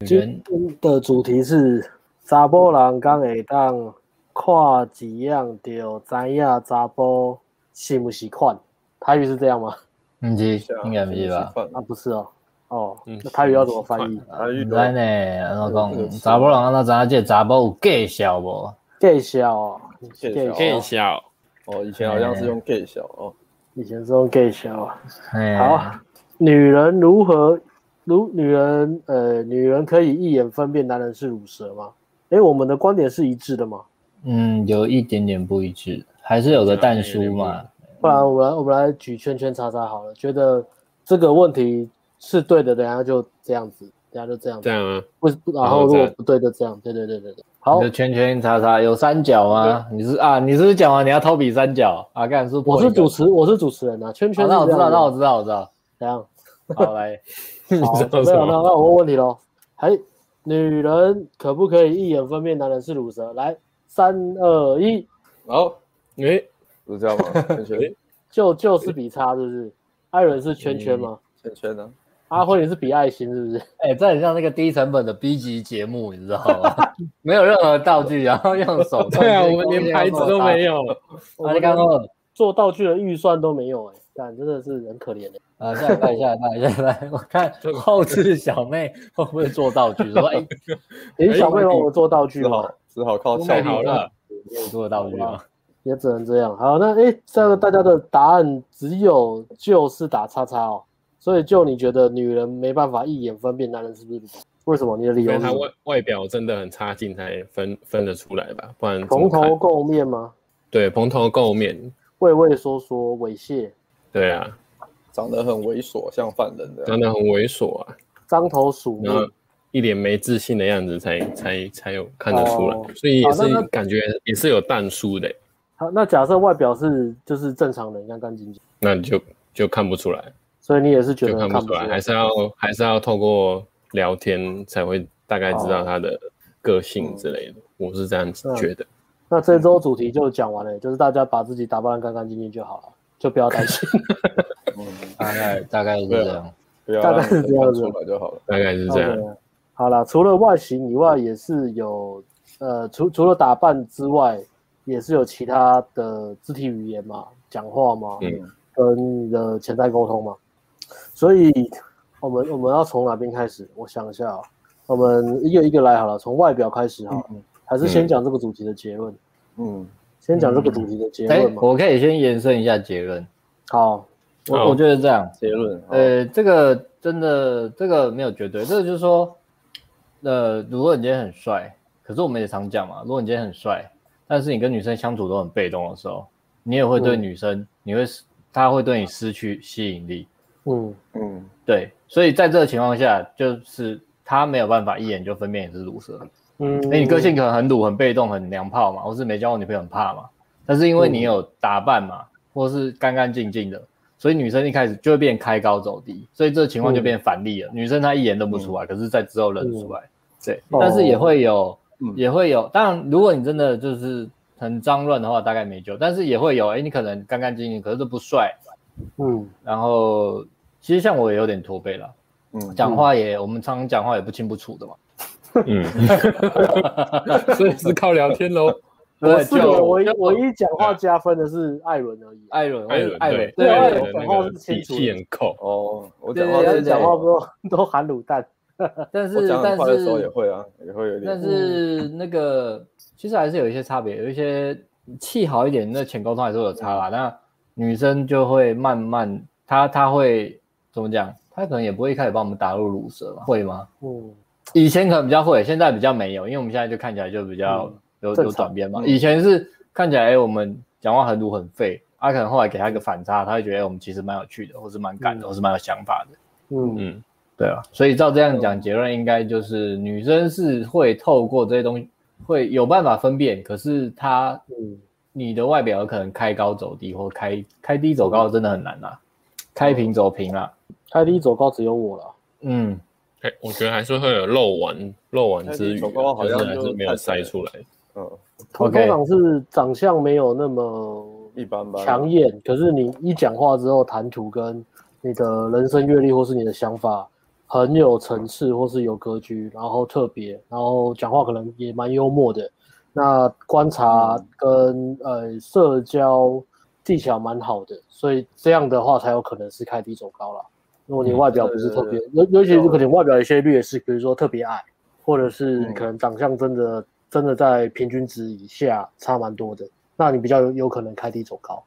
今天的主题是查甫人敢会当看一样就知影查甫是毋是款？台语是这样吗？不是，应该不是吧？啊，不是哦，哦，嗯那台语要怎么翻译？啊台语呢？安怎讲？查某人安怎知影这查某有介绍无？介绍，介绍，啊哦，以前好像是哎用介绍哦，以前是用介绍啊。好，女人如何？如女人，呃，女人可以一眼分辨男人是乳蛇吗？哎，我们的观点是一致的吗？嗯，有一点点不一致，还是有个淡疏嘛。不然我们来，我们来举圈圈叉叉好了。觉得这个问题是对的，等下就这样子，等下就这样子。这样啊？不，然后如果不对就这样。对对对对对。好，你的圈圈叉叉有三角吗？你是啊？你是不是讲完你要偷比三角啊？干是？我是主持，我是主持人啊。圈圈，那我知道，那我知道，我知道。怎样？好来。好，没有，那那我问问题喽。哎，女人可不可以一眼分辨男人是乳蛇？来，三二一。好，哎，是这样吗？圈圈，就就是比叉，是不是？艾伦是圈圈吗？圈圈呢？阿辉你是比爱心，是不是？哎，这很像那个低成本的 B 级节目，你知道吗？没有任何道具，然后用 手。对啊，我们连牌子都没有。我啊们刚刚做道具的预算都没有，哎，但真的是很可怜的。啊，下一拜，下一拜，下一拜！ 我看后置小妹会不会做道具？说哎，连小妹帮我做道具了，只好靠太好了，做道具了，也只能这样。好，那哎，这个大家的答案只有就是打叉叉哦。所以就你觉得女人没办法一眼分辨男人是不是？为什么？你的理由？因为她外外表真的很差劲才分分得出来吧，不然蓬头垢面吗？对，蓬头垢面，畏畏缩缩，猥亵。对啊。长得很猥琐，像犯人的，长得很猥琐啊，獐头鼠目，一脸没自信的样子才，才才才有看得出来，哦、所以也是感觉也是有淡疏的、欸。好，那假设外表是就是正常人，干干净净，那你就就看不出来。所以你也是觉得看不出来，还是要还是要透过聊天才会大概知道他的个性之类的，哦、我是这样子觉得。那这周主题就讲完了，就是大家把自己打扮干干净净就好了，就不要担心。 嗯大概大概是这样，大概是这样子就好了，大概是这样。好了，除了外形以外，也是有呃，除除了打扮之外，也是有其他的肢体语言嘛，讲话嘛，嗯、跟你的潜在沟通嘛。所以我们我们要从哪边开始？我想一下、哦，我们一个一个来好了，从外表开始好了，嗯、还是先讲这个主题的结论？嗯，先讲这个主题的结论嘛、嗯。我可以先延伸一下结论。好。我我觉得这样结论，啊呃，这个真的这个没有绝对，这个就是说，呃，如果你今天很帅，可是我们也常讲嘛，如果你今天很帅，但是你跟女生相处都很被动的时候，你也会对女生，嗯、你会她会对你失去吸引力，嗯嗯，对，所以在这个情况下，就是她没有办法一眼就分辨你是乳蛇，嗯，那哎你个性可能很鲁、很被动、很娘炮嘛，或是没交过女朋友很怕嘛，但是因为你有打扮嘛，嗯、或是干干净净的。所以女生一开始就会变开高走低，所以这情况就变反例了。女生她一眼认不出来，可是在之后认出来，对。但是也会有，也会有。当然，如果你真的就是很脏乱的话，大概没救。但是也会有，哎，你可能干干净净，可是不帅，嗯。然后其实像我也有点驼背了，嗯，讲话也我们常常讲话也不清不楚的嘛， 嗯，所以是靠聊天 喽。我是我一我一讲话加分的是艾伦而已，啊艾伦，艾伦，艾伦，对，哎啊艾伦讲话是清楚，眼扣哦，我讲话讲话不都含卤蛋，但是但是时候也会啊，也会有点，但是那个其实还是有一些差别，有一些气好一点，那浅沟通还是有差啦。那女生就会慢慢，她她会怎么讲？她可能也不会一开始帮我们打入乳蛇，会吗？嗯，以前可能比较会，现在比较没有，因为我们现在就看起来就比较。有有转变嘛？以前是看起来、欸、我们讲话很鲁很废，啊，可能后来给他一个反差，他会觉得、欸、我们其实蛮有趣的，或是蛮敢的，嗯、或是蛮有想法的。嗯嗯，对啊。所以照这样讲，啊结论应该就是女生是会透过这些东西，会有办法分辨。可是她，嗯、你的外表有可能开高走低，或开开低走高，真的很难啦、啊。开平走平啊，开低走高只有我了。嗯，哎、欸，我觉得还是会有漏完漏完之余、啊，好像还是没有筛出来。嗯，通常是长相没有那么一般啊般抢眼，可是你一讲话之后，谈吐跟你的人生阅历或是你的想法，很有层次或是有格局，然后特别，然后讲话可能也蛮幽默的。那观察跟呃社交技巧蛮好的，所以这样的话才有可能是开低走高啦。如果你外表不是特别，尤尤其是可能外表有些劣势，比如说特别矮，或者是可能长相真的、真的在平均值以下差蛮多的，那你比较有有可能开低走高。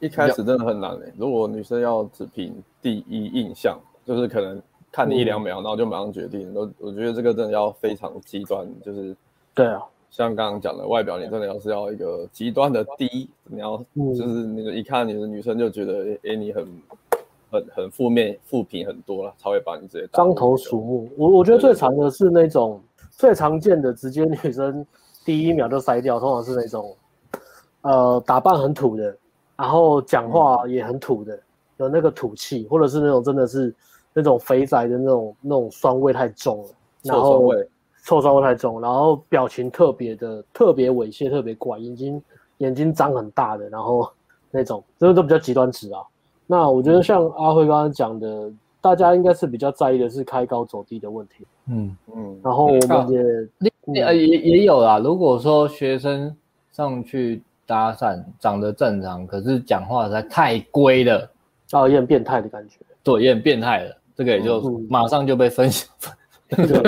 一开始真的很难诶、如果女生要只凭第一印象，就是可能看你一两秒，嗯然后就马上决定，我我觉得这个真的要非常极端，就是对啊，像刚刚讲的，外表你真的要是要一个极端的低，你要嗯就是那个一看你的女生就觉得，哎、诶你很很很负面负评很多了，才会把你直接打獐头鼠目。我我觉得最常的是那种最常见的，直接女生第一秒就筛掉，通常是那种呃打扮很土的，然后讲话也很土的，有那个土气，或者是那种真的是那种肥宅的那种那种酸味太重了，然臭酸后味，臭酸味太重，然后表情特别的特别猥亵，特别怪，眼睛眼睛张很大的，然后 那种，这个都比较极端值啊。那我觉嗯得像阿辉刚刚讲的，大家应该是比较在意的是开高走低的问题。嗯，嗯，然后我啊们也、嗯另呃也也有啦。如果说学生上去搭讪长得正常，可是讲话实在太龟了，啊有点变态的感 觉，对，有点变态了，这个也就嗯马上就被分 享。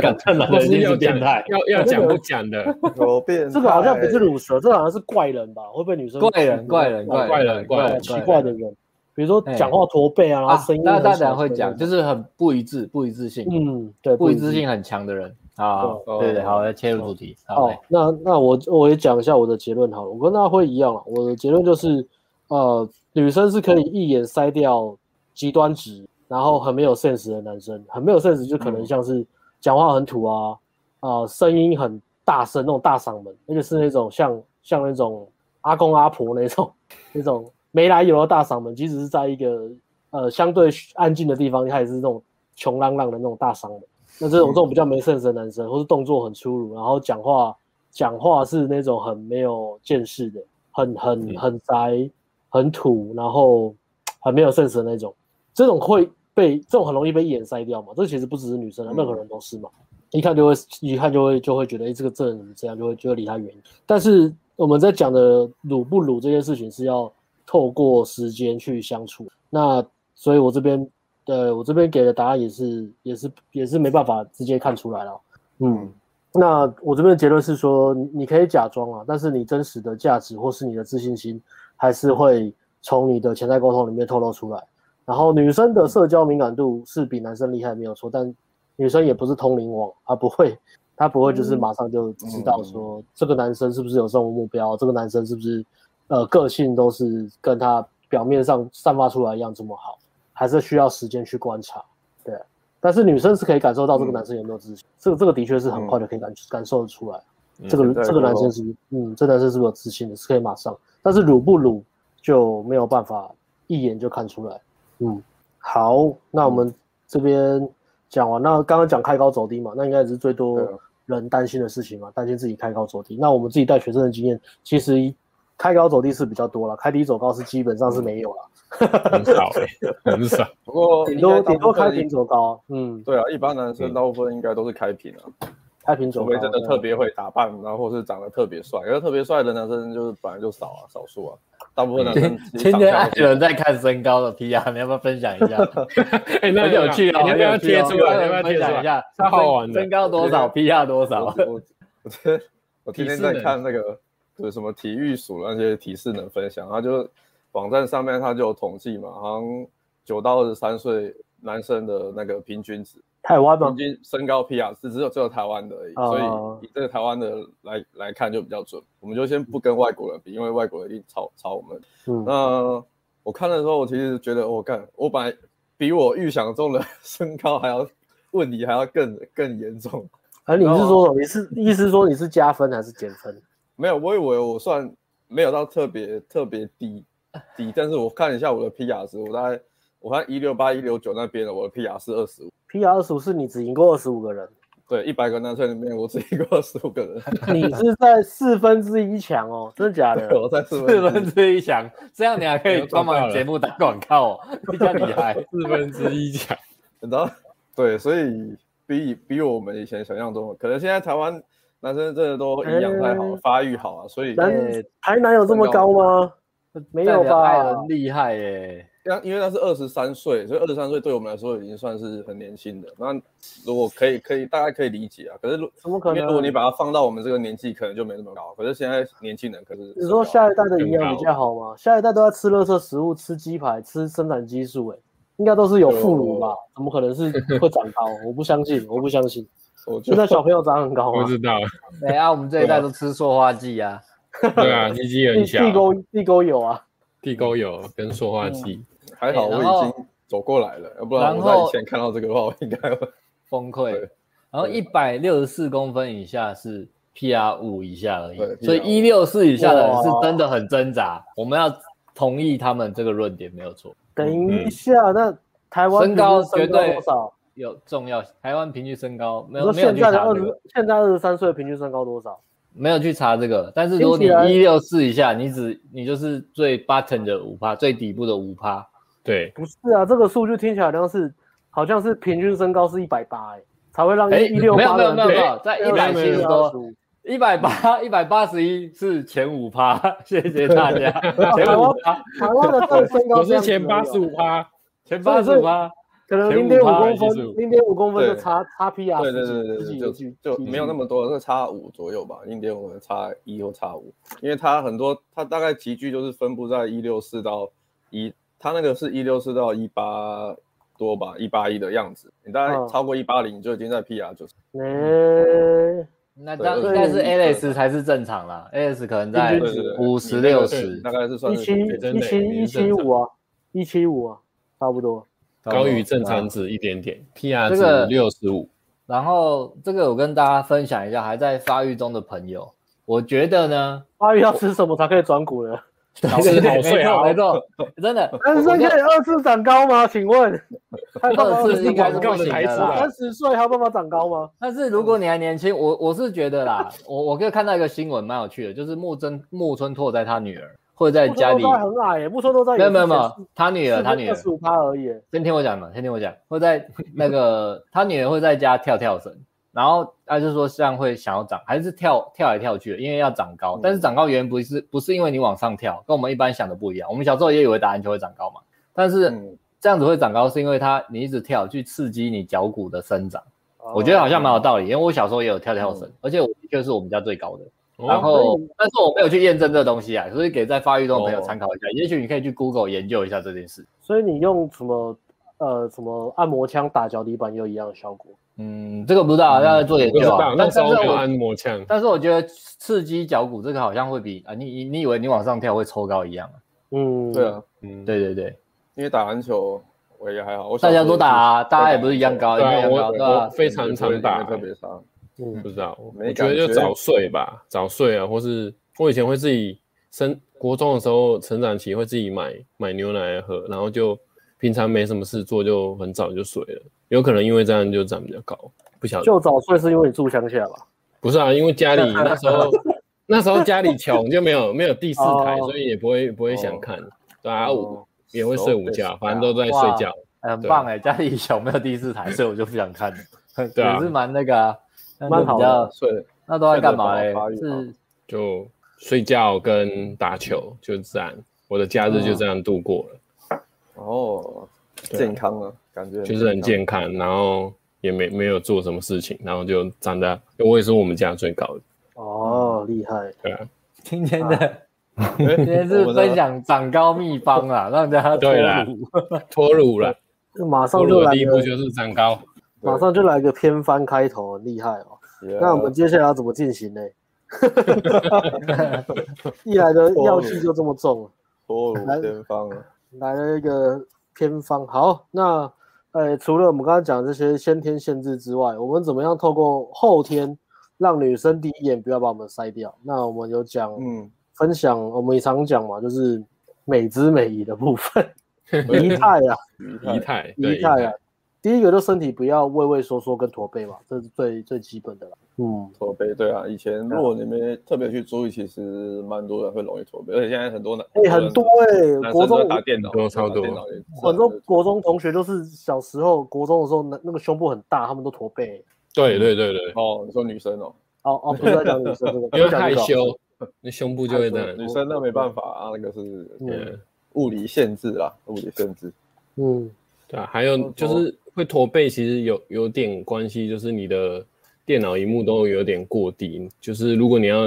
敢正男或的一是定要是讲变 态，要要讲不讲的，有变态这个好像不是乳蛇，这个好像是怪人吧？会被 女生怪人，怪人，哦怪怪人人，怪人人，哎奇怪的人，比如说讲话驼背啊，然啊后声，音、大家大家会讲，就是很不一致，不一致性，嗯，对，不一致致性很强的人。好，对对对，好，来切入主题。好哦，，那那我我也讲一下我的结论好了，我跟大辉一样了，我的结论就是，呃，女生是可以一眼筛掉极端值，然后很没有 sense 的男生，很没有 sense 就可嗯能像是讲话很土啊，啊、声音很大声那种大嗓门，而且是那种像像那种阿公阿婆那种 那种没来由的大嗓门，即使是在一个呃相对安静的地方，他也是那种穷浪浪的那种大嗓门。那这种这种比较没 sense 的男生，或是动作很粗鲁，然后讲话讲话是那种很没有见识的，很很很宅、很土，然后很没有 sense 的那种，这种会被这种很容易被掩塞掉嘛。这其实不只是女生啊，嗯任何人都是嘛。一看就会一看就会就会觉得，哎、这个这人怎么这样，就会就会离他远一点。但是我们在讲的鲁不鲁这件事情是要透过时间去相处。那所以我这边对我这边给的答案也是也是也是没办法直接看出来了。嗯，那我这边的结论是说，你你可以假装啊，但是你真实的价值或是你的自信心，还是会从你的潜在沟通里面透露出来。然后女生的社交敏感度是比男生厉害没有错，但女生也不是通灵王，她不会，她不会就是马上就知道说这个男生是不是有生活目标，这个男生是不是呃个性都是跟他表面上散发出来一样这么好，还是需要时间去观察。对，但是女生是可以感受到嗯这个男生有没有自信，这个这个的确是很快就可以感、感受得出来。这个现在这个男都生是嗯，这男生是不是有自信的，是可以马上，但是鲁不鲁就没有办法一眼就看出来。嗯，好，那我们这边讲完，那刚刚讲开高走低嘛，那应该也是最多对啊人担心的事情嘛，担心自己开高走低。那我们自己带学生的经验，其实开高走低是比较多了，开低走高是基本上嗯是没有了， 很少哎、很少。不过顶多应该顶大多部分开平走高，嗯，对啊，一般男生嗯大部分应该都是开屏啊，开平走除高非真的哦对特别会打扮，然后或是长得特别帅，可是特别帅的男生就是本来就少啊，少数啊，大部分男生其实今长嗯 天艾相都伦在看身高的 PR，你要不要分享一下？哎、那很有趣哦，你要很不要有趣贴哦出啊来？要不要分贴出享来一？下？超好玩的身高多少，PR 多少？我我我今天我今天在看那个就是什么体育署那些提示能分享，他就网站上面他就有统计嘛，好像九到二十三岁男生的那个平均值，嗯台湾嘛平，均身高 PR 是只有只有台湾的而已，哦所以以这个台湾的来来看就比较准。我们就先不跟外国人比，因为外国人一定超超我们。嗯，那我看的时候，我其实觉得，我、干，我本来比我预想中的身高还要问题还要更更严重。而啊你是说什么？你是意思是说你是加分还是减分？没有，我以为我算没有到特别特别低低，但是我看了一下我的 PR 值，我大概我看一六八一六九那边的，我的 PR 是二十五。 P R 二十五是你只赢过二十五个人， 对，一百个男生里面，我只赢过十五个人，你是在四分之一强哦，真的假的？我在四分之一四分之一强，这样你还可以帮忙节目打广告哦，比较厉害。四分之一强，你知道，对，所以比比我们以前想象中，可能现在台湾男生真的都营养太好了，哎发育好啊，所以男哎台南有这么高哦吗？没有代表艾吧伦？厉害耶、那因为他是二十三岁，所以二十三岁对我们来说已经算是很年轻的。那如果可以，可以大概可以理解啊。可是如怎么可因为如果能？你把它放到我们这个年纪，可能就没那么高。可是现在年轻人可是你说下一代的营养比较好吗？下一代都在吃垃圾食物、吃鸡排、吃生长激素、欸，应该都是有副乳吧？怎么可能 是会长高？我不相信，我不相信。我觉现得在小朋友长很高不啊，知 道，哎啊，我们这一代都吃塑化剂啊，对啊，鸡鸡地很小地，沟地沟油啊，地沟油跟塑化剂，还好，哎然我后已经走过来了，要不然然后我在以前看到这个的话，我应该会崩溃对。然后一百六十四公分以下是 PR 五以下而已对，所以 PR 一六四以下的人哇是真的很挣扎。我们要同意他们这个论点没有错，等一下，那台湾嗯身高平均绝身对多少？有重要。台湾平均身高没你有说没有现去在的查二这个十，，现在二十三岁的平均身高多少？没有去查这个。但是如果你听起来一六四以下，你只你就是最 bottom 的五趴，最底部的五趴。对，不是啊，这个数据听起来好像是好像是平均身高是一百八，哎，才会让哎一六没有八没有的没有没人啊有，在一百七十多。一百八、一百八十一是前五趴， 谢谢大 家。前五趴，啊台湾的这个身高这我是样子而已啊，前八十五趴，前八十五趴，可能前零五点五趴公还是分，零点五公分的对差差 P R 对对十对几十对对，几就几就几没有那么多，是差五左右吧，零点五差一或差五，因为它很多，它大概集聚就是分布在一六四到一，它那个是一六四到一八多吧，一八一的样子，你大概嗯超过一八零，你就已经在 PR 九十，嗯哎，那这样对应该是对 Alex 才是正常啦，Alex 可能在平均值五你十那六个十，大概是算一是七对真一的七你一是正七常五啊，一七五啊，差不多。高于正常啊值一点点，PR 这值个六十五，然后这个我跟大家分享一下，还在发育中的朋友，我觉得呢，阿宇要吃什么才可以转骨呢？好吃好睡好没错没错，真的男生可以二次长高吗？请问， 还有办法二次是应该是广告不的行台词的啊啦。三十岁还有办法长高吗？但是如果你还年轻，我我是觉得啦，我我可以看到一个新闻蛮有趣的，就是木真木村拓哉他女儿会在家里，木村拓哉很矮耶，木村都在没有没有没有，他女儿他女二儿，十五趴而已耶。先听我讲嘛，先听我讲，会在那个他女儿会在家跳跳绳，然后他就说这样会想要长，还是跳跳来跳去的，因为要长高，但是长高原因不是不是因为你往上跳，跟我们一般想的不一样，我们小时候也以为打篮球会长高嘛，但是嗯，这样子会长高是因为它你一直跳去刺激你脚骨的生长。哦我觉得好像蛮有道理，因为我小时候也有跳跳绳，而且我的确是我们家最高的。哦然后，但是我没有去验证这东西啊，所以给在发育中的朋友参考一下。也许你可以去 Google 研究一下这件事。所以你用什么呃什么按摩枪打脚底板也有一样的效果。嗯，这个不知道啊，要做研不知究道啊。那但时但候是没有我按摩枪，但是我觉得刺激脚骨这个好像会比啊，你你你以为你往上跳会抽高一样啊？嗯，对啊，嗯，对对对，因为打篮球我也还好，我大小时家候都打啊，大家也不是一样高，对也没有一啊，样高，对我我吧？非常常打，特别差，嗯，不知道，没我觉得感觉就早睡吧，早睡啊，或是我以前会自己生国中的时候，成长期会自己买买牛奶来喝，然后就平常没什么事做，就很早就睡了。有可能因为这样就长比较高，不晓得。就早睡是因为你住乡下吧？不是啊，因为家里那时候那时候家里穷，就没有没有第四台，哦所以也不会不会想看。对啊，我哦也会睡午觉，反正都在睡哇觉。很棒哎，家里小没有第四台，所以我就不想看了。啊 对啊也是蛮那个啊，那就蛮好比的较睡那都在干嘛嘞睡得饱发育？好啊是就睡觉跟打球，就这样，我的假日就这样度过了，哦，对啊健康啊，感觉就是很健康，然后也没没有做什么事情，然后就长大，我也是我们家最高的，嗯哦，厉害。对啊， 今天的康。 哎今 天是分享长高秘方啦，让大家脱 对啦乳。脱乳了，马上 脱就乳的来第一个步，就是长 高，马上就来个偏翻开头，厉害哦。啊啊那我们接下来要怎么进行呢？ 一 来的药气就这么重了，脱乳先方 啊，来了一个偏方。好，那呃，除了我们刚刚讲的这些先天限制之外，我们怎么样透过后天让女生第一眼不要把我们筛掉？那我们有讲嗯，分享，我们也常讲嘛，就是美姿美仪的部分，仪态啊， 仪仪态，对仪态啊，，第一个就身体不要畏畏缩缩跟驼背嘛，这是最最基本的啦。嗯，驼背，对啊，以前如果你没特别去注意，其实蛮多人会容易驼背，而且现在很多男，哎、很多哎、男国生都中在打电脑，国中超多打电脑也是啊很多国中同学就是小时候国中的时候，那那个胸部很大，他们都驼背、对对对对，哦，你说女生哦，哦哦，不是在讲女生这个，不 因为是讲害这个，羞，那胸部就会这样。 女生那没办法啊，那个是嗯嗯，物理限制啦，物理限制。嗯，对啊，还有就是会驼背，其实有有点关系，就是你的电脑荧幕都有点过低。就是如果你要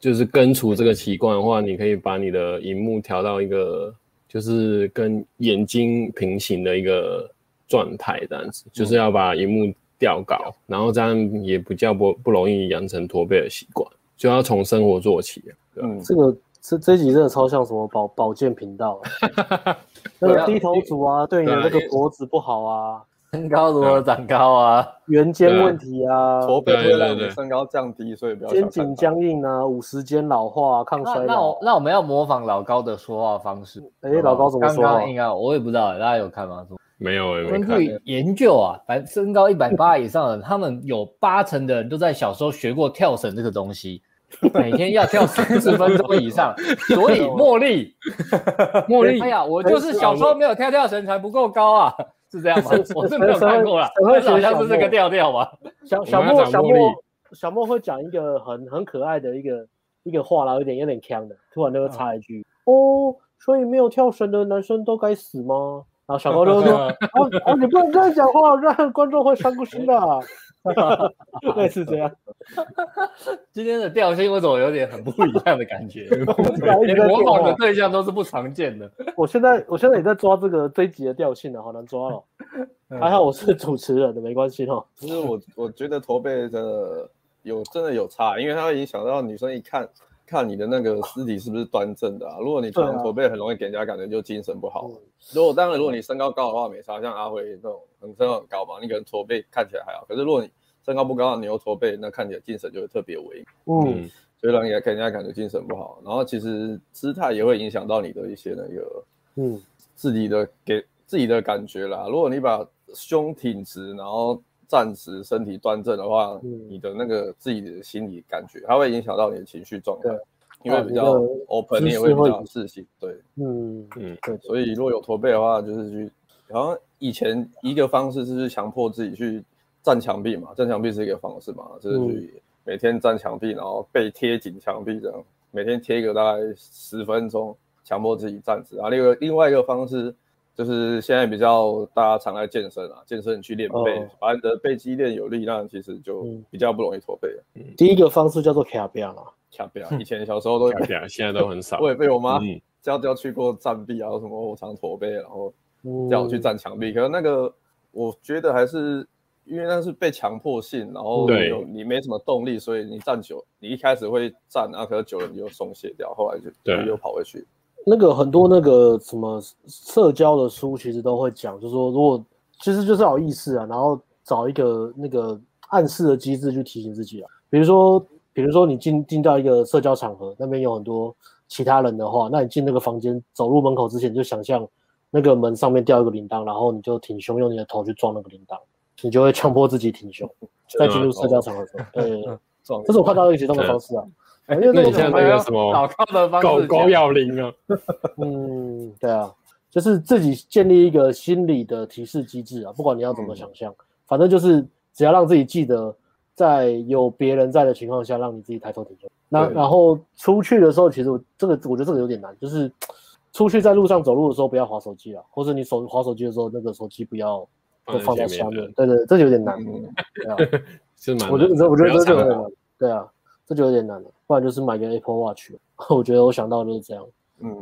就是根除这个习惯的话，你可以把你的荧幕调到一个就是跟眼睛平行的一个状态，这样子，就是要把荧幕调高，然后这样也比较不不容易养成驼背的习惯，就要从生活做起啊。嗯，这个这这一集真的超像什么保保健频道 啊，那个低头族啊，对你的那个脖子不好啊，身高如何长高啊？圆肩问题啊，驼背会让对对你对的身高降低，所以不要肩小颈看它。僵硬啊，五十肩老化啊，抗那衰那老我。那我们要模仿老高的说话方式。哎，老高怎么刚说啊刚？应该我也不知道，大家有看吗？没有欸，没根看。据研究啊，反正身高一百八以上的人，他们有八成的人都在小时候学过跳绳这个东 西，每天要跳三十分钟以 上。所以茉莉， 茉莉哎呀，我就是小时候没有跳跳绳才不够高啊， 是这样吗？我是没有看过啦，谁会但是谁会好学像是这小个莫调调吧。小小我们莫要小掌握力莫小莫会讲一个很很可爱的一个一个话啦，有点有点呛的，突然就会插一句、哦，所以没有跳绳的男生都该死吗？然后小高就会说啊啊，你不能这样讲话，让观众会伤心的 啊，类似这样，今天的调性为什么有点很不一样的感 觉？我哎本来一直连在模变仿的化。对象都是不常见的。我现在我现在也在抓这个这一集的调性了，好难抓哦。还好我是主持人的，没关系哦。其实我我觉得驼背真的有真的有差，因为它影响到女生一看看你的那个尸体是不是端正的啊。如果你常对啊常驼背，很容易给人家感觉就精神不好嗯。如果当然，如果你身高高的话没差，像阿辉那种很身高很高嘛，你可能驼背看起来还好。可是如果你身高不高，你又驼背，那看起来精神就会特别萎靡。嗯， 嗯，所以让人家给人家感觉精神不好。然后其实姿态也会影响到你的一些那个嗯自己的给自己的感觉啦。如果你把胸挺直，然后站直，身体端正的话，嗯你的那个自己的心理感觉，它会影响到你的情绪状态对，因为比较哦你的 open，姿你势也会比会较有自信。对，嗯嗯对，所以如果有驼背的话，就是去，好像以前一个方式就是强迫自己去站墙壁嘛，站墙壁是一个方式嘛，就是去每天站墙壁，然后背贴紧墙壁这样，每天贴个大概十分钟，强迫自己站直。啊，另外另外一个方式就是现在比较大家常来健身啊，健身你去练背，哦把你的背肌练有力，那其实就嗯比较不容易驼背了。第一个方式叫做卡比亚啦，卡比啊，以前小时候都对啊现在都很少。 我也被我妈嗯教教去过站壁啊，什么我常驼背，然后。嗯叫我去站墙壁。可是那个，我觉得还是因为那是被强迫性，然后对你有你没什么动力，所以你站久，你一开始会站，啊，可是久了你就松懈掉，后来就对就又跑回去。那个很多那个什么社交的书，其实都会讲，就是说如果其实就是要有意识啊，然后找一个那个暗示的机制去提醒自己啊。比如说，比如说你进进到一个社交场合，那边有很多其他人的话，那你进那个房间，走入门口之前就想象那个门上面掉一个铃铛，然后你就挺胸，用你的头去撞那个铃铛，你就会强迫自己挺胸，在进入社交场合的时候，对，撞这是我看到一个其中的方式啊。因为那哎那你个像那个什么老高的方式狗讲，狗要灵啊，嗯， 对啊，就是自己建立一个心理的提示机制啊，不管你要怎么想象，反正就是只要让自己记得，在有别人在的情况下，让你自己抬头挺胸。那对然后出去的时候，其实我这个我觉得这个有点难，就是出去在路上走路的时候不要划手机啊，或者你手划手机的时候，那个手机不要都放在前下面的面。对对，这个有点难， 嗯对啊，是蛮我难的。觉得这我觉得这不就要有点常难，对啊，这就有点难了。不然就是买个 Apple Watch，我 觉得我想到的就是这样。啊嗯，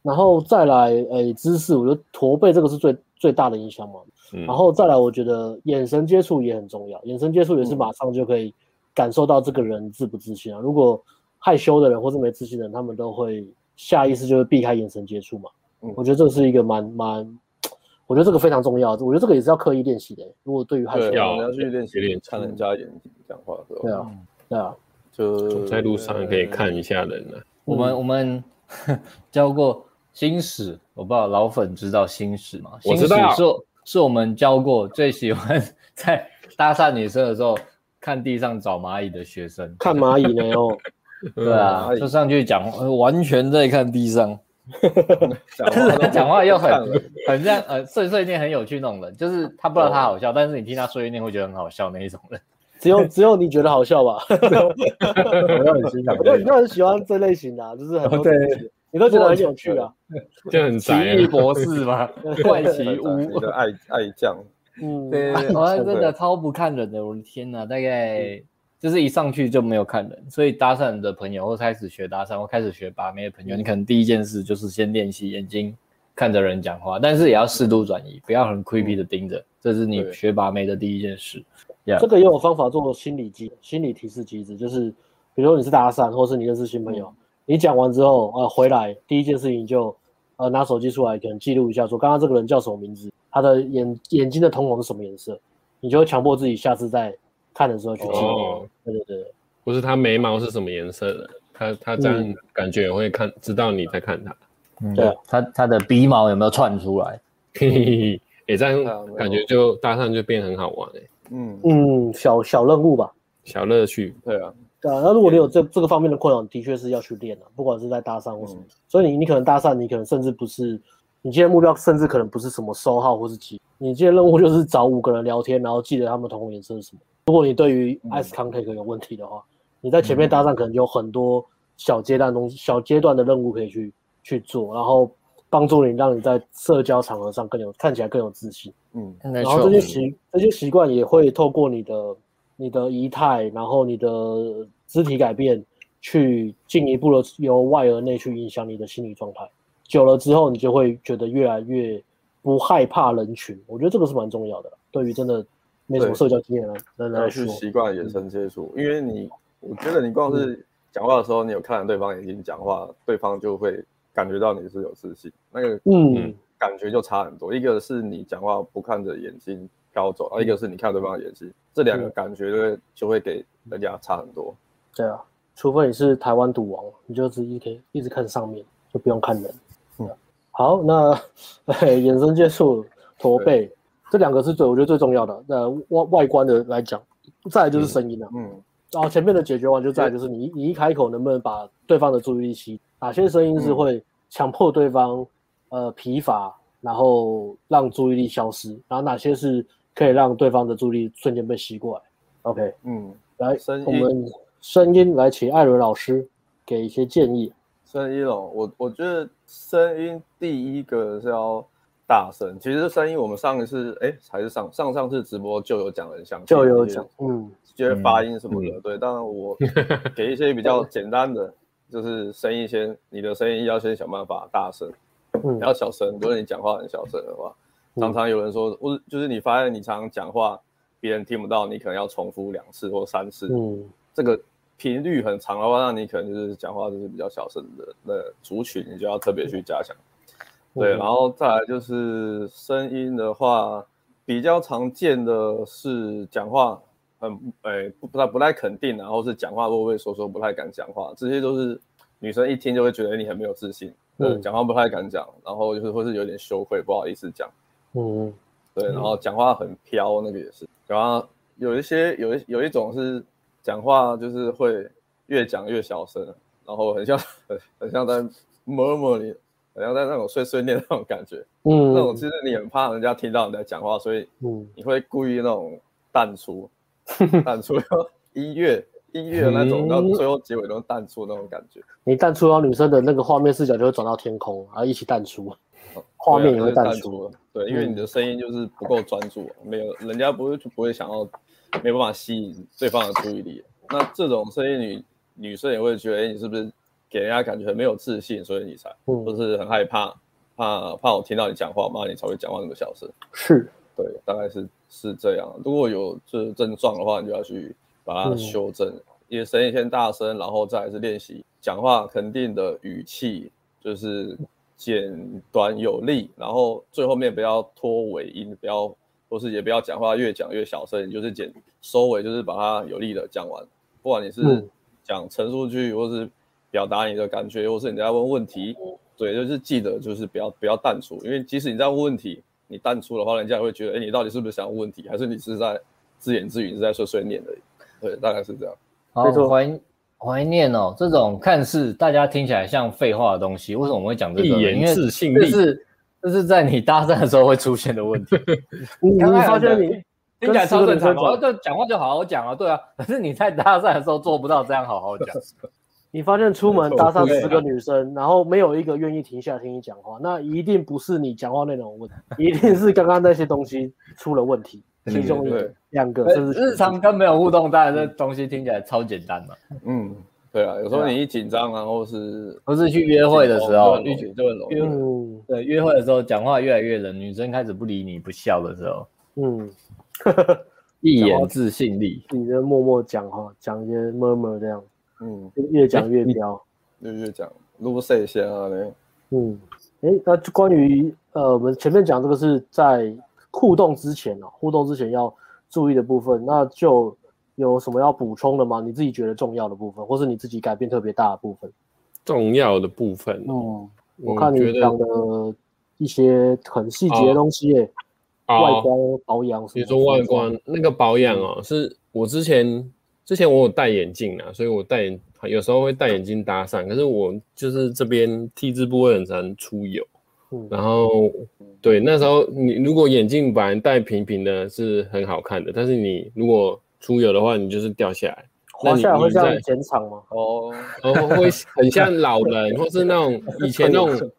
然后再来，诶，姿势，我觉得驼背这个是最最大的影响嘛。嗯然后再来，我觉得眼神接触也很重要，眼神接触也是马上就可以感受到这个人自不自信啊。如果害羞的人或是没自信的人，他们都会下意识就会避开眼神接触嘛。嗯我觉得这是一个蛮蛮，我觉得这个非常重要，我觉得这个也是要刻意练习的。欸如果对于害羞的对，你人，要要去练练习看人家眼睛讲话的时对候，啊，对啊，就在路上可以看一下人啊。我们我们教过新史，我不知道老粉知道新史吗？我知新道史是是我们教过最喜欢在搭讪女生的时候看地上找蚂蚁的学生。看蚂蚁哦没有？对啊蚂，蚁就上去讲，呃完全在看地上。但是他 讲话又很很像呃碎碎念很有趣那种人，就是他不知道他好笑，但是你听他碎碎念会觉得很好笑那一种人。只有只有你觉得好笑吧？ 我要很欣赏我就你就很喜欢这类型的啊，就是很多对东西你都觉得很有趣啊。就很奇宅异啊。博士吗？怪奇你屋。的爱爱将，嗯，对对对，我哦真的超不看人的，我的天哪！大嗯概就是一上去就没有看人，所以搭讪的朋友或开始学搭讪或开始学把妹的嗯朋友，你可能第一件事就是先练习眼睛看着人讲话，但是也要适度转移，不要嗯很 creepy 的盯着，这是你对学把妹的第一件事。这个也有方法做心理机心理提示机制，就是比如说你是搭讪，或是你认识新朋友，你讲完之后，呃，回来第一件事情就呃拿手机出来，可能记录一下说刚刚这个人叫什么名字，他的眼眼睛的瞳孔是什么颜色，你就会强迫自己下次再看的时候去记录。哦，对对对，或是他眉毛是什么颜色的，他他这样感觉也会看，知道你在看他。嗯对啊他他的鼻毛有没有窜出来？嘿嘿 嘿，也这对啊没样有感觉就搭讪就变很好玩哎、嗯，嗯，小小任务吧。小乐趣。对啊，对啊，那如果你有这这个方面的困扰，的确是要去练的、啊不管是在搭讪或什么。嗯所以你你可能搭讪，你可能甚至不是，你今天目标甚至可能不是什么收号或是几，你今天任务就是找五个人聊天，然后记得他们瞳孔颜色是什么。如果你对于嗯 ice contact 有问题的话，你在前面搭讪可能有很多小阶段东西、小阶段的任务可以去去做，然后帮助你让你在社交场合上更有看起来更有自信。嗯，然然后这些习这些习惯也会透过你的你的仪态，然后你的肢体改变，去进一步的由外而内去影响你的心理状态。久了之后，你就会觉得越来越不害怕人群。我觉得这个是蛮重要的啦，对于真的没什么对社交经验的人来要说嗯去，习惯眼神接触，因为你，我觉得你光是讲话的时候，你有看着对方眼睛讲话，对方就会感觉到你是有自信，那个嗯，感觉就差很多。一个是你讲话不看着眼睛飘走，啊，一个是你看对方的眼睛，这两个嗯感觉就会就会给人家差很多。对啊，除非你是台湾赌王，你就只一可以一直看上面，就不用看人。啊嗯好，那哎眼神接触、驼背这两个是最我觉得最重要的。那外外观的来讲，再来就是声音了、啊。嗯，然后前面的解决完，就再来就是你你一开口能不能把对方的注意力吸？哪些声音嗯是会强迫对方呃疲乏，然后让注意力消失？然后哪些是可以让对方的注意力瞬间被吸过来？OK，嗯，来，声音我们声音来，请艾伦老师给一些建议。声音哦，我我觉得声音第一个是要大声。其实声音我们上一次哎还是上上上次直播就有讲很详细，就有讲，嗯，觉得发音什么的，对。当然我给一些比 较简单的，就是声音先，你的声音要先想办法大声，嗯不要小声。如果你讲话很小声的话，嗯常常有人说，我就是你发现你常常讲话，别人听不到，你可能要重复两次或三次，嗯这个频率很长的话，那你可能就是讲话就是比较小声的那族群，你就要特别去加强。对，嗯然后再来就是声音的话，比较常见的是讲话很诶、不不太不太肯定，然后是讲话畏畏缩缩，不太敢讲话，这些都是女生一听就会觉得你很没有自信，对，嗯讲话不太敢讲，然后就是或是有点羞愧，不好意思讲。嗯对，然后讲话很飘，那个也是。然后有一些有一有一种是讲话就是会越讲越小声，然后很像 很很像在 murmur 你，很像在那种碎碎念那种感觉。嗯，那种其实你很怕人家听到你在讲话，所以嗯你会故意那种 淡出，淡出 音乐音乐那种，到最后结尾都淡出那种感觉。你淡出了女生的那个画面视角，就会转到天空，然后一起淡出，画面也啊会淡出。嗯出，对，因为你的声音就是不够专注，啊没有人家不会就不会想要，没办法吸引对方的注意力。那这种声音女女生也会觉得，哎、你是不是给人家感觉很没有自信，所以你才就嗯，是很害怕，怕怕我听到你讲话嘛，你才会讲话那么小声。是，对，大概是是这样。啊如果有这症状的话，你就要去把它嗯修正。你的声音先大声，然后再来是练习讲话肯定的语气，就是简短有力，然后最后面不要拖尾音，不要或是也不要讲话越讲越小声，你就是简收尾，就是把它有力的讲完。不管你是嗯讲陈述句，或是表达你的感觉，或是你在问问题，对，就是记得就是不要不要淡出，因为即使你在问问题，你淡出的话，人家也会觉得，哎，你到底是不是想问题，还是你是在自言自语，是在碎碎念而已？对，大概是这样。好怀怀念哦，这种看似大家听起来像废话的东西，为什么我们会讲这个？一言因为自信这力是这是在你搭讪的时候会出现的问题。你你刚才发现很你听起来超正常跟十个嘛，女生就讲话就好好讲啊，对啊。可是你在搭讪的时候做不到这样好好讲，你发现出门没错搭上对十个女生，然后没有一个愿意停下来听你讲话，那一定不是你讲话内容有问题，一定是刚刚那些东西出了问题，其中一个对两个，甚至日常跟没有互动，当然这东西听起来超简单嘛。嗯，对啊，有时候对啊你一紧张，然后是不是去约会的时候，一哦紧就很容易。嗯对约会的时候讲话越来越冷，女生开始不理你不笑的时候，嗯，一言自信力。你就默默讲话，讲一些 murmur 这样，嗯，越讲哎越飙。就就讲撸谁先啊？嘞，嗯，哎，那就关于呃，我们前面讲这个是在互动之前啊，互动之前要注意的部分，那就有什么要补充的吗？你自己觉得重要的部分，或是你自己改变特别大的部分？重要的部分嗯，我我看觉你得讲的一些很细节的东西耶，外哦，观保养什么，你说外观那个保养哦，是我之前之前我有戴眼镜啊，所以我戴眼有时候会戴眼镜搭讪，可是我就是这边 T 字部位很常出油，嗯然后对那时候你如果眼镜本来戴平平的是很好看的，但是你如果出油的话，你就是掉下来。滑下来会那你像你在剪厂吗？哦，然后会很像老人，或是那种以前那种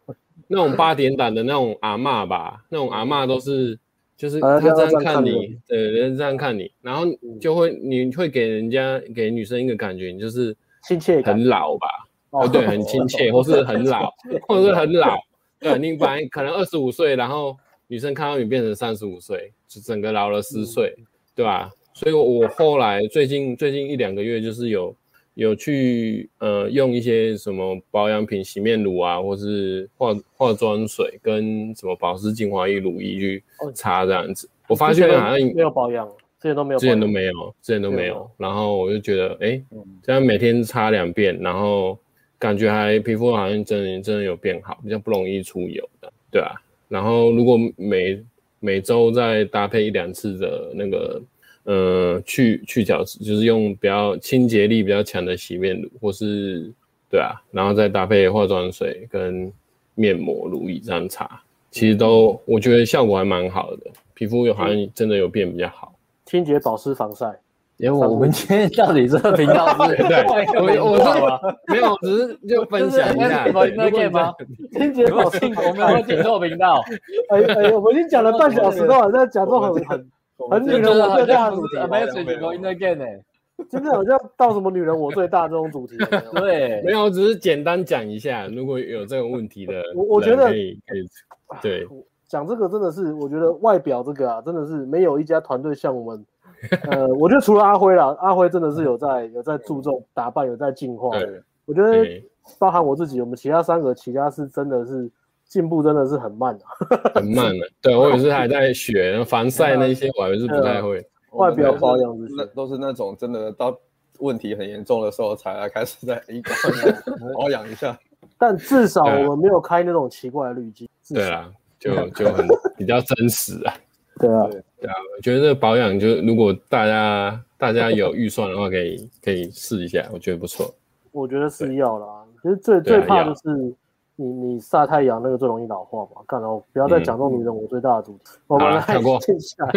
那种八点档的那种阿嬷吧，那种阿嬷都是就是啊这她样这样看看你人，对，这样看你，然后就会你会给人家给女生一个感觉，你就是亲切感很老吧，哦哦，对，很亲切，或是很 老，或者是很老，对，你本来可能二十五岁，然后女生看到你变成三十五岁，就整个老了十岁，对吧？所以我，我后来最近最近一两个月，就是有有去呃用一些什么保养品、洗面乳啊，或是化化妆水跟什么保湿精华液、乳液去擦这样子。我发现好像之前都没有保养，之前都没有，啊之前都，没有，之前都对没啊嗯有。然后我就觉得，哎、这样每天擦两遍，然后感觉还皮肤好像真的真的有变好，比较不容易出油的，对啊。然后如果每每周再搭配一两次的那个呃去去角质，就是用比较清洁力比较强的洗面乳，或是对啊，然后再搭配化妆水跟面膜、乳液这样擦，其实嗯都我觉得效果还蛮好的，皮肤有好像真的有变比较好。清洁、保湿、防晒。结果哎我们今天到底这个频道是对换一个频我我道吗？没有，只是就分享一下。就是对那啊可以吗？ 清洁、保湿，我们有听错频道，哎哎，我们已经讲了半小时了，在讲这种很很很这令个人我好最大像的不主是题， Amazing Going Again 哎， 真的好像到什么女人我最大这种主 题。对没，有，只是简单讲一下。如果有这个问题的人，我我觉得可以可以啊对，讲这个真的是，我觉得外表这个啊，真的是没有一家团队像我们。呃，我觉得除了阿辉啦，阿辉真的是有在有在注重打扮，有在进化。对呃我觉得对，包含我自己，我们其他三个其他是真的是进步真的是很慢啊，很慢了。对我也是还在学，然后防晒那些我还是不太呃会。外表保养这些那都是那种真的到问题很严重的时候才来开始在一个保养一下。但至少啊我们没有开那种奇怪的滤镜。至对少啦，就就很比较真实啊。对啊，我觉得这个保养，就如果大家大家有预算的话，可以可以试一下，我觉得不错。我觉得是要啦。其实最对啊最怕就是你你晒太阳那个最容易老化嘛。干了，不要再讲这种女人我最大的主题。我们嗯好啦来跳过接下来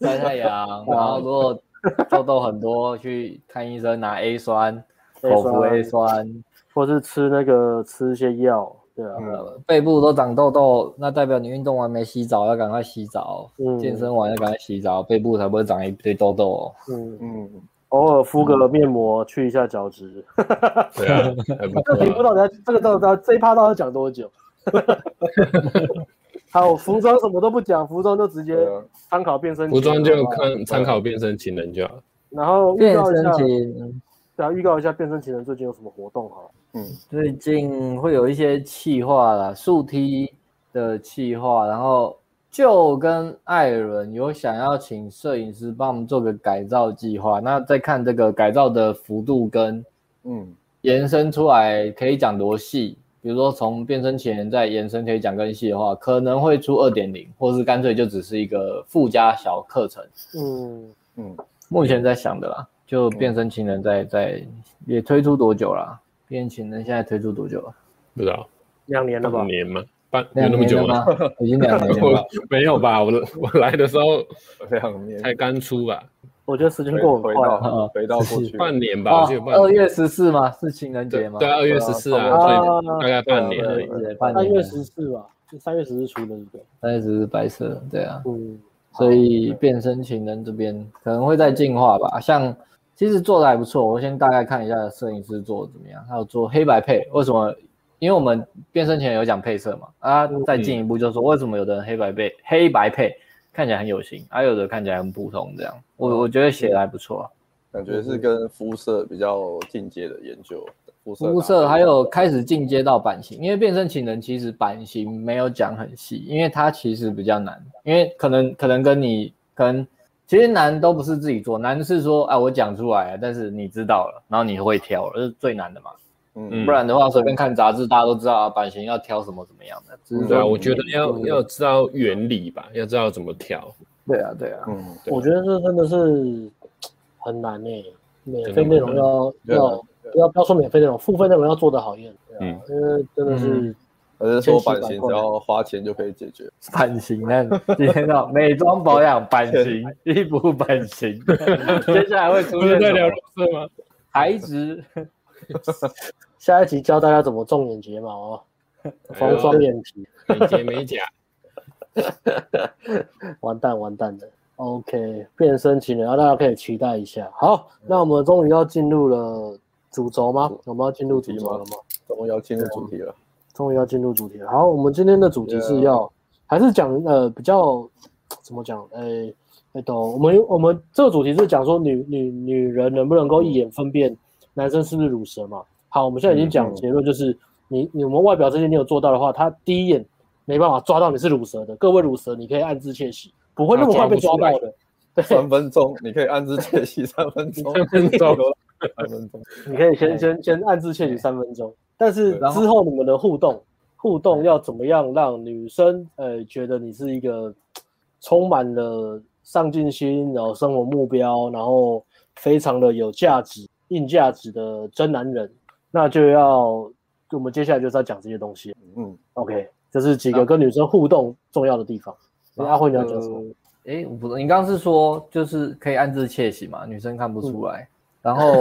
晒太阳，然后如果痘痘很多，去看医生拿 A 酸、口服 A 酸，或是吃那个吃一些药，对啊，嗯，呃背部都长痘痘，那代表你运动完没洗澡，要赶快洗澡，嗯健身完要赶快洗澡，背部才不会长一堆痘痘哦。嗯，嗯，偶尔敷嗯个面膜去一下角质。对啊，还不 这个题目错到啊。底要这个到底要这一趴到底要讲多久？ 好，服装什么都不讲，服装就直接对啊，参考变身裙服装好就不好看参考变身情人就好。然后预变告一身下，情对啊，预告一下变身情人最近有什么活动好了？最近会有一些气化啦，竖梯的气化，然后就跟艾伦有想要请摄影师帮我们做个改造计划，那再看这个改造的幅度跟嗯，延伸出来可以讲多细，比如说从变声前再延伸可以讲更细的话，可能会出二点零，或是干脆就只是一个附加小课程。嗯嗯，目前在想的啦，就变身情人嗯在在也推出多久啦？变身情人现在推出多久了？不知道两年了吧半？年吗？半有两那么年久了吗？哦已经两年了吧 我没有吧？我 我来的时候两年才刚出吧，我觉得时间回过很回快啊。到回到过去，半年吧，哦我记得，半二年。月十四吗？是情人节对吗？对啊，啊二月对啊十四啊，差所不多以大概半年而已。对，半三年月了。十四吧，三月十四出的一个。三月十四白色的，对啊。嗯，所以变身情人这边可能会再进化吧。像其实做的还不错，我先大概看一下摄影师做的怎么样，还有做黑白配，为什么？因为我们变身前有讲配色嘛，啊，再进一步就说为什么有的人黑白配黑白配看起来很有型，而、有的看起来很普通这样。我我觉得写的还不错、啊，感觉是跟肤色比较进阶的研究，肤色肤搭色配还有开始进阶到版型，因为变身情人其实版型没有讲很细，因为它其实比较难，因为可能可能跟你跟其实难都不是自己做，难是说啊我讲出来了，但是你知道了，然后你会挑了，这是最难的嘛。嗯不然的话，随便看杂志大家都知道啊，版型要挑什么怎么样的。只是说对啊，你我觉得要对要知道原理吧，要知道怎么调。对啊对啊，嗯，对我觉得这真的是很难诶、免真费的内容要对啊要要不要说免费内容，付费内容要做得好一点，对啊，因为真的是嗯而是说版千型奇百只怪要花钱就可以解决，版型那今天到美妆保养版 型、衣服版 型，接下来会出不现是在什聊么肉色吗？材质。下一集教大家怎么种眼睫毛哦，哎缝呦双眼皮，美睫美甲，完蛋完蛋的。OK，变身情人，啊，大家可以期待一下。好，那我们终于要进入了主轴吗？我们要进入主轴了吗？终于要进入主题了。终于要进入主题了。好，我们今天的主题啊是要还是讲呃比较怎么讲？呃，那懂我们我们这个主题是讲说女女女人能不能够一眼分辨男生是不是乳蛇嘛？好，我们现在已经讲嗯结论，就是你你我们外表这些你有做到的话，他第一眼没办法抓到你是乳蛇的。各位乳蛇，你可以暗自窃喜，不会那么快被抓到的。对， 三分钟，你可以按自窃喜三分 钟，三分钟， 三分钟，你可以先先先暗自窃喜三分钟，但是然后之后你们的互动互动要怎么样让女生呃觉得你是一个充满了上进心，然后生活目标，然后非常的有价值、硬价值的真男人，那就要我们接下来就是要讲这些东西。嗯， OK，这是几个跟女生互动重要的地方。然后阿辉你要讲什呃么？啊诶，我不知道，你刚刚是说就是可以暗自窃喜嘛，女生看不嗯出来。然 后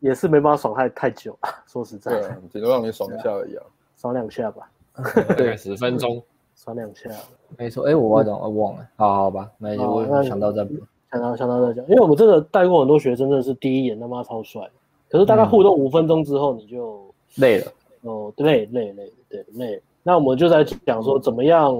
也是没办法爽太太久， 说实在对，啊，顶多让你爽一下而已啊。爽两下吧，大概十分钟。爽两下。没错，诶，我忘了，我忘了，好好吧，没关系，好我那想到再补。想到想到再讲，因为我们真的带过很多学生，真的是第一眼他妈超帅，可是大概互动五分钟之后，你就累了，哦累累累对累。那我们就在讲说怎么样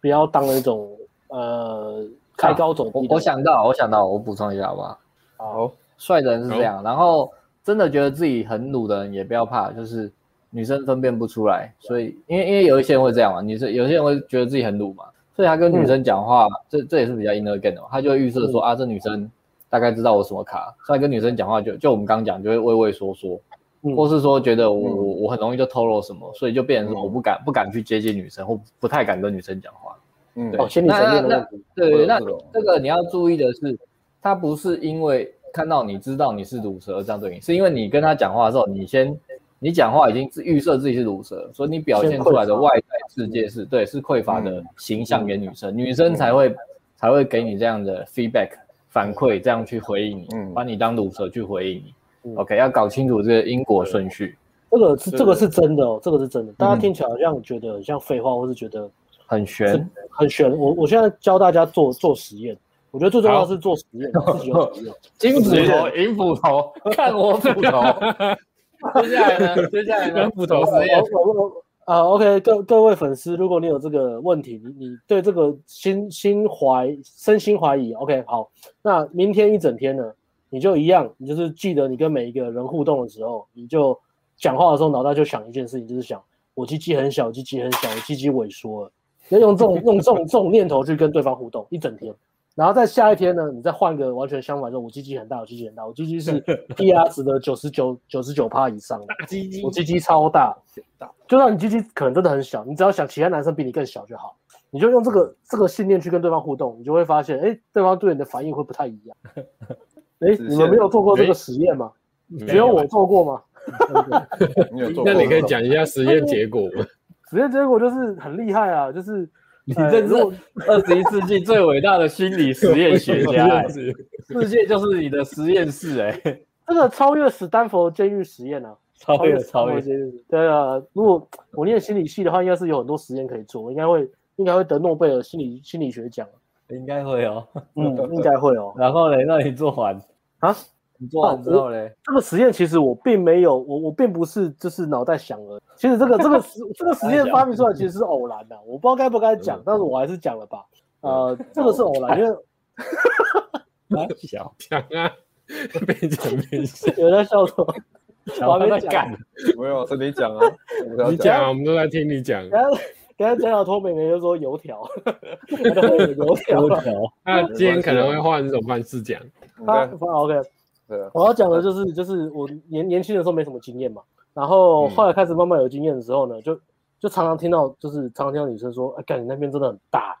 不要当那种呃开高走我低的人。我想到，我想到，我补充一下好不好？好，帅的人是这哦样，然后真的觉得自己很鲁的人也不要怕，就是女生分辨不出来，所以因为因为有一些人会这样嘛，女生有些人会觉得自己很鲁嘛，所以他跟女生讲话，这这也是比较 inner game 的嘛，他就会预设嗯说、啊，这女生大概知道我什么卡，所以他跟女生讲话就就我们刚刚讲就会畏畏缩缩，嗯或是说觉得我、我我很容易就透露什么，所以就变成说嗯我不敢不敢去接近女生，或不太敢跟女生讲话。嗯，哦，心理层面的问题，会对，有那这种这个你要注意的是，他不是因为看到你知道你是乳蛇而这样对你，是因为你跟他讲话的时候，你先你讲话已经是预设自己是乳蛇，所以你表现出来的外在世界是对是匮乏的形象给女生，女生才会才会给你这样的 feedback 反馈，这样去回应你，嗯把你当乳蛇去回应你嗯。 OK，要搞清楚这个因果顺序，这个是是这个是真的哦，这个是真的。大家听起来好像觉得很像废话，或是觉得很是玄。很玄。我我现在教大家做做实验，我觉得最重要的是做实验，自己有实验。金斧头，银斧头，看我斧头。 接下来呢？接下来 呢？斧头实验，我我我啊，OK，各各位粉丝，如果你有这个问题，你你对这个心心怀身心怀疑，OK，好，那明天一整天呢，你就一样，你就是记得你跟每一个人互动的时候，你就讲话的时候，脑袋就想一件事情，就是想我鸡鸡很小，鸡鸡很小，我鸡鸡萎缩了，要用这种用这种这种念头去跟对方互动一整天，然后在下一天呢，你再换个完全相反说，我鸡鸡很大，我鸡鸡很大，我鸡鸡是 PR 值的九十九九十九趴以上的，鸡鸡我鸡鸡超大，就算你鸡鸡可能真的很小，你只要想其他男生比你更小就好，你就用这个这个信念去跟对方互动，你就会发现，哎，对方对你的反应会不太一样。哎，你们没有做过这个实验吗？只有我做过吗？你有做嗯那过你可以讲一下实验结果吗？实验结果就是很厉害啊，就是你这是二十一世纪最伟大的心理实验学家、 哎世界就是你的实验室哎、这个超越史丹佛监狱实验啊，超越史丹超佛越监狱。对啊，如果我念心理系的话，应该是有很多实验可以做，我应该会应该会得诺贝尔心理心理学奖。啊应该会哦。 嗯，应该会哦。然后嘞，那你做 完啊，你做完之后嘞，这个实验其实我并没有，我我并不是就是脑袋想了。其实这个这个 实这个实验发明出来其实是偶然的、我不知道该不该讲，但是我还是讲了吧。 呃，这个是偶然，因为哦小讲啊，边讲边笑。有人在笑什么？ 小我还没在讲干，没有是你讲啊，我不要你讲啊，我们都在听你讲。等下等下讲到偷美眉就说油条，我就会有油条我了。头那今天可能会换一种方式讲。你他在反 OK，对啊，我要讲的就是就是我年年轻的时候没什么经验嘛，然后后来开始慢慢有经验的时候呢，就就常常听到就是常常听到女生说，哎、干你那边真的很大，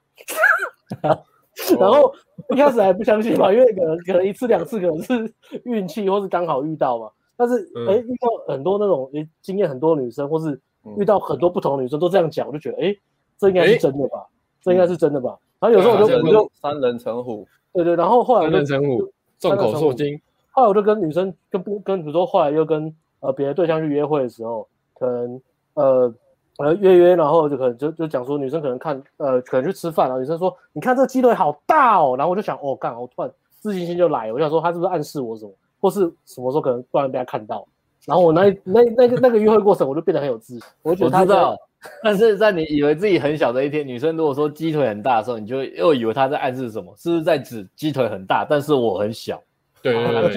然后一开始还不相信嘛，因为可能可能一次两次可能是运气或是刚好遇到嘛，但是嗯哎、遇到很多那种哎、经验很多的女生或是遇到很多不同的女生都这样讲，我就觉得哎、这应该是真的吧，这应该是真的吧，然后有时候我好就像我就三人成虎，对对，然后后来我三就人成虎，众口铄金。后来我就跟女生跟不跟，比如说后来又跟呃别的对象去约会的时候，可能呃呃约约，然后就可能就就讲说女生可能看呃可能去吃饭，然后女生说你看这个鸡腿好大哦，然后我就想哦干，我突然自信心就来了，我想说她是不是暗示我什么，或是什么时候可能突然被她看到，然后我那一那那个那个约会过程我就变得很有自信，我就觉我得她知道。但是在你以为自己很小的一天，女生如果说鸡腿很大的时候，你就又以为她在暗示什么？是不是在指鸡腿很大，但是我很小？对对对啊对，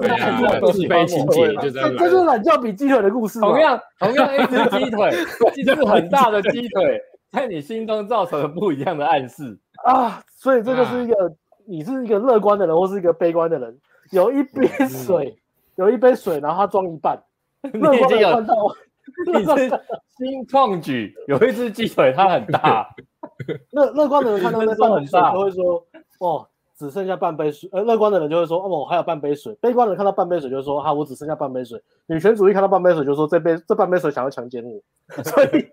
对啊，自卑情节就这这样这就是来。懒觉比鸡腿的故事嘛，同样同样一只鸡 腿，一只很大的鸡腿，在你心中造成了不一样的暗 示。啊，所以这就是一个、你是一个乐观的人，或是一个悲观的人。有一杯水，有一杯水，然后他装一半，嗯 你乐已观经的有 看到 你是新创举，有一只鸡腿它很 大，乐乐观的人看到那半杯人生很水大就会说，哦，只剩下半杯水。呃，乐观的人就会说，哦，我还有半杯水。悲观的人看到半杯水就会说，哈、我只剩下半杯水。女权主义看到半杯水就说，这杯这半杯水想要强奸我。 所以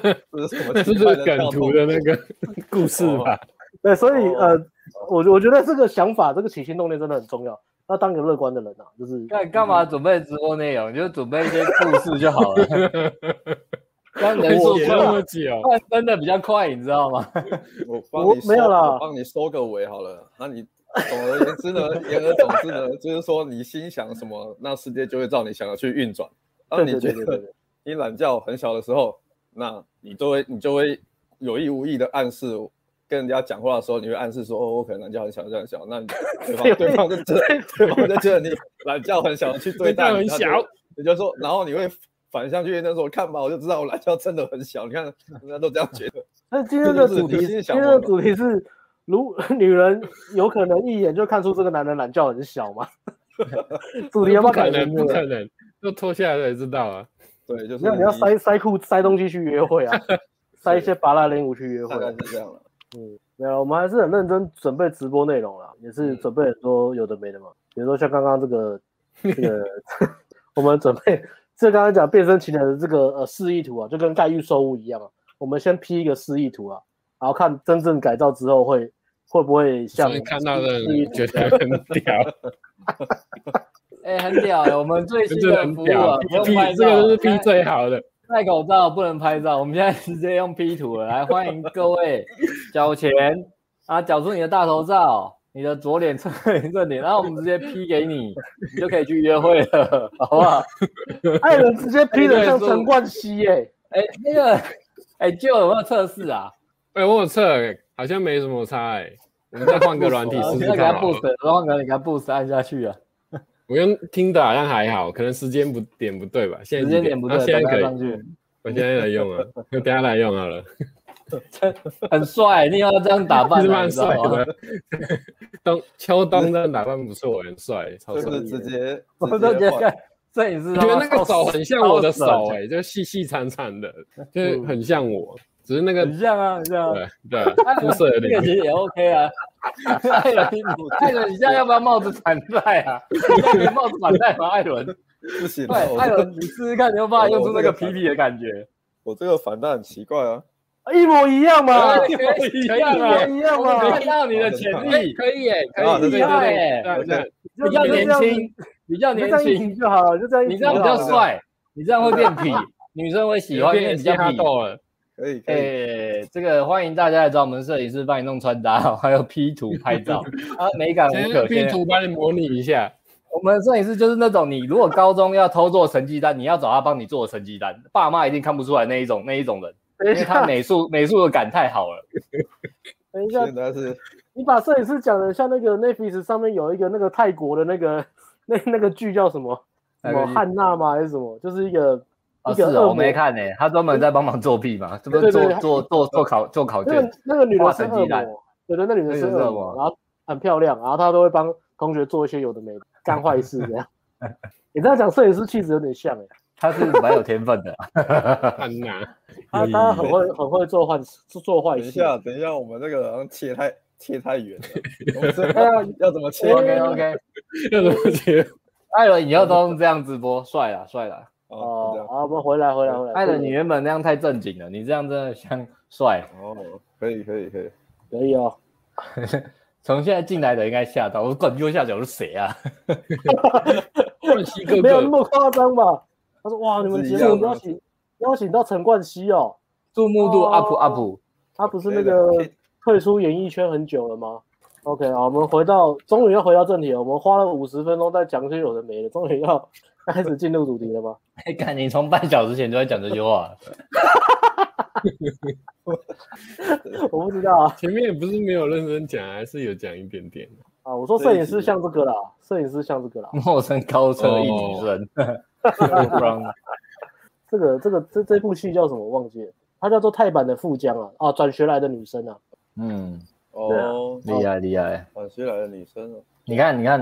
这是什 么那是奇不怪是的梗跳图动？的那个 故事吧？对，所以哦呃，我我觉得这个想法，这个起心动念真的很重要。要当一个乐观的人啊，就是干干嘛准备直播内容？你就准备一些故事就好 了。让人我数写那快么久，真的比较快，你知道吗？我帮我你收没有啦我帮你收个尾好了。那你总而言之呢，言而总之呢，就是说你心想什么，那世界就会照你想的去运转。当对哦对你觉对对对得。你懒觉很小的时候，那你就会你就会有意无意的暗示，跟人家讲话的时候，你会暗示说，哦，我可能懒觉很小，很小很小。那 你对方对方就觉得对方就觉得你懒觉很小去对待你，懒觉很小他就，你就说，然后你会反向去验证说，看吧，我就知道我懒觉真的很小，你看人家都这样觉得。那今天的这就是主题，你今先想天我的吧主题是，如 女人有可能一眼就看出这个男人懒觉很小吗？ 主题要不不要改可能，成这不可个？能，就脱下来才知道啊。对，就是没有，你要塞塞裤塞东西去约会啊，塞一些拔拉零舞去约会大啊、概是这样了。嗯，没有，我们还是很认真准备直播内容啦，也嗯是准备很多有的没的嘛，比如说像刚刚这个这 个，我们准备这刚刚讲变身情人的这个呃示意图啊，就跟盖预售物一样啊，我们先 P 一个示意图啊，然后看真正改造之后会会不会像所以看到的示意人图觉得很屌，哎、很屌、欸！我们最新 真的的很服务屌啊，不用 P 拍这个照，就是 P 最好的。戴口罩不能拍照，我们现在直接用 P 图了。来，欢迎各位缴钱啊，缴出你的大头照，你的左脸、侧脸、正脸，然后我们直接 P 给你，你就可以去约会了，好不好？艾伦直接 P 的像对陈冠希耶、哎、那个，哎、就有没有测试啊？ 哎，我有测，好像没什么差哎。我们再换个软体我试啊现试哦在给看他好了。 boost，然后给他 boost 按下去啊，我用听的好像还好，可能时间不点不对吧？现在时几间点不对，啊现在等可他以，上去。 我现在来用啊，我等下来用好了。很帅，你要这样打扮 是啊，蛮你知道帅吗？的。当敲当这样打扮不错，很帅，超就帅。是直接我直都觉接得换 看摄影师我他觉妈得那个手超很像我的超手、神哎，就细细长长的，就是嗯很像我，只是那个很像啊，很像啊。对对肤色有 这个点其实也 OK 啊。艾伦，艾伦，你现在要不要帽子反戴啊？你现在可以帽子反戴吗？艾伦，不行啊，对，我艾这伦，个你试试看，你有办法用出那个皮皮的感觉？我这个反弹很奇怪啊，一模一样嘛，对可以可以啊一模一样我嘛看，到你的潜力，可以耶，可以啊以，对对对对对对对，你比较年轻，比较你就年这样一轻起，就好了，就这样一你起这就好样了，比较帅，你这样会变痞，女生会喜欢，因为变比较痞。到了，可以可哎、以。这个欢迎大家来找我们摄影师帮你弄穿搭哦，还有 P 图拍照，啊，美感无可先限拼。图帮你模拟 一下，我们摄影师就是那种，你如果高中要偷做成绩单，你要找他帮你做成绩单，爸妈一定看不出来那一种那一种人，等因一为他下，美术美术的感太好了。等一下现，在是你把摄影师讲的像那个 Netflix 上面有一个那个泰国的那个那那个剧叫什么？什那么个剧汉娜吗？还是什么？就是一个呃啊，一是个恶哦，魔我没看呢、他专门在帮忙作弊嘛，这不是对对做对做做做考做考那卷个，那个女的画是成恶鸡蛋魔，对对，那女的是那个是恶恶魔魔，然后很漂亮，然后她都会帮同学做一些有的没的，干坏事 这样。你这样讲，摄影师气质有点像哎，他是蛮有天分的。啊很难。 他他很会很会做坏事，做坏等一事。下，哦等一下，我们这个好像切太切太远了，我们这要怎么切？ OK OK，要怎么切？艾伦以后都用这样直播，帅了帅了。哦，就这哦，样好，我们回来回来回来。艾伦，你这原本那样太正经了，你这样真的像帅。哦，可以可以可以，个可以哦，从现在进来的应该吓到，我滚右下角是谁啊？冠希哥没有那哥，么夸张吧？他说哇，你们节是目一样的邀请邀请到陈冠希哦，注目度 up up，、 他不是可那以个的可以退出演艺圈很久了吗？OK 好，我们回到终于要回到正题了。我们花了五十分钟在讲些有的没的，终于要 开始进入主题了吗？ 哎，看你从半小时前就在讲这句话了，我不知道啊。前面不是没有认真讲，还是有讲一点点。啊，我说摄影师像这个啦，摄影师像这个啦， 陌生高车一女生，不然 这个这个这这部戏叫什么？忘记了，它叫做泰版的富江啊，啊，转学来的女生啊，嗯，哦，厉害厉害。短期来的女生哦，你看你看，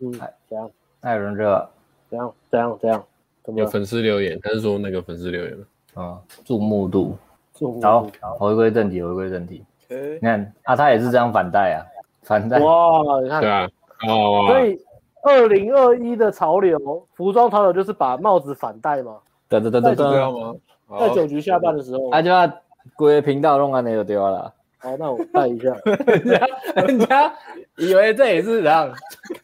嗯，怎样艾伦这怎样怎样怎样，怎么有了？粉丝留言，他是说那个粉丝留言吗啊，注目度。这种好，回归正题，回归正题。 k 你看啊，他也是这样反戴啊， 反戴。哇，你看对，啊，哦，所以二零二一的潮流，服装潮流就是把帽子反戴嘛。得得得得是这样得，吗？好在九局下半的时哎候，他啊就要规频道弄完了就丢了。好，那我戴 一下。人家 人家以为这也是这 样，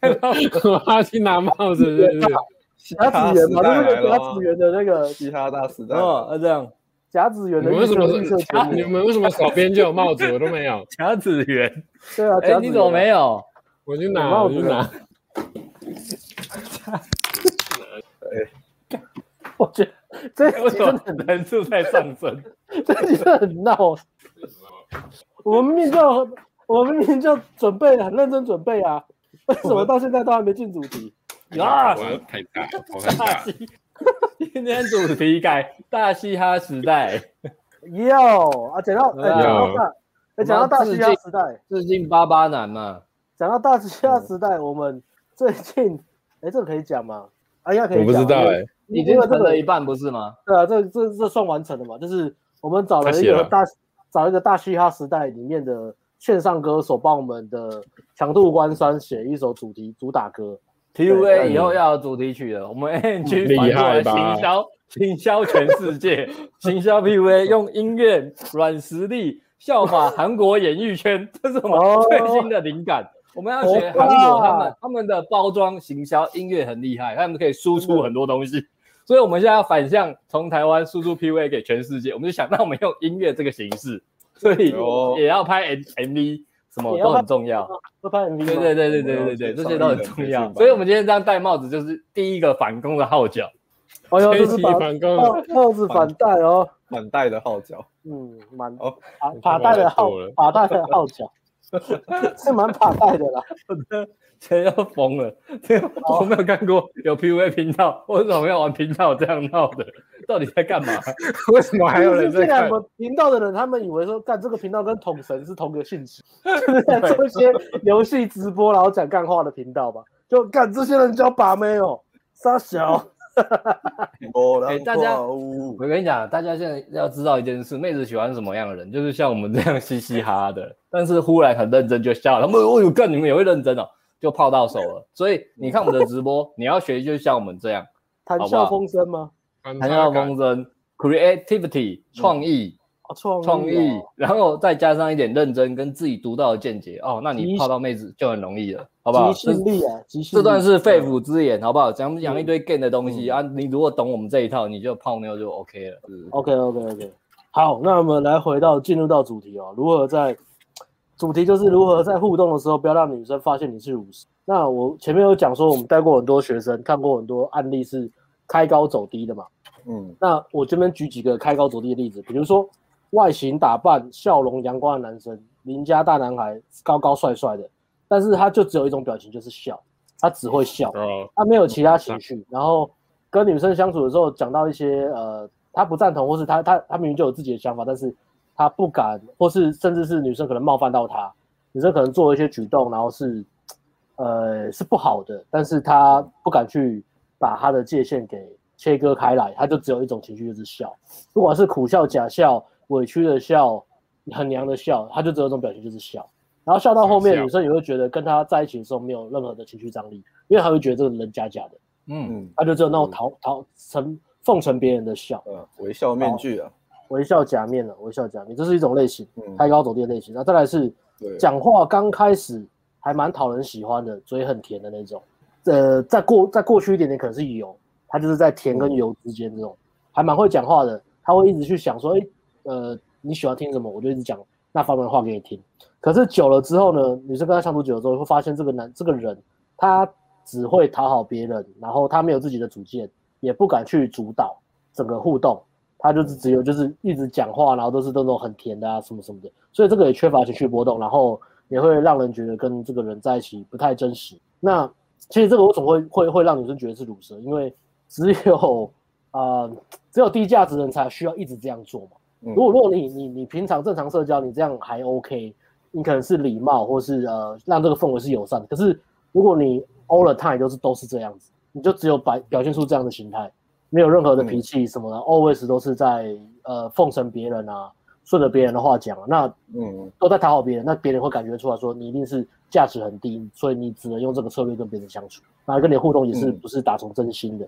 我要去拿帽子，是不是？嘻甲哈子园时嘛，代就是那来个啊甲了吗子？园的那个嘻哈大时代，哦，要这样。甲子园你的们预为什测预测么啊节你目，们为什么手边就有帽子，我都 没有？甲子园，对啊， 哎、甲子你园怎么没有？ 我去有拿，帽我子啊去 拿。我觉得这一为集什真哎么人数在上 升？的这一集真的很闹。我们明明就我们明明就准备很认真准备啊，为什么到现在都还没进主题？啊我要太大，我太大。西， 今天主题改大嘻哈时代，哟啊，讲到哎，讲到哟大，哎，讲到大西亚时代，致敬巴巴男嘛。讲到大西亚时代，我们最近哎，这个可以讲吗？哎呀，可以我讲不知道因为哎，已因经为这成个了一半，不是吗？对啊，这这这算完成了嘛？就是我们找了他一写个了大找一个大嘻哈时代里面的线上歌手，帮我们的强度关山写一首主题主打歌。 TUA 以后要有主题曲了，我们 N G 厉害吧行销 行销全世界， 行销 PUA 用音乐软实力效法韩国演艺圈，这是我哦们最新的灵感。我们要学韩国他们他们的包装行销音乐很厉害，他们可以输出很多东西。所以我们现在要反向从台湾输出 PUA 给全世界，我们就想到我们用音乐这个形式，所以哦也要拍 M MV，什么都很重要。会拍 MV 吗？对对对对对对对，这些都很重要。所以，我们今天这样戴帽子，就是第一个反攻的号角。哎呦，黑 这是旗把反 攻，帽帽子反戴哦，满带的号角，嗯，蛮哦把把戴的号我来做了 把戴的号角。是蛮怕带的啦。真要疯了！这个我没有看过有 PUA 频道，为什么要玩频道这样闹的？到底在干嘛？为什么还有人在这两看？个频道的人，他们以为说，干这个频道跟统神是同个 性质，就是在做一些游戏直播，然后讲干话的频道吧。就干这些人叫把妹哦，傻小。哎、大家，我跟你讲，大家现在要知道一件事，妹子喜欢什么样的人，就是像我们这样嘻嘻哈哈的，但是忽然很认真就笑了，他们哦哟，干你们也会认真哦，就泡到手了。所以你看我们的直播，你要学就像我们这样，谈好不笑好？风生吗？谈笑风生，creativity 创意，嗯哦，创创意意哦，然后再加上一点认真跟自己独到的见解哦，那你泡到妹子就很容易了，好不好？即兴力啊，嗯即兴这力段是肺腑之言，好不好？讲讲一堆 gay 的东嗯西、啊，你如果懂我们这一套，你就泡妞就 OK 了。 OK OK OK，好，那我们来回到进入到主题哦，如何在主题就是如何在互动的时候不要让女生发现你是乳蛇。那我前面有讲说，我们带过很多学生，看过很多案例是开高走低的嘛。嗯，那我这边举几个开高走低的例子，比如说外形打扮笑容阳光的男生，邻家大男孩，高高帅帅的，但是他就只有一种表情，就是笑，他只会笑。哦，他没有其他情绪，然后跟女生相处的时候讲到一些呃，他不赞同，或是他他他明明就有自己的想法，但是他不敢，或是甚至是女生可能冒犯到他，女生可能做一些举动，然后是呃是不好的，但是他不敢去把他的界限给切割开来，他就只有一种情绪就是笑，不管是苦笑、假笑、委屈的笑、很娘的笑，他就只有一种表情就是笑。然后笑到后面，笑女生也会觉得跟他在一起的时候没有任何的情绪张力，因为她会觉得这个人假假的，嗯，她就只有那种讨讨承奉承别人的笑，呃，微笑面具啊，微笑假面啊了，微笑假面，这是一种类型，嗯开高走低的类型。那再来是对讲话刚开始还蛮讨人喜欢的，嘴很甜的那种，呃，再过再过去一点点可能是油，他就是在甜跟油之间这种，还蛮会讲话的，他会一直去想说，哎、呃，你喜欢听什么，我就一直讲那方面的话给你听。可是久了之后呢，女生跟他相处久了之后，会发现这个男这个人，他只会讨好别人，然后他没有自己的主见，也不敢去主导整个互动，他就是只有就是一直讲话，然后都是那种很甜的啊什么什么的，所以这个也缺乏情绪波动，然后也会让人觉得跟这个人在一起不太真实。那其实这个为什么会会会让女生觉得是乳蛇？因为只有呃只有低价值人才需要一直这样做嘛。嗯如果如果你你你平常正常社交，你这样还 OK，你可能是礼貌或是呃让这个氛围是友善的。可是如果你 all the time 都是都是这样子，你就只有摆表现出这样的形态，没有任何的脾气什么的、a l w a y s 都是在呃奉承别人啊，顺着别人的话讲啊，那嗯，都在讨好别人，那别人会感觉出来说你一定是价值很低，所以你只能用这个策略跟别人相处，然后跟你互动也是嗯不是打从真心的。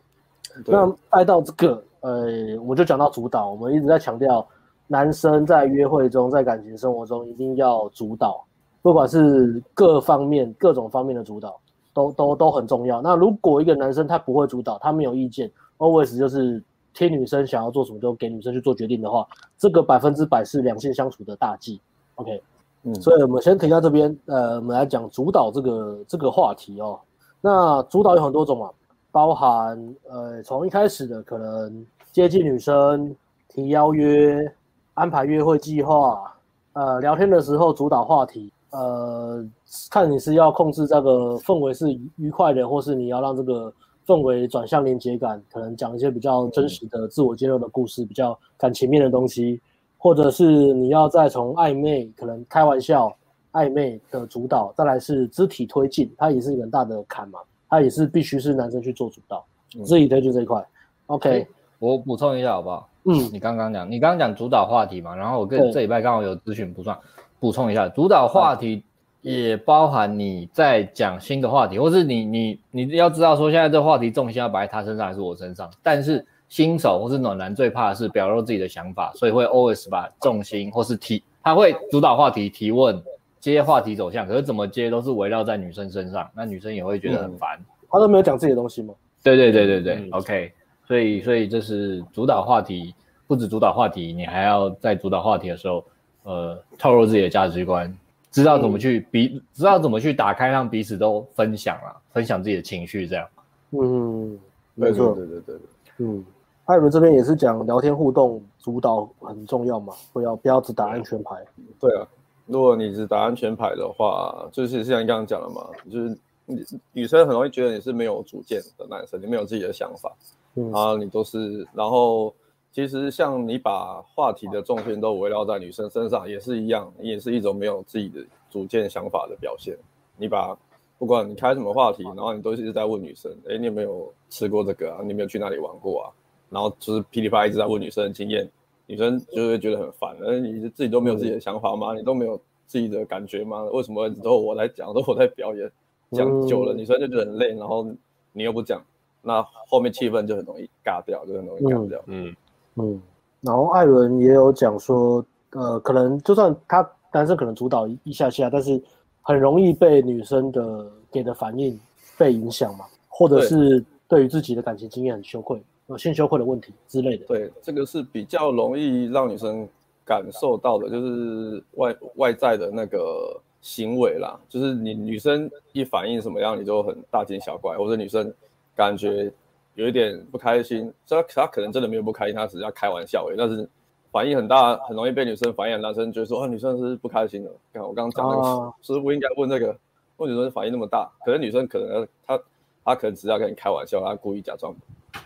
对那带到这个，呃，我就讲到主导，我们一直在强调，男生在约会中，在感情生活中一定要主导，不管是各方面、各种方面的主导，都都都很重要。那如果一个男生他不会主导，他没有意见，always 就是听女生想要做什么就给女生去做决定的话，这个百分之百是两性相处的大忌。OK，嗯所以我们先停到这边，呃，我们来讲主导这个这个话题哦。那主导有很多种嘛，包含呃从一开始的可能接近女生、提邀约、安排约会计划，呃聊天的时候主导话题，呃看你是要控制这个氛围是愉愉快的，或是你要让这个氛围转向连接感，可能讲一些比较真实的自我揭露的故事，比较感情面的东西，或者是你要再从暧昧可能开玩笑。暧昧的主导，再来是肢体推进，它也是一个很大的坎嘛。他也是必须是男生去做主导，自己推进这一块。OK，我补充一下好不好？嗯，你刚刚讲，你刚刚讲主导话题嘛，然后我对跟这礼拜刚好有咨询补充补充一下，主导话题也包含你在讲新的话题，或是你你你要知道说现在这话题重心要摆在他身上还是我身上，但是新手或是暖男最怕的是表露自己的想法，所以会 always 把重心或是提，他会主导话题提问。接话题走向，可是怎么接都是围绕在女生身上，那女生也会觉得很烦。他都没有讲自己的东西吗？对对对对对、嗯 o k 所以所以这是主导话题，不止主导话题，你还要在主导话题的时候，呃，透露自己的价值观，知道怎么去彼，知道怎么去打开，让彼此都分享啊，分享自己的情绪，这样。嗯，没错，嗯对对对对，嗯，艾伦这边也是讲聊天互动主导很重要嘛，不要不要只打安全牌。对啊，如果你是打安全牌的话，就是像你刚刚讲的嘛，就是女女生很容易觉得你是没有主见的男生，你没有自己的想法，嗯然后啊你都是，然后其实像你把话题的重心都围绕在女生身上，也是一样，你也是一种没有自己的主见想法的表现。你把不管你开什么话题，然后你都一直在问女生，哎，你有没有吃过这个啊？你有没有去哪里玩过啊？然后就是噼里啪啦一直在问女生的经验。女生就会觉得很烦，而你自己都没有自己的想法吗？你都没有自己的感觉吗？为什么都我在讲，都我在表演，讲久了女生就觉得很累，然后你又不讲，那后面气氛就很容易尬掉，就很容易尬掉。嗯嗯。然后艾伦也有讲说，呃，可能就算他男生可能主导一下下，但是很容易被女生的给的反应被影响嘛，或者是对于自己的感情经验很羞愧。有性羞愧的问题之类的，对，这个是比较容易让女生感受到的，就是外外在的那个行为啦，就是你女生一反应什么样，你就很大惊小怪，或者女生感觉有一点不开心，她她可能真的没有不开心，她只是要开玩笑而已，但是反应很大，很容易被女生反应，男生觉得说啊，女生是不开心的，看我刚刚讲那哦个，是、啊、不应该问那个，问女生反应那么大，可能女生可能她她可能只是要跟你开玩笑，她故意假装。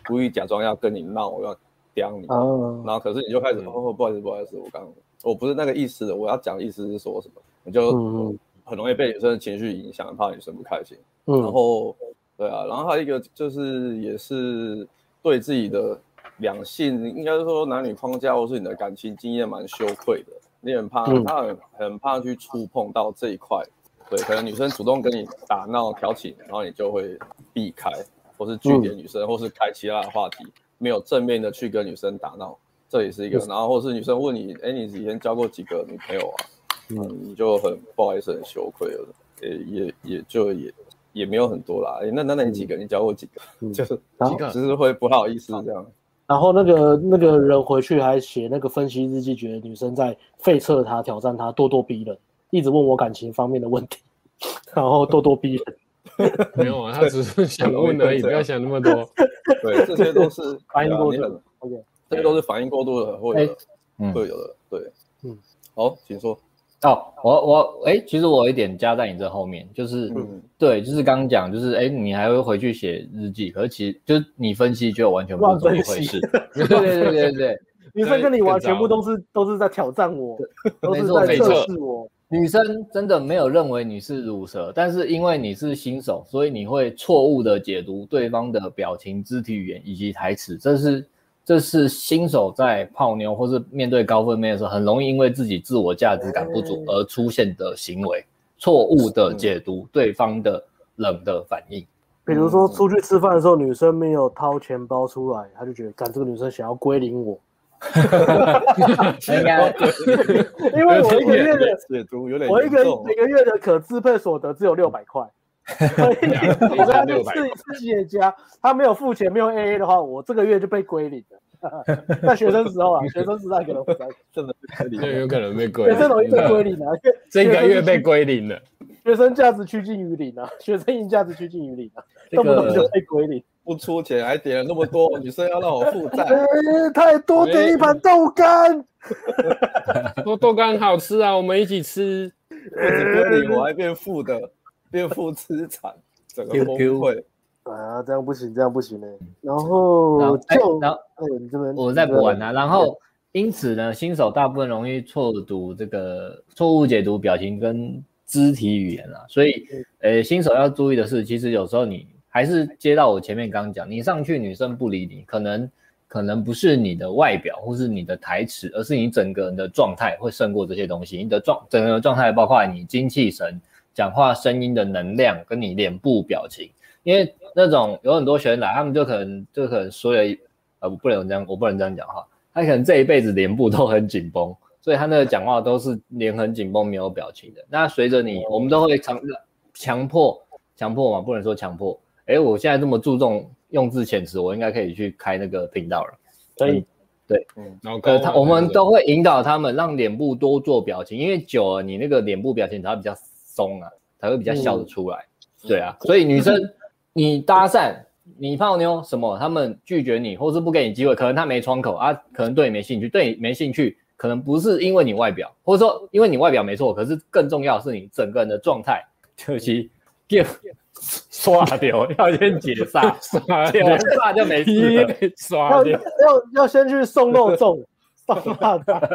故意假装要跟你闹，我要刁你，啊哦、然后可是你就开始、嗯、哦，不好意思，不好意思，我刚我不是那个意思的，我要讲的意思是说什么，你就很容易被女生的情绪影响，怕女生不开心。嗯、然后对啊，然后还有一个就是也是对自己的两性，应该是说男女框架或是你的感情经验蛮羞愧的，你很怕，嗯、他很很怕去触碰到这一块。对，可能女生主动跟你打闹挑起，然后你就会避开。或是据点女生，嗯、或是开其他的话题，没有正面的去跟女生打闹，这也是一个。然后或是女生问你，哎，你以前交过几个女朋友啊？嗯,嗯，你就很不好意思，很羞愧了，也也也就也也没有很多啦。诶那那那你几个？嗯、你交过几个？就是几个，就是会不好意思这样。然后那个那个人回去还写那个分析日记，觉得女生在废测他、挑战他、咄咄逼人，一直问我感情方面的问题， 然后咄咄逼 人。没有啊，他只是想 问而已，不要想那么多。 对，这些 都是反应过度，OK，这哎些都是反应过度的，会嗯会有的。对，嗯，好，请说。哦，我我哎，其实我有一点加在你这后面，嗯就是嗯对，就是刚刚讲，就是哎，你还会回去写日记，可是其实就是你分析就完全不是这么一回事。 对对对对对，女生跟你玩全部都是都是在挑战我，都是在测试我。女生真的没有认为你是乳蛇，但是因为你是新手，所以你会错误的解读对方的表情、肢体语言以及台词。这是这是新手在泡妞或是面对高分妹的时候，很容易因为自己自我价值感不足而出现的行为，错误的解读对方的冷的反应。比如说出去吃饭的时候，女生没有掏钱包出来，他就觉得，干这个女生想要归零我。哈哈哈应该， 因为我一个月的，我一个每个月的可支配所得只有六百块，所以你在那次次企业家，他没有付钱，没有 AA 的话，我这个月就被归零了。在学生时候啊，学生时代可能真的就有可能被 归，学生容易被归零啊， 这个月被归 零了。学生价值趋近于零啊，学生硬价值趋近于零啊，动不动就被归零。哎不出钱还点了那么 多，女生要让我负债， 太多点一盘豆干，说豆干好吃啊，我们一起 吃。不止归零，我还变负的，变负资产， 整个崩溃。啊，这样不行，这样不行嘞。然后就，嗯哎然后你这边我再补完啊。然后因此呢，新手大部分容易错读这个错误解读表情跟肢体语言啊，所以呃，新手要注意的是，其实有时候你。还是接到我前面刚刚讲，你上去女生不理你，可能可能不是你的外表或是你的台词，而是你整个人的状态会胜过这些东西。你的状整个状态包括你精气神、讲话声音的能量，跟你脸部表情。因为那种有很多学员来，他们就可能就可能说了一，呃，我不能这样，我不能这样讲哈。他可能这一辈子脸部都很紧绷，所以他那个讲话都是脸很紧绷，没有表情的。那随着你，我们都会强强迫强迫嘛，不能说强迫。哎，我现在这么注重用字遣词，我应该可以去开那个频道了。可以、嗯，对，嗯，然后呃，他我们都会引导他们让脸部多做表情，因为久了你那个脸部表情才会比较松啊，才会比较笑得出来。嗯、对啊，所以女生你搭讪、你泡妞什么，他们拒绝你或是不给你机会，可能他没窗口啊，可能对你没兴趣，对你没兴趣，可能不是因为你外表，或者说因为你外表没错，可是更重要的是你整个人的状态，就是 给刷掉，要先解 煞，解啊完煞就没事了，刷掉，要要先去送肉 粽。放大的，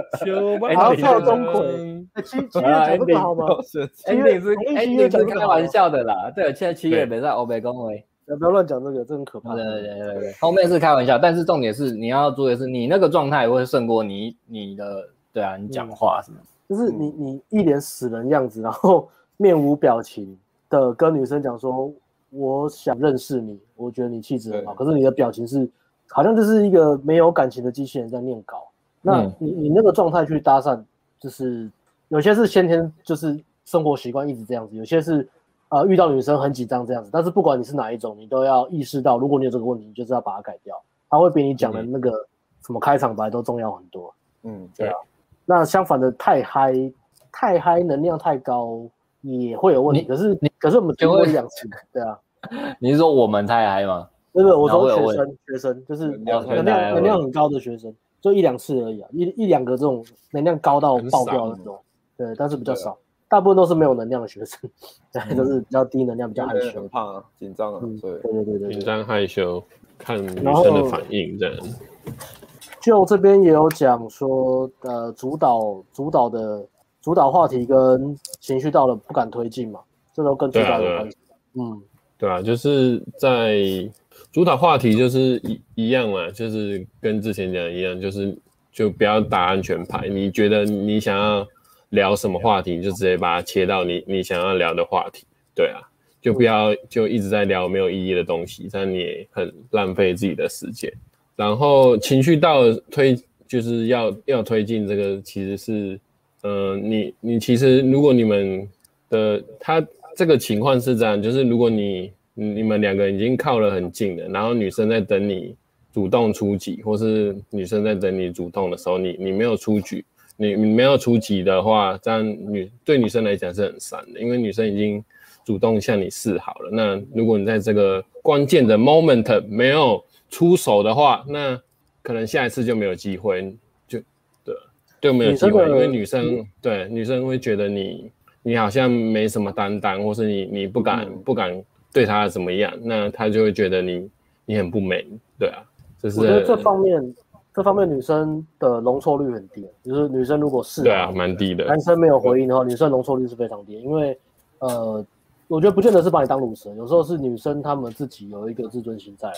然后跳钟馗。七七月讲这个好啊哎 吗？七月是 ending 是开玩笑的啦。对，现在七月没在欧美公维，不要乱讲这个，这很可怕。对对对对，后面是开玩笑，但是重点是你要做的是，你那个状态会胜过你你的，对啊，你讲话什么，就是你你一脸死人样子，然后面无表情的跟女生讲说，我想认识你，我觉得你气质很好，可是你的表情是好像就是一个没有感情的机器人在念稿。那你你那个状态去搭讪，就是有些是先天就是生活习惯一直这样子，有些是呃遇到女生很紧张这样子。但是不管你是哪一种，你都要意识到，如果你有这个问题，你就是要把它改掉。它会比你讲的那个什么开场白都重要很多。嗯，对啊。那相反的，太嗨，太嗨，能量太高也会有问题。可是你可是我们只会两次，对啊。你是说我们太嗨吗？不是，我说学生，学生就是能量能量很高的学生。就一两次而已啊，一一两个这种能量高到爆掉的那种，对，啊但是比较少，大部分都是没有能量的学生， 对，都是比较低能量、比较害羞、怕、紧张啊，嗯对对对对，紧张害羞，看女生的反应这样。就这边也有讲说，呃，主导主导的主导话题跟情绪到了不敢推进嘛，这都跟主导有关系。嗯，对啊，就是在。主导话题就是一一样嘛，就是跟之前讲一样，就是就不要打安全牌。你觉得你想要聊什么话题，你就直接把它切到你你想要聊的话题。对啊，就不要就一直在聊没有意义的东西，这样你也很浪费自己的时间。然后情绪到推就是要要推进这个，其实是，嗯、呃，你你其实如果你们的他这个情况是这样，就是如果你。你们两个已经靠得很近了，然后女生在等你主动出击，或是女生在等你主动的时候，你你没有出局，你你没有出击的话，这样女对女生来讲是很伤的，因为女生已经主动向你示好了。那如果你在这个关键的 moment 没有出手的话，那可能下一次就没有机会，就对，就没有机会，因为女生对女生会觉得你你好像没什么担当，或是你你不敢、嗯、不敢。对他怎么样，那他就会觉得你你很不美，对啊，就是我觉得这方面这方面女生的容错率很低，就是女生如果是对啊蛮低的，男生没有回应的话，女生容错率是非常低，因为呃，我觉得不见得是把你当乳蛇，有时候是女生她们自己有一个自尊心在啊，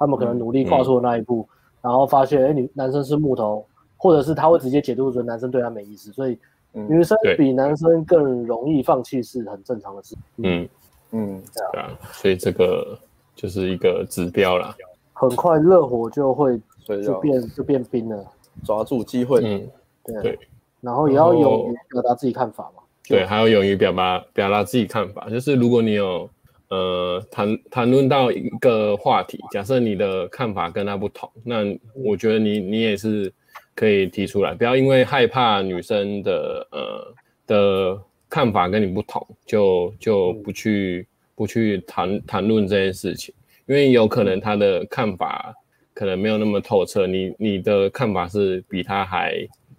她们可能努力跨出那一步，嗯、然后发现哎女男生是木头，或者是他会直接解读成男生对她没意思，所以女生比男生更容易放弃是很正常的事，嗯。嗯嗯，对啊，所以这个就是一个指标啦。很快热火就会啊就变就变冰了，抓住机会。嗯，对。对然后也要勇于表达自己看法嘛。对，还要勇于表达表达自己看法。就是如果你有呃谈谈论到一个话题，假设你的看法跟他不同，那我觉得你你也是可以提出来，不要因为害怕女生的呃的。看法跟你不同，就就不去不去谈谈论这件事情，因为有可能他的看法可能没有那么透彻，你你的看法是比他还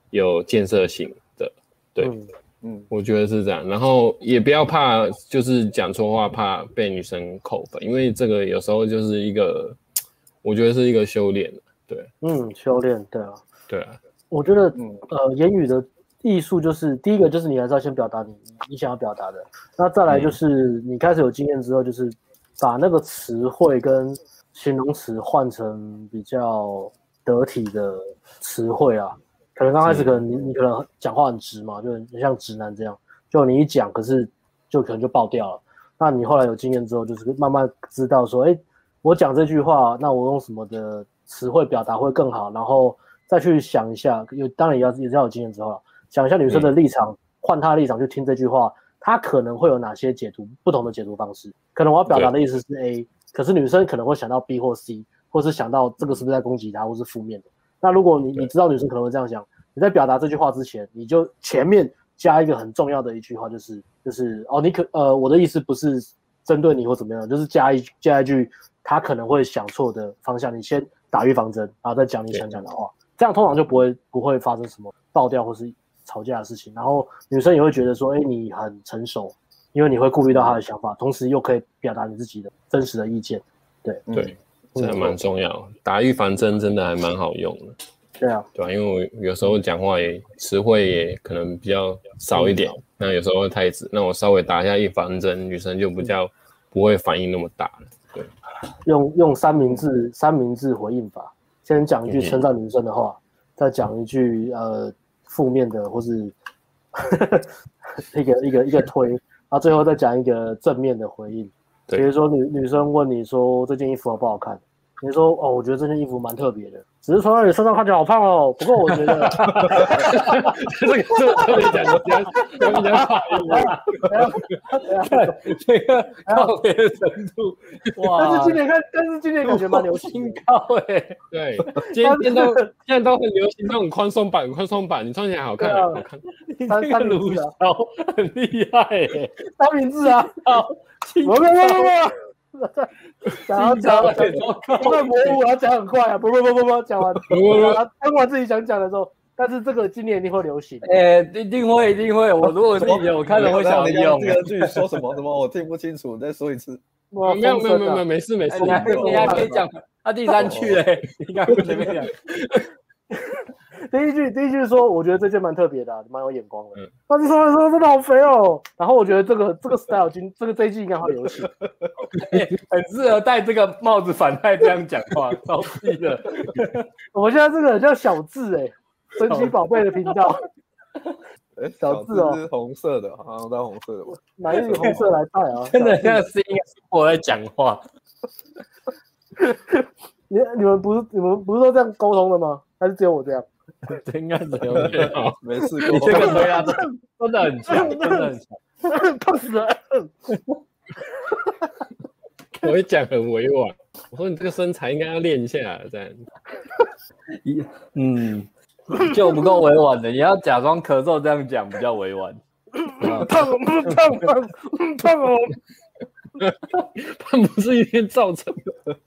有建设性的，对，嗯，嗯我觉得是这样。然后也不要怕，就是讲错话怕被女生扣分，因为这个有时候就是一个，我觉得是一个修炼，对，嗯，修炼，对啊，对啊，我觉得呃言语的。艺术就是第一个，就是你还是要先表达你你想要表达的，那再来就是你开始有经验之后，就是把那个词汇跟形容词换成比较得体的词汇啊。可能刚开始可能你你可能讲话很直嘛，就很像直男这样，就你一讲，可是就可能就爆掉了。那你后来有经验之后，就是慢慢知道说，哎，我讲这句话，那我用什么的词汇表达会更好，然后再去想一下，有当然也要也是要有经验之后了。想一下女生的立场，换她、嗯、立场去听这句话，她可能会有哪些解读？不同的解读方式。可能我要表达的意思是 A，可是女生可能会想到 B 或 C，或是想到这个是不是在攻击她，或是负面的。那如果你你知道女生可能会这样想，你在表达这句话之前，你就前面加一个很重要的一句话，就是就是哦，你可呃我的意思不是针对你或怎么样，就是加一加一句她可能会想错的方向，你先打预防针，然后再讲你想讲的话，这样通常就不会不会发生什么。爆掉或是吵架的事情，然后女生也会觉得说，哎，你很成熟，因为你会顾虑到她的想法，同时又可以表达你自己的真实的意见。对对，这还蛮重要，打预防针真的还蛮好用的。对啊，对啊，因为我有时候讲话也词汇也可能比较少一点，嗯那有时候太直，那我稍微打一下预防针，女生就比较不会反应那么大了。对，用用三明治三明治回应法，先讲嗯一句称赞女生的话，再讲一句呃负面的或是 一个一个一个推，然后最后再讲一个正面的回应。比如说女女生问你说这件衣服好不好看，你说哦我觉得这件衣服蛮特别的，只是穿到你身上看起来好胖哦。不过我觉 得 这个这个特别讲的比较比较好一点，看 这个特别的程度哇！但是今年看，但是今年感觉蛮流行高哎、欸，对，今天都现在都很流行那种宽松版，宽松版你穿起来好看，啊、好看。 三三明治啊，很厉害哎、欸，三明治啊，好。不不不不不，想要讲，太模糊，要讲很快啊！不不不不不，讲完，讲完自己想讲的时候，但是这个今年一定会流行。哎，一定会，一定会。我如果自己有看了，会想用。这个句说什么什么，我听不清楚，再说一次。没哦有没有没啊有没有，没事没事。哎你还你还可以讲，他第三句嘞，你刚刚前面讲。第一句，第一句说，我觉得这件蛮特别的、啊，蛮有眼光的。但是说说真的好肥哦。然后我觉得这个这个 style 今这个这一季应该会流行，很适合戴这个帽子反派这样讲话，超逼的。我们现在这个叫小智哎、欸，神奇宝贝的频道。哎，小智哦，是红色的，好像戴红色的吧？拿一个红色来戴啊，真的像是应该是我在讲话。你你们不是你们不是都这样沟通的吗？还是只有我这样？这应该只有你啊好，没事。你这个回答 真的很 强，真的很强，痛死了！我会讲很委婉，我说你这个身材应该要练一下，啊这样。 一嗯，就不够委婉的，你要假装咳嗽这样讲比较委 婉。痛痛痛痛哦！胖不是一天造成的。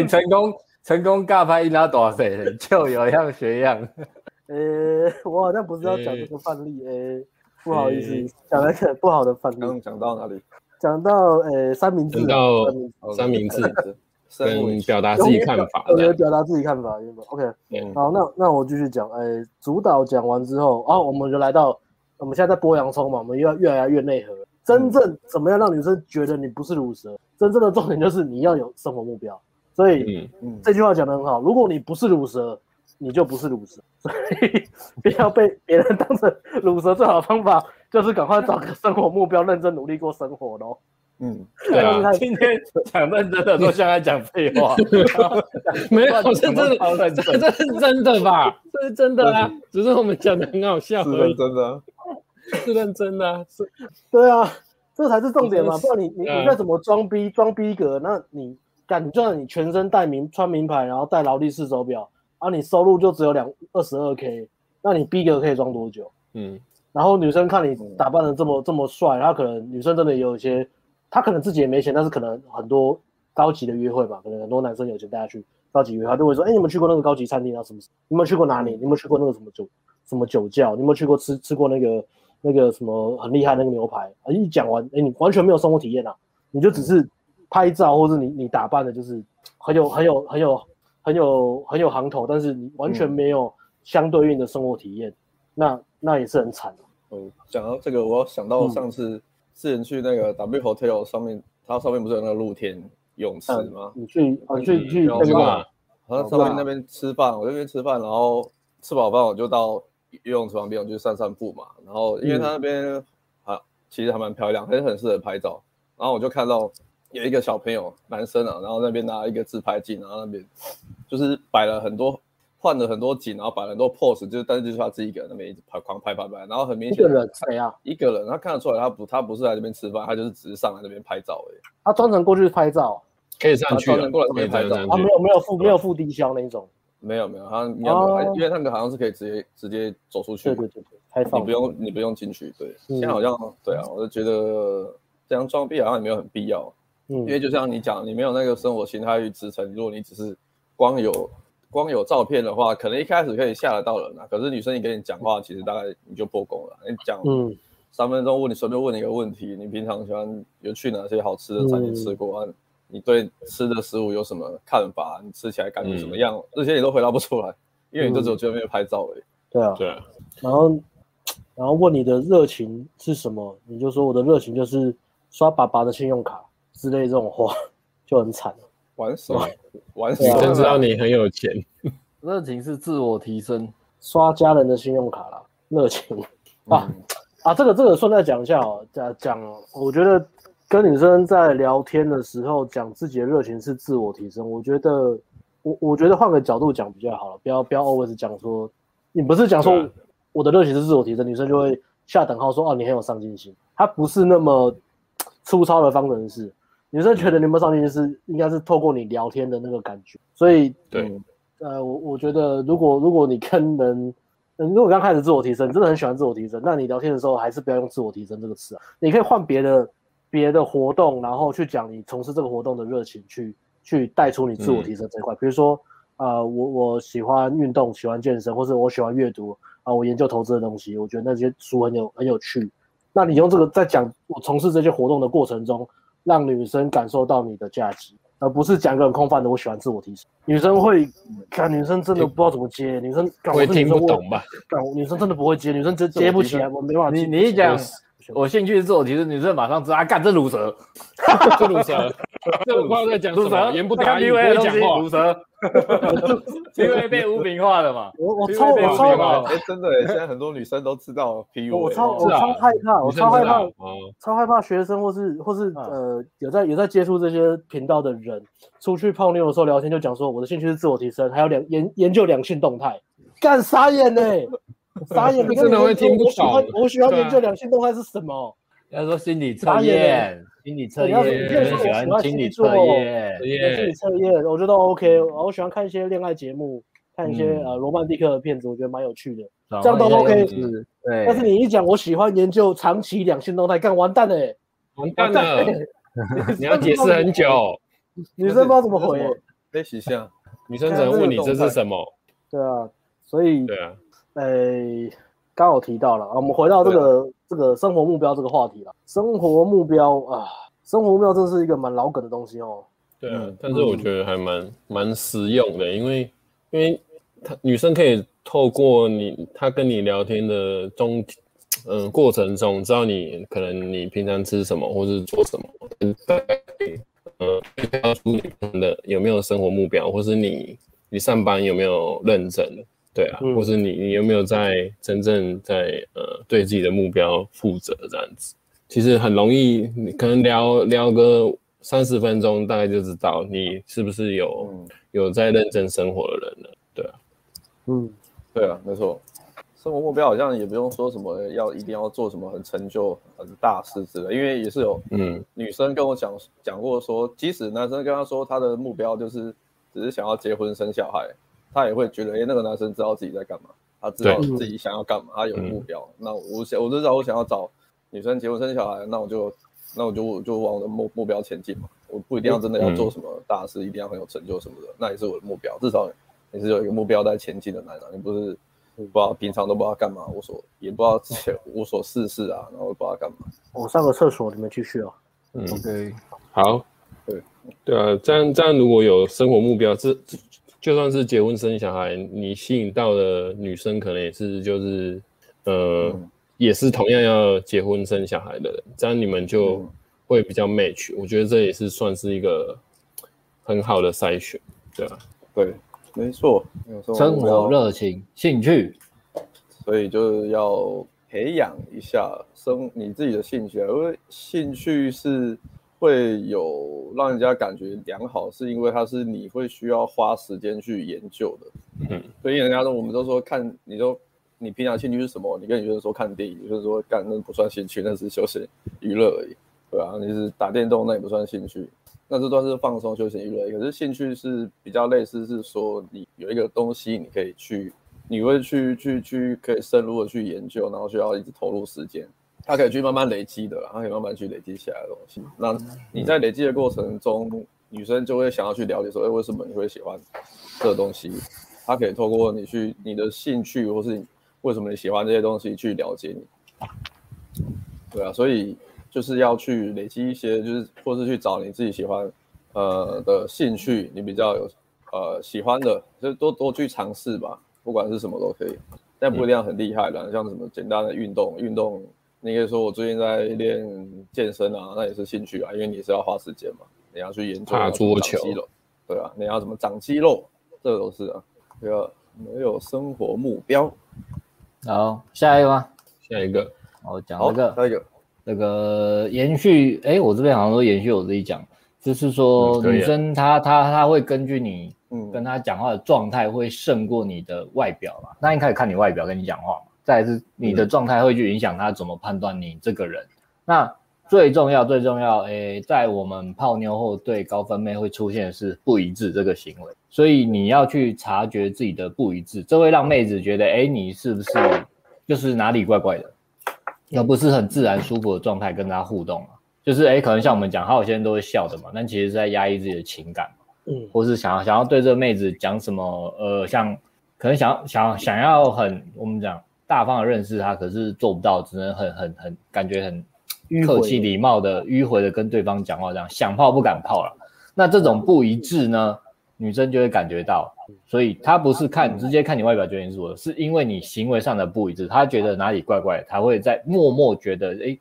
你成功。成功尬拍一拉多谁 就有样学样。呃，我好像不是要讲这个范例，呃，不好意思，讲了个不好的范例。刚讲到哪里？讲到呃三明治，到嗯三明哦治，跟表达自己看法，有表达自己看法，原本 OK。好，那那我继续讲，呃，主导讲完之后，啊，我们就来到我们现在在剥洋葱嘛，我们要越来越内核。真正怎么样让女生觉得你不是乳蛇？真正的重点就是你要有生活目标。所以、嗯嗯、这句话讲的很好，如果你不是乳蛇，你就不是乳蛇。 所以不要被别人当成乳蛇，最好的方法就是赶快找个生活目标，认真努力过生活喽。嗯，对啊， 今天讲认真的都像在讲废 话，没 有是真的，这是真的吧？这是真的啊，只是我们讲的很好笑而已。是认真的、啊，是认真的、啊，是。对啊，这才是重点嘛，不然你你你再怎么装逼装逼格，那你。干，你就算你全身戴名穿名牌，然后戴劳力士手表，啊，你收入就只有两二十二 k，那你逼格可以装多久？嗯，然后女生看你打扮的这么、嗯、这么帅，她可能女生真的也有一些，她可能自己也没钱，但是可能很多高级的约会吧，可能很多男生有钱带她去高级约会，就会说，哎，你们去过那个高级餐厅啊？什么？你们去过哪里？你们去过那个什么酒什么酒窖？你们去过吃吃过那个那个什么很厉害那个牛排？一讲完，哎，你完全没有生活体验啊，你就只是。拍照，或者你你打扮的，就是很有很有很有很有很有行头，但是你完全没有相对应的生活体验，嗯、那那也是很惨、啊。嗯，讲到这个，我想到上次、嗯、之前去那个 W Hotel 上面，它上面不是有那个露天泳池吗？嗯、你去啊去去那个，然后上面那边吃饭，我那边吃饭，然后吃饱饭我就到游泳池旁边，我就散散步嘛。然后因为它那边啊其实还蛮漂亮，还是很适合拍照。然后我就看到。有一个小朋友，男生啊，然后那边拿一个自拍镜，然后那边就是摆了很多，换了很多景，然后摆了很多 pose，就是但是就是他自己一个人那边一直拍，狂拍拍拍，然后很明显一个人谁啊？一个人，他看得出来他不他不是来这边吃饭，他就是只是上来这边拍照而已。他专程过去拍照，可以上去，啊专程过来这边拍照，他没有没有付嗯没有付低消那一种，没有没有，他没有，因为那个好像是可以直接直接走出去，对对对，开放，你不用你不用进去，对，现在好像对啊，我就觉得这样装逼好像也没有很嗯必嗯要。因为就像你讲，你没有那个生活形态去支撑。如果你只是光有光有照片的话，可能一开始可以吓得到人啊。可是女生一跟你讲话，其实大概你就破功了。你讲嗯三分钟，问你随便问你一个问题，你平常喜欢有去哪些好吃的餐厅吃过啊？嗯、你对吃的食物有什么看法？啊你吃起来感觉怎么样？嗯、嗯这些你都回答不出来，因为你就只有在那边拍照而已。对啊，对啊。然后，然后问你的热情是什么，你就说我的热情就是刷爸爸的信用卡之类这种话， 就很惨。玩什么？玩女啊生知道你很有钱，热情是自我提升，刷家人的信用卡啦，热情啊、嗯、啊！这个这个顺带讲一下哦，讲讲，我觉得跟女生在聊天的时候讲自己的热情是自我提升，我觉得我我觉得换个角度讲比较好了，不要不要 always 讲说你不是讲说我的热情是自我提升，女生就会下等号说哦你很有上进心，她不是那么粗糙的方程式。女生觉得你们上进是应该是透过你聊天的那个感觉，所以对、嗯，呃，我我觉得如果如果你跟人，如果刚开始自我提升，真的很喜欢自我提升，那你聊天的时候还是不要用自我提升这个词啊，你可以换别的别的活动，然后去讲你从事这个活动的热情，去去带出你自我提升这一块，嗯、比如说，呃，我我喜欢运动，喜欢健身，或者我喜欢阅读啊、呃，我研究投资的东西，我觉得那些书很有很有趣，那你用这个在讲我从事这些活动的过程中。让女生感受到你的价值，而不是讲个很空泛的“我喜欢自我提升”。女生会，看女生真的不知道怎么接，女生会听不懂吧？女生真的不会接，女生接接不起来，我没办法。你你一讲我兴趣是自我提升，女生马上知道，啊干这卤 蛇， 这卤蛇， 这不知道在讲什么，言不搭意，不会讲话，卤蛇， 因为被污名化了嘛。我我哦超我超哎，真的，现在很多女生都知道哎 PU，我超我超害怕，我超害啊怕。哦超害怕学生或是或是呃有在有在接触这些频道的人，出去泡妞的时候聊天就讲说我的兴趣是自我提升，还有两研研究两性动态，干傻眼呢、欸，傻眼！你真的会听不懂。我喜欢研究两性动态是什么？要说心理测验，心理测验，我喜欢心理测验，心理测验，我觉得 OK。我喜欢看一些恋爱节目，看一些呃罗曼蒂克的片子，我觉得蛮有趣的，这样都 OK。嗯哎对，但是嗯你一讲我喜欢研究长期两性动态，干完蛋欸嘞，完蛋了， 你要解释很久， 女生不知道怎么回。哎，许相，女生只能问你这是什么？对啊，所以对啊，呃，刚好提到了啊，我们回到这个。这个生活目标这个话题了，生活目标啊，生活目标这是一个蛮老梗的东西哦。对啊，但是我觉得还蛮蛮实用的，因为因为她女生可以透过你她跟你聊天的中，嗯、呃，过程中知道你可能你平常吃什么或是做什么，嗯，挑出你的有没有生活目标，或是你你上班有没有认真。对啊，嗯、或是你你有没有在真正在呃对自己的目标负责这样子？其实很容易，你可能聊聊个三十分钟，大概就知道你是不是有、嗯、有在认真生活的人了。对啊，嗯，对啊，没错，生活目标好像也不用说什么要一定要做什么很成就很大事之类，因为也是有嗯女生跟我讲讲过说，即使男生跟她说他的目标就是只是想要结婚生小孩。他也会觉得，哎、欸，那个男生知道自己在干嘛，他知道自己想要干嘛，他有目标。嗯、那我想，我知道我想要找女生结婚生小孩，那我就，那我就就往我的目目标前进嘛。我不一定要真的要做什么大事，嗯、一定要很有成就什么的，那也是我的目标。至少你是有一个目标在前进的男人，啊你不是不知道平常都不知道干嘛，无所也不知道自己无所事事啊，然后不知道干嘛。我哦上个厕所，你们继续啊。嗯，OK，好，对对啊，这样这样如果有生活目标，这这。就算是结婚生小孩，你吸引到的女生可能也是就是，呃，嗯、也是同样要结婚生小孩的人，这样你们就会比较 match、嗯。我觉得这也是算是一个很好的筛选，对吧、啊？对，没错。生活热情、兴趣，所以就是要培养一下生你自己的兴趣，啊因为兴趣是。会有让人家感觉良好，是因为它是你会需要花时间去研究的。嗯，所以人家说，我们都说看，你都你平常兴趣是什么？你跟女生说看电影，就是说干那不算兴趣，那是休闲娱乐而已，对啊，你是打电动那也不算兴趣，那这算是放松休闲娱乐。可是兴趣是比较类似，是说你有一个东西你可以去，你会去去去可以深入的去研究，然后需要一直投入时间。它可以去慢慢累积的，它可以慢慢去累积起来的东西。那你在累积的过程中，女生就会想要去了解说，哎、欸，为什么你会喜欢这东西，它可以透过你去你的兴趣或是你为什么你喜欢这些东西去了解你。对啊，所以就是要去累积一些，就是或是去找你自己喜欢呃的兴趣，你比较有呃喜欢的，就多多去尝试吧，不管是什么都可以，但不一定要很厉害啦，像什么简单的运动，运动。你可以说我最近在练健身啊，那也是兴趣啊，因为你是要花时间嘛，你要去研究打桌球，对啊，你要怎么长肌肉，这个、都是啊，要没有生活目标。好，下一个吗？下一个，我讲这个，下一个，那个延续，哎，我这边好像都延续我自己讲，就是说、嗯、女生她她她会根据你嗯跟她讲话的状态，会胜过你的外表嘛，那、嗯、一开始看你外表跟你讲话嘛。再是你的状态会去影响他怎么判断你这个人。嗯、那最重要最重要，诶、欸，在我们泡妞后对高分妹会出现是不一致这个行为，所以你要去察觉自己的不一致，这会让妹子觉得，哎、欸，你是不是就是哪里怪怪的，而不是很自然舒服的状态跟他互动啊。就是哎、欸，可能像我们讲，好有些人都会笑的嘛，但其实是在压抑自己的情感嘛，嗯，或是想要想要对这个妹子讲什么，呃，像可能想想想要很我们讲。大方的认识他，可是做不到，只能很很很感觉很客气礼貌的迂回的跟对方讲话，这样想泡不敢泡了。那这种不一致呢，女生就会感觉到，所以她不是看直接看你外表决定是我的，是因为你行为上的不一致，她觉得哪里怪怪，她会在默默觉得诶、欸、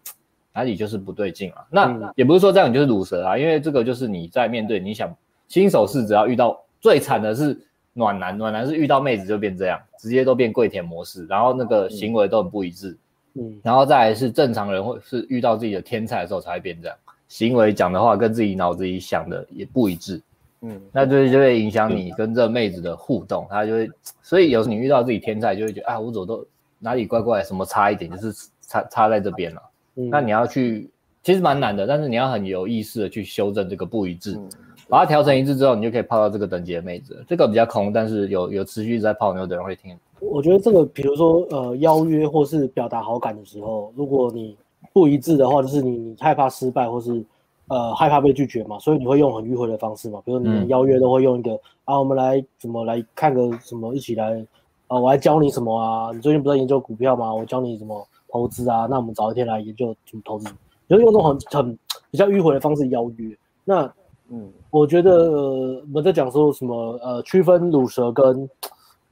哪里就是不对劲啊。那也不是说这样你就是卤蛇啊，因为这个就是你在面对你想新手是只要遇到最惨的是。暖男，暖男是遇到妹子就变这样，直接都变跪舔模式，然后那个行为都很不一致，嗯，然后再来是正常人会是遇到自己的天菜的时候才会变这样，行为讲的话跟自己脑子里想的也不一致，嗯，那就就会影响你跟这妹子的互动，她就会，所以有时你遇到自己天菜就会觉得啊，我走都哪里怪怪，什么差一点就是差差在这边了、啊，嗯、那你要去其实蛮难的，但是你要很有意识的去修正这个不一致。嗯把它调成一致之后，你就可以泡到这个等级的妹子。这个比较空，但是有有持续在泡妞的人会听。我觉得这个，比如说呃邀约或是表达好感的时候，如果你不一致的话，就是你害怕失败或是呃害怕被拒绝嘛，所以你会用很迂回的方式嘛，比如你们邀约都会用一个、嗯、啊，我们来怎么来看个什么，一起来啊，我来教你什么啊？你最近不在研究股票吗？我教你怎么投资啊？那我们早一天来研究怎么投资，你就用这种很很比较迂回的方式邀约。那嗯，我觉得、呃、我们在讲说什么呃，区分乳蛇跟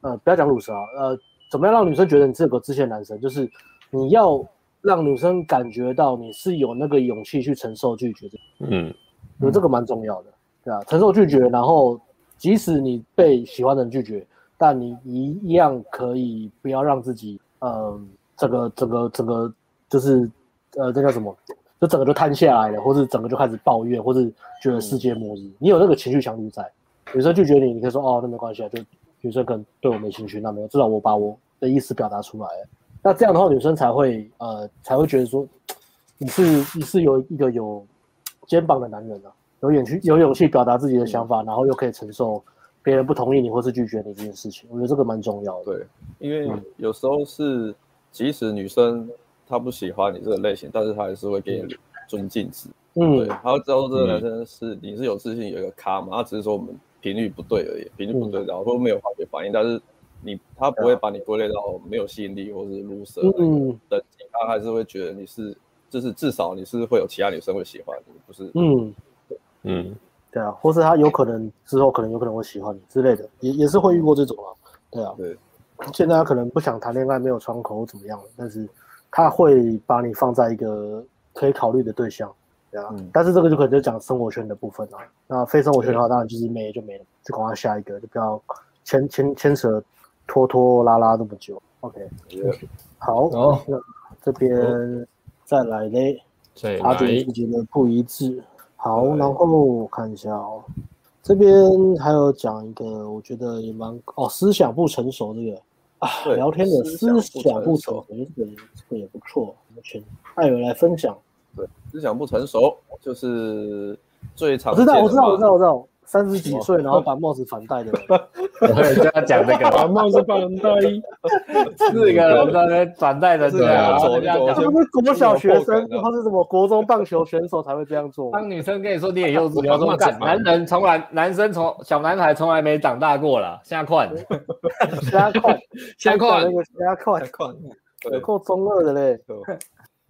呃，不要讲乳蛇啊，呃，怎么样让女生觉得你是个自信男生？就是你要让女生感觉到你是有那个勇气去承受拒绝的，嗯，有这个蛮重要的，对啊，承受拒绝，然后即使你被喜欢的人拒绝，但你一样可以不要让自己，嗯、呃，这个整个整个就是呃，这叫什么？就整个就瘫下来了，或是整个就开始抱怨，或是觉得世界末日。嗯、你有那个情绪强度在，女生拒绝你，你可以说哦，那没关系啊，就女生可能对我没兴趣，那没有，至少我把我的意思表达出来了。那这样的话，女生才会呃才会觉得说，你是你是有一个有肩膀的男人啊，有勇气有勇气表达自己的想法，嗯、然后又可以承受别人不同意你或是拒绝你这件事情。我觉得这个蛮重要的。对，因为嗯有时候是即使女生。他不喜欢你这个类型，但是他还是会给你尊敬值。嗯，对，他知道这个男生是、嗯、你是有自信，有一个咖嘛，他只是说我们频率不对而已，频率不对，嗯、然后都没有化学反应，但是你他不嗯会把你归类到没有吸引力或是 loser 嗯等级，他还是会觉得你是，就是至少你是会有其他女生会喜欢你，不是？嗯嗯，嗯对啊，或是他有可能之后可能有可能会喜欢你之类的，也也是会遇过这种啊，对啊，对，现在他可能不想谈恋爱，没有窗口怎么样，但是。他会把你放在一个可以考虑的对象，对啊，嗯、但是这个就可能就讲生活圈的部分了、啊。那非生活圈的话，当然就是没就没了，就赶快下一个，就不要牵牵牵扯拖拖拉拉这么久。OK，好，哦、那这边再来嘞，阿准自己的不一致。好，然后我看一下哦，这边还有讲一个，我觉得也蛮哦，思想不成熟这个。啊，聊天的思想不成熟，这个这个也不错。我们请艾友来分享。对，思想不成熟就是最常我知道，我知道，我知道，我知道。三十几岁，然后把帽子反戴的 人，对，就要讲这个， 把帽子反戴， 四个人在那反戴的，对啊，他走们是国小学生，他是什么国中棒球选手才会这样做。当女生跟你说你也幼稚，你要说干，男人从来，男生从小男孩从来没长大过了，下款，瞎看，下款那，个瞎看，有够中二的嘞。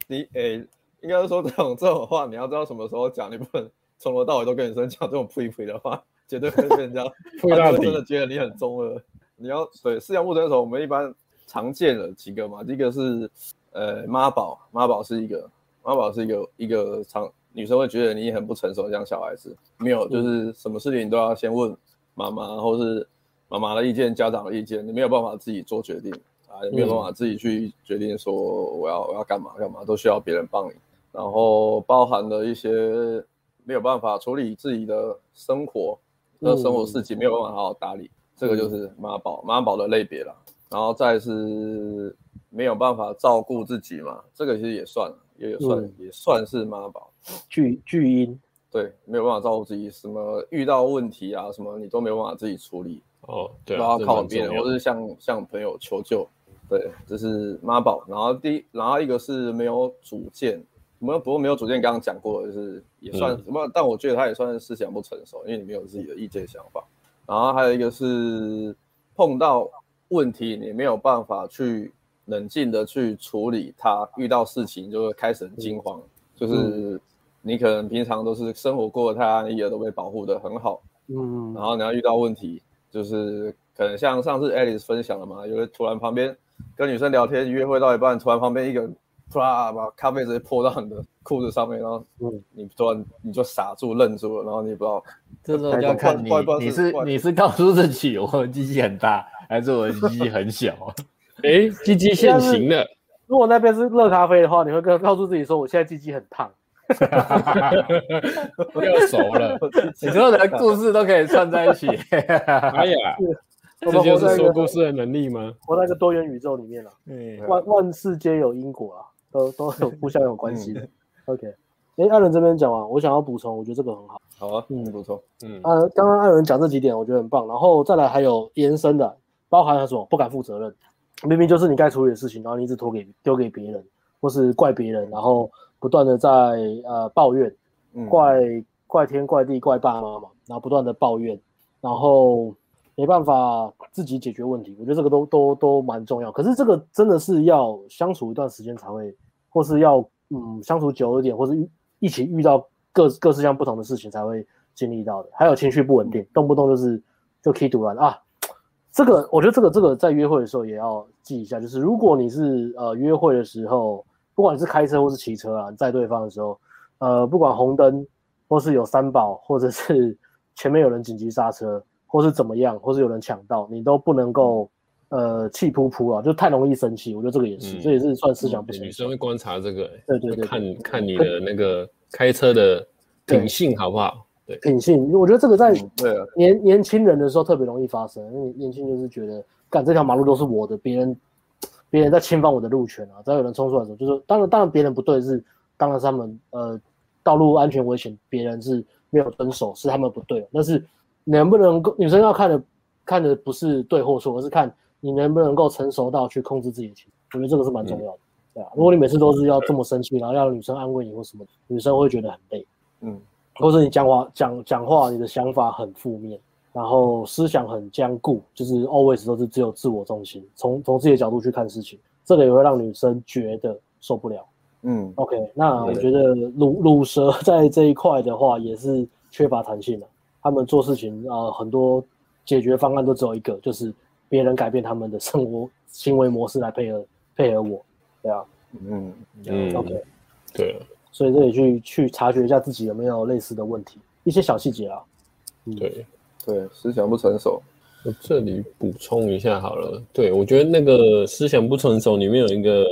你诶、应该是说这种这种话，你要知道什么时候讲，你不能从头到尾都跟女生讲这种呸呸的话，绝对会被人家吹到真底的，觉得你很中二。你要对饲养牧诊所，我们一般常见的几个嘛，一个是呃妈宝，妈宝是一个，妈宝是一个一个常女生会觉得你很不成熟，像小孩子，没有嗯就是什么事情都要先问妈妈，或是妈妈的意见、家长的意见，你没有办法自己做决定啊，也没有办嗯法自己去决定说我要我要干嘛干嘛，都需要别人帮你。然后包含了一些没有办法处理自己的生活，那生活事情没有办法好好打理，这个就是妈宝，妈宝的类别啦。然后再是没有办法照顾自己嘛，这个其实也算，也也算、嗯也算是妈宝。巨巨婴，对，没有办法照顾自己，什么遇到问题啊，什么你都没有办法自己处理，哦，对都啊，要这靠很重别人，要或是向向朋友求救。对，这是妈宝。然后第一，然后一个是没有主见，没有不过没有主见，刚刚讲过了，就是也嗯算什么，但我觉得他也算是思想不成熟，因为你没有自己的意见想法。然后还有一个是碰到问题，你没有办法去冷静的去处理它，遇到事情就会开始很嗯惊慌，就是你可能平常都是生活过得太安逸了，都被保护的很好，嗯然，后你要遇到问题，就是可能像上次 Alice 分享的嘛，有人突然旁边跟女生聊天约会到一半，突然旁边一个人啪把咖啡直接泼到你的裤子上面，然后嗯你突然你就傻住愣住了，然后你也不知道这时候就要看你怪怪你是怪你是告诉自己我的鸡鸡很大，还是我的鸡鸡很小？哎，鸡鸡现行的，如果那边是热咖啡的话，你会跟告诉自己说，我现在鸡鸡很烫。要熟 了，你所有的故事都可以串在一起。哎呀，我这们就活在是一说啊个故事的能力吗？活在一个多元宇宙里面了、嗯万万事皆有因果啊，都都有互相有关系嗯的。OK，哎，艾伦这边讲完，我想要补充，我觉得这个很好。好啊，嗯嗯，不错，嗯，呃，刚刚艾伦讲这几点，我觉得很棒。然后再来还有延伸的，包含了什么不敢负责任，明明就是你该处理的事情，然后你一直拖给丢给别人，或是怪别人，然后不断的在呃抱怨，嗯，怪怪天怪地怪爸妈嘛，然后不断的抱怨，然后没办法自己解决问题，我觉得这个都都都蛮重要。可是这个真的是要相处一段时间才会，或是要嗯相处久一点，或是遇一起遇到各各式各样不同的事情才会经历到的。还有情绪不稳定，动不动就是就 K 突然啊。这个我觉得这个这个在约会的时候也要记一下，就是如果你是呃约会的时候，不管你是开车或是骑车啊，载对方的时候，呃，不管红灯，或是有三宝，或者是前面有人紧急刹车，或是怎么样，或是有人抢道，你都不能够呃气扑扑啊，就太容易生气。我觉得这个也是，嗯这也是算思想不女成熟。生会观察这个，哎对对对对看看你的那个开车的品性好不好？对，品性，我觉得这个在嗯对啊，年年轻人的时候特别容易发生，因为年轻就是觉得，干这条马路都是我的，别人别人在侵犯我的路权啊！只要有人冲出来的时候，就是当然当然别人不对是，当然是他们呃道路安全危险，别人是没有遵守，是他们不对。但是能不能够女生要看的看的不是对或错，而是看你能不能够成熟到去控制自己的情绪，我觉得这个是蛮重要的。对啊，如果你每次都是要这么生气，然后要女生安慰你或什么，女生会觉得很累。嗯，或者你讲话讲讲话，你的想法很负面，然后思想很坚固，就是 always 都是只有自我中心，从从自己的角度去看事情，这个也会让女生觉得受不了。嗯， OK，那我觉得乳乳蛇在这一块的话也是缺乏弹性的、他们做事情啊、呃很多解决方案都只有一个，就是别人改变他们的生活行为模式来配合配合我，对啊，嗯，嗯 o k 对啊了，所以这里去去察觉一下自己有没有类似的问题，一些小细节啊，对。对，思想不成熟，我这里补充一下好了，对我觉得那个思想不成熟里面有一个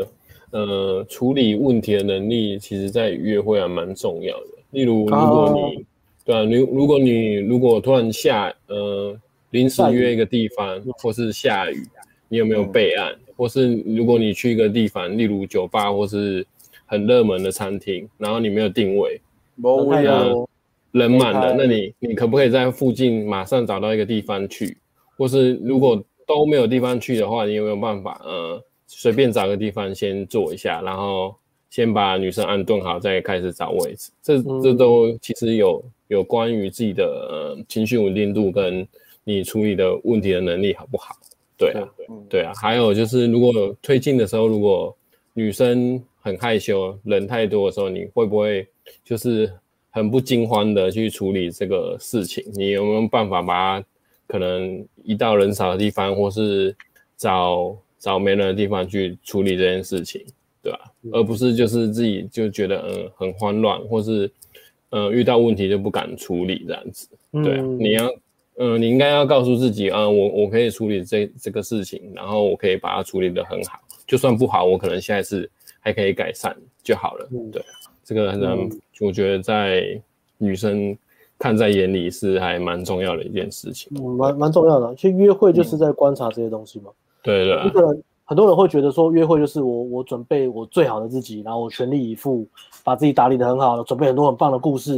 呃处理问题的能力，其实在约会还蛮重要的。例如，如果哦你、对啊，如如果你如果突然下呃临时下雨嗯约一个地方，或是下雨，你有没有备案？或是如果你去一个地方，例如酒吧或是很热门的餐厅，然后你没有定位，不太一样多人满了，那你你可不可以在附近马上找到一个地方去？或是如果都没有地方去的话，你有没有办法呃随便找个地方先坐一下，然后先把女生安顿好，再开始找位置？这这都其实有有关于自己的、呃、情绪稳定度跟你处理的问题的能力好不好？对啊，对啊。还有就是如果推进的时候，如果女生很害羞，人太多的时候，你会不会就是很不惊慌的去处理这个事情？你有没有办法把它可能移到人少的地方，或是找找没人的地方去处理这件事情，对吧、啊？而不是就是自己就觉得嗯很慌乱，或是嗯、呃、遇到问题就不敢处理这样子，对、啊，你要。嗯，你应该要告诉自己啊，我我可以处理这这个事情，然后我可以把它处理的很好，就算不好，我可能下一次还可以改善就好了。嗯、对，这个很、嗯、我觉得在女生看在眼里是还蛮重要的一件事情，嗯，蛮蛮重要的。去约会嗯就是在观察这些东西嘛。对对、啊。一个人很多人会觉得说，约会就是我我准备我最好的自己，然后我全力以赴，把自己打理的很好，准备很多很棒的故事，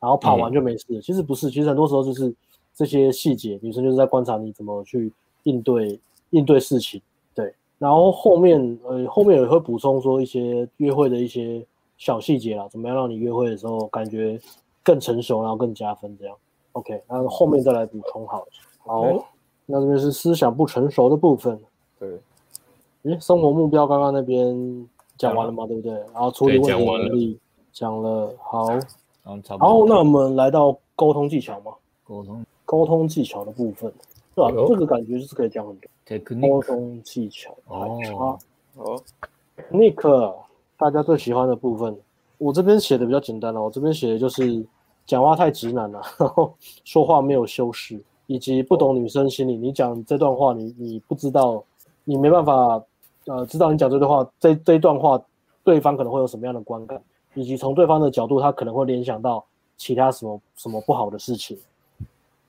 然后跑完就没事。嗯、其实不是，其实很多时候就是。这些细节，女生就是在观察你怎么去应对应对事情，对。然后后面，呃，后面也会补充说一些约会的一些小细节啦，怎么样让你约会的时候感觉更成熟，然后更加分这样。OK，然后后面再来补充好了。好，那这边是思想不成熟的部分。对。诶，生活目标刚刚那边讲完了吗？对不对？然后处理问题能力讲了。好。然后那我们来到沟通技巧嘛。沟通。沟通技巧的部分，对吧、啊？这个感觉就是可以讲很多。沟通技巧哦，哦，Nick，大家最喜欢的部分，我这边写的比较简单了、哦。我这边写的就是讲话太直男了，啊 然后说话没有修饰，以及不懂女生心理。你讲这段话你，你你不知道，你没办法呃知道你讲这段话，这这段话对方可能会有什么样的观感，以及从对方的角度，他可能会联想到其他什么什么不好的事情。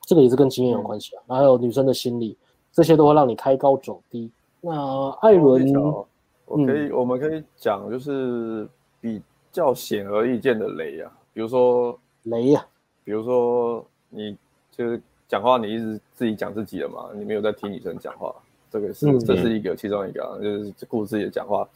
这个也是跟经验有关系啊，嗯、还有女生的心理，这些都会让你开高走低。那艾伦，哦我可以，嗯、我们可以讲就是比较显而易见的雷啊，比如说雷呀、啊，比如说你就是讲话，你一直自己讲自己的嘛，你没有在听女生讲话，这个是、嗯、这是一个其中一个、啊，就是顾自己的讲话。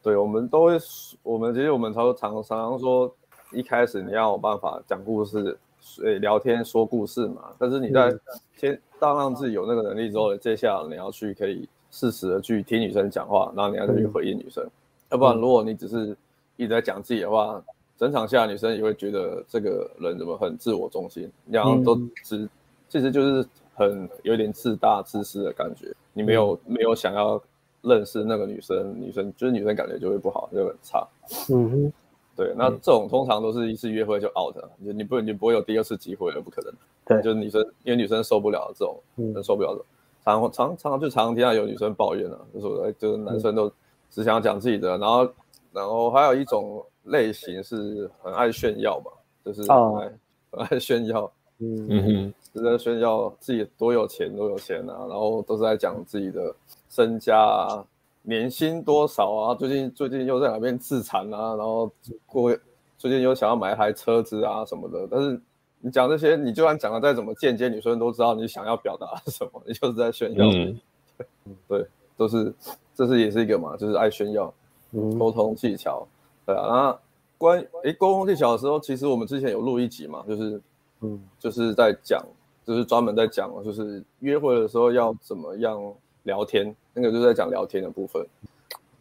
对，我们都会，我们其实我们常常常说，一开始你要有办法讲故事。所以聊天说故事嘛，但是你在先当让自己有那个能力之后，接下来你要去可以适时的去听女生讲话，然后你要去回应女生，嗯、要不然如果你只是一直在讲自己的话，整场下女生也会觉得这个人怎么很自我中心，然后都只、嗯、其实就是很有点自大自私的感觉，你没有、嗯、没有想要认识那个女生，女生就是女生感觉就会不好，就很差。嗯哼。对，那这种通常都是一次约会就 out 了，你、嗯、你不你不会有第二次机会了，不可能。对，就是女生，因为女生受不了这种，嗯、受不了这种，常常常就常听到有女生抱怨了、啊，就说、是、就是男生都只想讲自己的，嗯、然后然后还有一种类型是很爱炫耀嘛，就是很爱、哦、很爱炫耀，嗯哼，就在炫耀自己多有钱多有钱啊，然后都是在讲自己的身家啊。年薪多少啊？最近最近又在哪边自残啊？然后过最近又想要买一台车子啊什么的。但是你讲这些，你就算讲的再怎么间接，女生都知道你想要表达什么，你就是在炫耀。嗯、 对，都是这是也是一个嘛，就是爱炫耀。嗯沟通技巧，对啊。那关诶沟通技巧的时候，其实我们之前有录一集嘛，就是嗯，就是在讲，就是专门在讲，就是约会的时候要怎么样。聊天，那个就是在讲聊天的部分。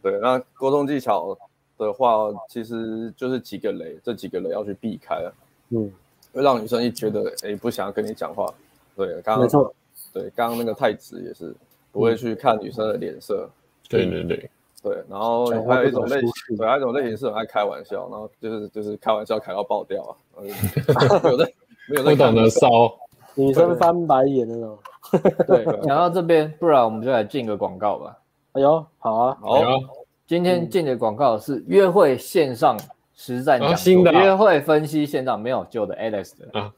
对，那沟通技巧的话，其实就是几个雷，这几个雷要去避开啊。嗯，会让女生一觉得，哎、欸，不想要跟你讲话。对，刚没错。对，刚刚那个太子也是不会去看女生的脸色。对对对对，然后还有一种类型，对，还有一种类型是很爱开玩笑，然后就是就是开玩笑开到爆掉啊，没有在没有在不懂得骚，女生翻白眼的那种。对，讲到这边，不然我们就来进个广告吧。哎呦，好啊，好、哎。今天进的广告是约会线上实战讲座，约会分析线上没有旧的 Alex 的啊。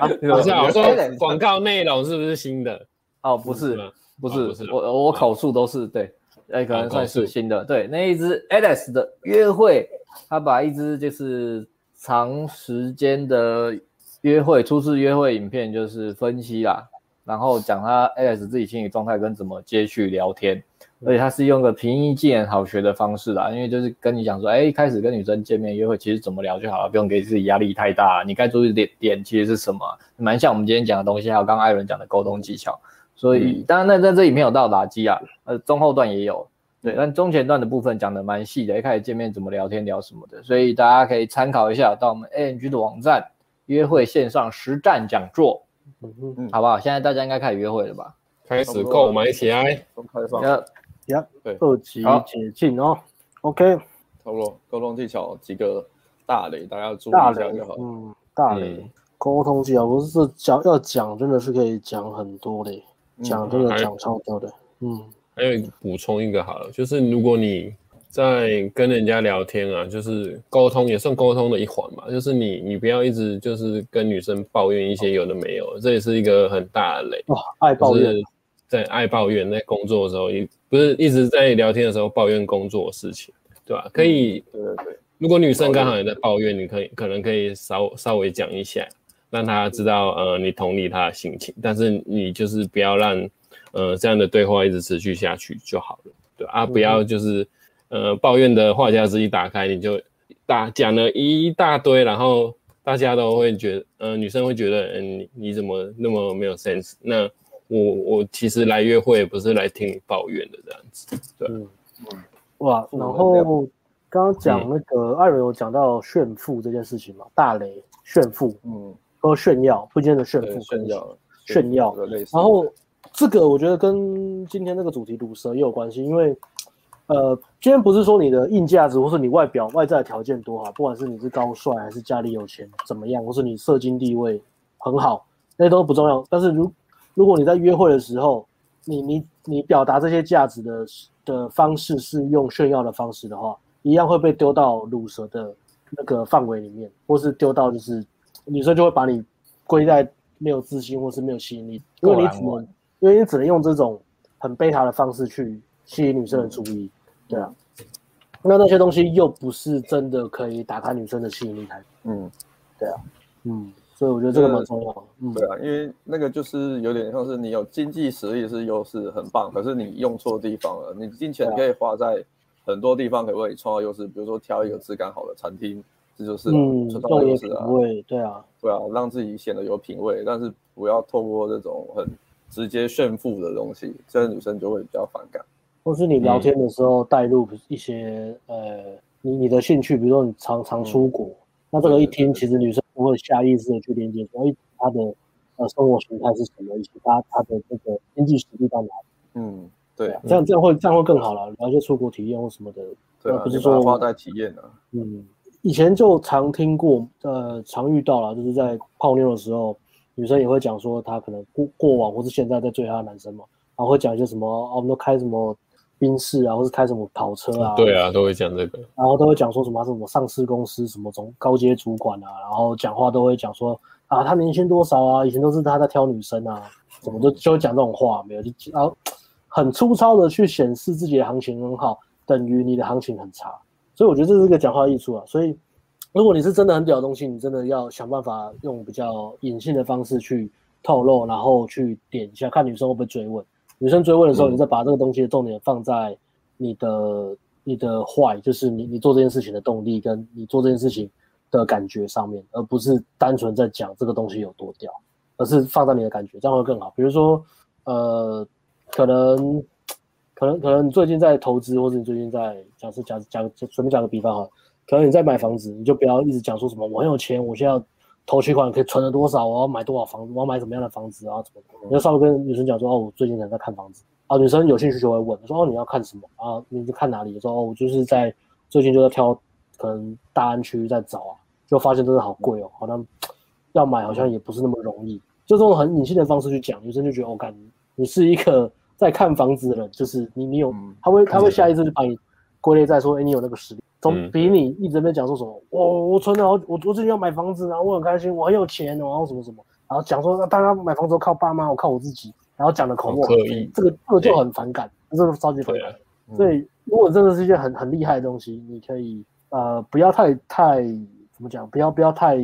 啊，不是，我 说广告内容是不是新的？哦，不是，不是，我我口述都是对，哎，可能算是新的。对，那一只 Alex 的约会，他把一只就是长时间的约会、初次约会影片就是分析啦，然后讲他 Alex 自己心理状态跟怎么接去聊天，而且他是用个平易近人、好学的方式啦，因为就是跟你讲说，哎，一开始跟女生见面约会，其实怎么聊就好了，不用给自己压力太大，你该注意点点其实是什么，蛮像我们今天讲的东西，还有刚刚艾伦讲的沟通技巧，所以、嗯、当然那在这里面有到打击啊，呃，中后段也有。对，但中前段的部分讲的蛮细的，一开始见面怎么聊天聊什么的，所以大家可以参考一下，到我们 ANG 的网站约会线上实战讲座，嗯、好不好？现在大家应该开始约会了吧？开始购买起来，开嗯放，呀呀，对，二级解禁哦，OK，差不多，沟通技巧几个大类，大家注意大下就好。嗯，大类沟通技巧，不是讲要讲，真的是可以讲很多的，嗯讲真的讲超多的，嗯。还有补充一个好了，就是如果你在跟人家聊天啊，就是沟通也算沟通的一环嘛，就是你你不要一直就是跟女生抱怨一些有的没有，这也是一个很大的雷。哇、哦，爱抱怨，在爱抱怨，在工作的时候也不是一直在聊天的时候抱怨工作的事情，对吧、啊？可以，嗯、对对对。如果女生刚好也在抱怨，你可以可能可以稍稍微讲一下，让她知道呃你同理她的心情，但是你就是不要让。呃，这样的对话一直持续下去就好了，对啊，不要就是，呃，抱怨的话匣子一打开，你就大讲了一大堆，然后大家都会觉得，呃，女生会觉得，嗯、呃，你你怎么那么没有 sense？那我我其实来约会不是来听你抱怨的这样子，对，嗯、哇，然后刚刚讲那个艾伦有讲到炫富这件事情嘛，大雷炫富，嗯，和炫耀不间的炫富，炫耀炫耀，然后。这个我觉得跟今天这个主题毒蛇也有关系，因为，呃，今天不是说你的硬价值，或是你外表外在条件多好，不管是你是高帅还是家里有钱怎么样，或是你社经地位很好，那都不重要。但是如如果你在约会的时候，你你你表达这些价值的的方式是用炫耀的方式的话，一样会被丢到毒蛇的那个范围里面，或是丢到就是女生就会把你归在没有自信或是没有吸引力，因哦为你只能。因为你只能用这种很贝塔的方式去吸引女生的注意，嗯对啊，那那些东西又不是真的可以打开女生的吸引力台，嗯，对啊，嗯，所以我觉得这个蛮重要的，嗯，对啊，因为那个就是有点像是你有经济实力是优势，很棒，可是你用错地方了，你金啊钱可以花在很多地方，可为你创造优势，比如说挑一个质感好的餐厅，这就是嗯创造优势啊，对对啊，对啊，让自己显得有品味，但是不要透过这种很。直接炫富的东西，这样女生就会比较反感。或是你聊天的时候带入一些、嗯、呃，你你的兴趣，比如说你常常出国，嗯、那这个一听，其实女生不会下意识的去连接，所以她的呃生活形态是什么，以及她她的这个经济实力到哪。啊嗯，对，这样这样会这样会更好了，聊一些出国体验或什么的，对、啊，不是说花在体验啊。嗯，以前就常听过，呃，常遇到了，就是在泡妞的时候。女生也会讲说，她可能过过往或是现在在追她的男生嘛，然后会讲一些什么啊，我们都开什么宾士啊，或是开什么跑车啊，对啊，都会讲这个，然后都会讲说什么什么上市公司什么总高阶主管啊，然后讲话都会讲说啊，他年薪多少啊，以前都是他在挑女生啊，怎么都就会讲这种话，没有就然后很粗糙的去显示自己的行情很好，等于你的行情很差，所以我觉得这是个讲话艺术啊，所以。如果你是真的很屌的东西，你真的要想办法用比较隐性的方式去透露，然后去点一下，看女生会不会追问。女生追问的时候，你再把这个东西的重点放在你的、嗯、你的坏，就是你你做这件事情的动力跟你做这件事情的感觉上面，而不是单纯在讲这个东西有多屌，而是放在你的感觉，这样会更好。比如说，呃，可能可能可能你最近在投资，或者你最近在假设假假随便讲个比方哈。可能你在买房子，你就不要一直讲说什么我很有钱，我现在投期款可以存了多少，我要买多少房子，我要买什么样的房子啊？怎么？你就稍微跟女生讲说哦，我最近在看房子啊。女生有兴趣就会问，说哦你要看什么啊？你就看哪里？说哦我就是在最近就在挑，可能大安区在找啊，就发现真的好贵哦，好像要买好像也不是那么容易。就这种很隐性的方式去讲，女生就觉得我感、哦、你是一个 在看房子的人，就是你你有，他会他会下意识就把你归类在说，哎你有那个实力。总比你一直在讲说什么，嗯、我我存了好，我我最近要买房子，然后我很开心，我很有钱，哦然后什么什么，然后讲说那大家买房子靠爸妈，我靠我自己，然后讲的口沫，这个这个就很反感，这个超级反啊感。嗯、所以如果真的是一件很很厉害的东西，你可以呃不要太太怎么讲，不要不要太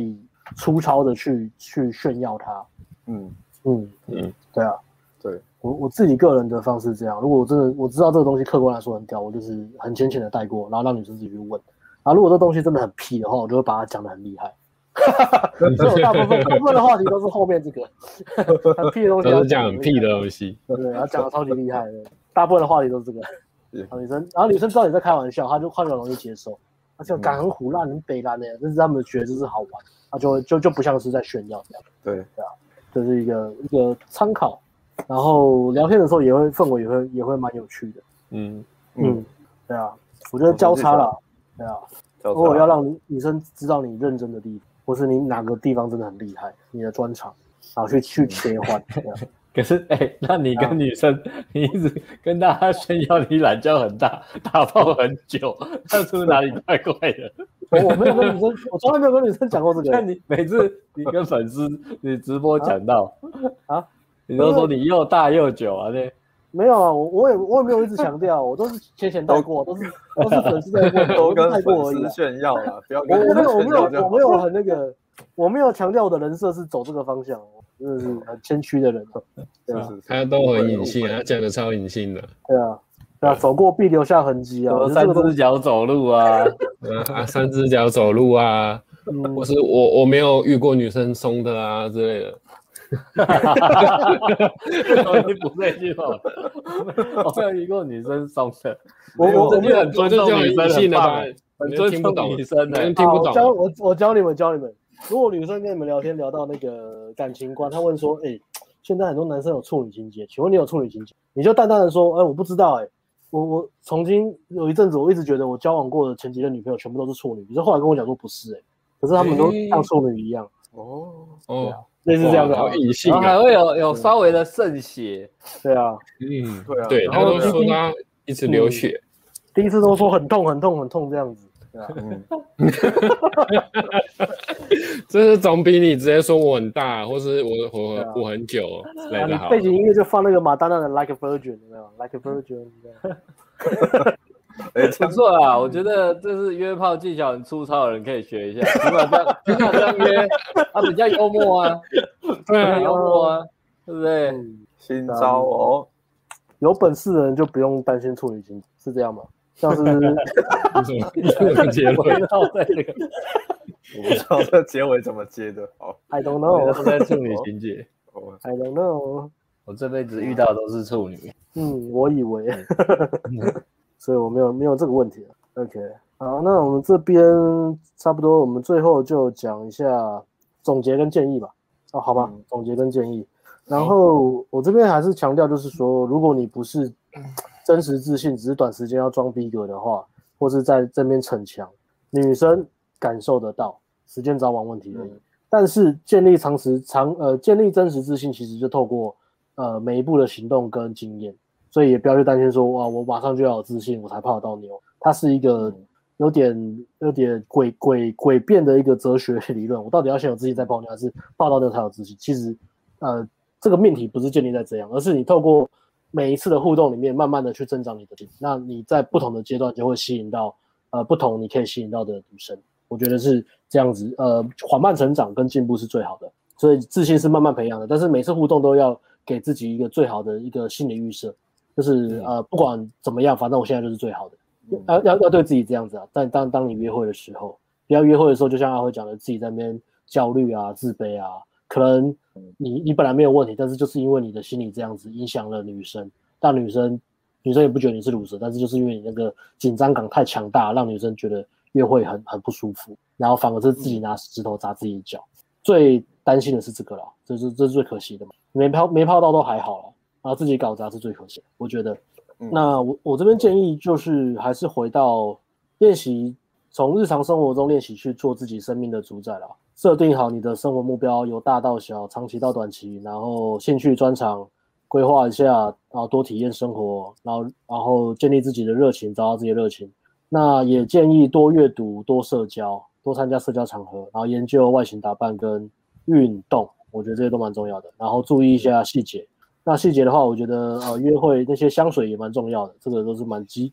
粗糙的去去炫耀它。嗯嗯嗯，对啊，对我我自己个人的方式这样。如果我真的我知道这个东西客观来说很屌，我就是很浅浅的带过，然后让女生自己去问。然后如果这东西真的很屁的话，我就会把它讲的很厉 害。所以我大部分大部分的话题都是后面这个 很屁的东西，都是讲很屁的东西。对，然后讲的超级厉害的，大部分的话题都是 这个。然后女生，然后女生知道你在开玩笑，她就她就容易接受。而嗯且敢很虎烂、很北烂的，这是他们觉得这是好玩，那就就就不像是在炫耀这样。对对啊，这、就是一个一个参考。然后聊天的时候也会氛围也会也会蛮有趣的。嗯嗯，对啊，我觉得交叉了，对啊，偶尔要让女生知道你认真的地方，或是你哪个地方真的很厉害，你的专长，然后去去切 换。啊可是哎、欸，那你跟女生， 啊、你一直跟大家炫耀你懒觉很大，打炮很久，那是不是哪里怪怪的？我没有跟女 生，我从来没有跟女生讲过这个。那你每次你跟粉丝你直播讲到啊，啊你都说你又大又久啊？那没有啊，我我也我也没有一直强调，我都是浅浅带过，都是都是粉丝带过，都跟带过而已、啊。炫耀了，不要我我没有我没有我没有很那个，我没有强调我的人设是走这个方向，我真的是很谦虚的人。对啊，他都很隐性，啊他讲的超隐性的。对啊，对啊，走过必留下痕迹啊，哦三只脚走路啊，啊，三只脚走路啊，嗯或是我我没有遇过女生松的啊之类的。哈哈哈哈你补这句话，我没有遇过女生松的，我我我们很尊重女生的吧，很尊重女生欸的，啊听不懂。教我我教你们教你们，如果女生跟你们聊天聊到那个感情观，她问说，哎，现在很多男生有处女情节，请问你有处女情节？你就淡淡的说，哎，我不知道，哎，我我曾经有一阵子，我一直觉得我交往过的前几任女朋友全部都是处女，可是后来跟我讲说不是，哎，可是他们都像处女一样。哦哦。类似这样的，啊好隐性，啊啊还会有有稍微的渗血，对啊，嗯，对啊，对，他都说他一直流血，嗯第一次都说很痛很痛很痛这样子，对啊，嗯这是总比你直接说我很大，或是我啊我我很久来的好。啊背景音乐就放那个马丹娜的 Like a Virgin，有没有？Like a Virgin，哎，不错啊，我觉得这是约炮技巧很粗糙的人可以学一下，起码这样，起码这样约，啊，比较幽默啊，比较幽默啊，对不对？嗯新招哦，有本事的人就不用担心处女情，是这样吗？像是 什么结我论？到这个，我不知道这结尾怎么接的，好， I don't 我是啊 know，I 在处女情节，我 don't know，我这辈子遇到的都是处女，嗯，我以为， 所以我没有没有这个问题了。OK，好，那我们这边差不多，我们最后就讲一下总结跟建议吧。哦，好吧，嗯总结跟建议。然后我这边还是强调，就是说，如果你不是真实自信，只是短时间要装逼格的话，或是在这边逞强，女生感受得到，时间早晚问题而已。嗯但是建立常识长呃建立真实自信，其实就透过呃每一步的行动跟经验，所以也不要去担心说哇我马上就要有自信，我才泡得到妞。它是一个有点有点诡诡诡辩的一个哲学理论。我到底要先有自信再泡妞，还是泡到妞才有自信？其实呃这个命题不是建立在这样，而是你透过每一次的互动里面，慢慢的去增长你的自信。那你在不同的阶段就会吸引到呃不同你可以吸引到的女生。我觉得是这样子，呃，缓慢成长跟进步是最好的，所以自信是慢慢培养的，但是每次互动都要给自己一个最好的一个心理预设，就是呃，不管怎么样，反正我现在就是最好的，要要要对自己这样子啊。但当当你约会的时候，不要约会的时候，就像阿辉讲的，自己在那边焦虑啊、自卑啊，可能你你本来没有问题，但是就是因为你的心理这样子影响了女生，让女生女生也不觉得你是卤蛇，但是就是因为你那个紧张感太强大，让女生觉得约会很很不舒服，然后反而是自己拿石头砸自己脚。最担心的是这个啦，这是这是最可惜的嘛，没泡没泡到都还好啦，然后自己搞砸是最可惜的，我觉得。嗯那我我这边建议就是还是回到练习，从日常生活中练习去做自己生命的主宰啦。设定好你的生活目标，由大到小，长期到短期，然后兴趣专长规划一下，然后多体验生活，然后然后建立自己的热情，找到自己的热情。那也建议多阅读、多社交、多参加社交场合，然后研究外形打扮跟运动，我觉得这些都蛮重要的。然后注意一下细节。那细节的话，我觉得呃，约会那些香水也蛮重要的，这个都是蛮基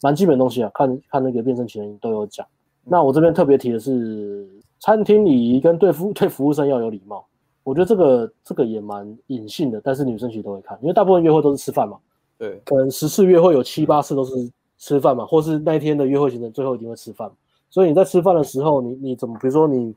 蛮基本的东西啊。看看那个变身情人都有讲。那我这边特别提的是餐厅礼仪跟对服对服务生要有礼貌，我觉得这个这个也蛮隐性的，但是女生其实都会看，因为大部分约会都是吃饭嘛。对，可能十次约会有七八次都是吃饭嘛，或是那一天的约会行程最后一定会吃饭。所以你在吃饭的时候，你你怎么，比如说你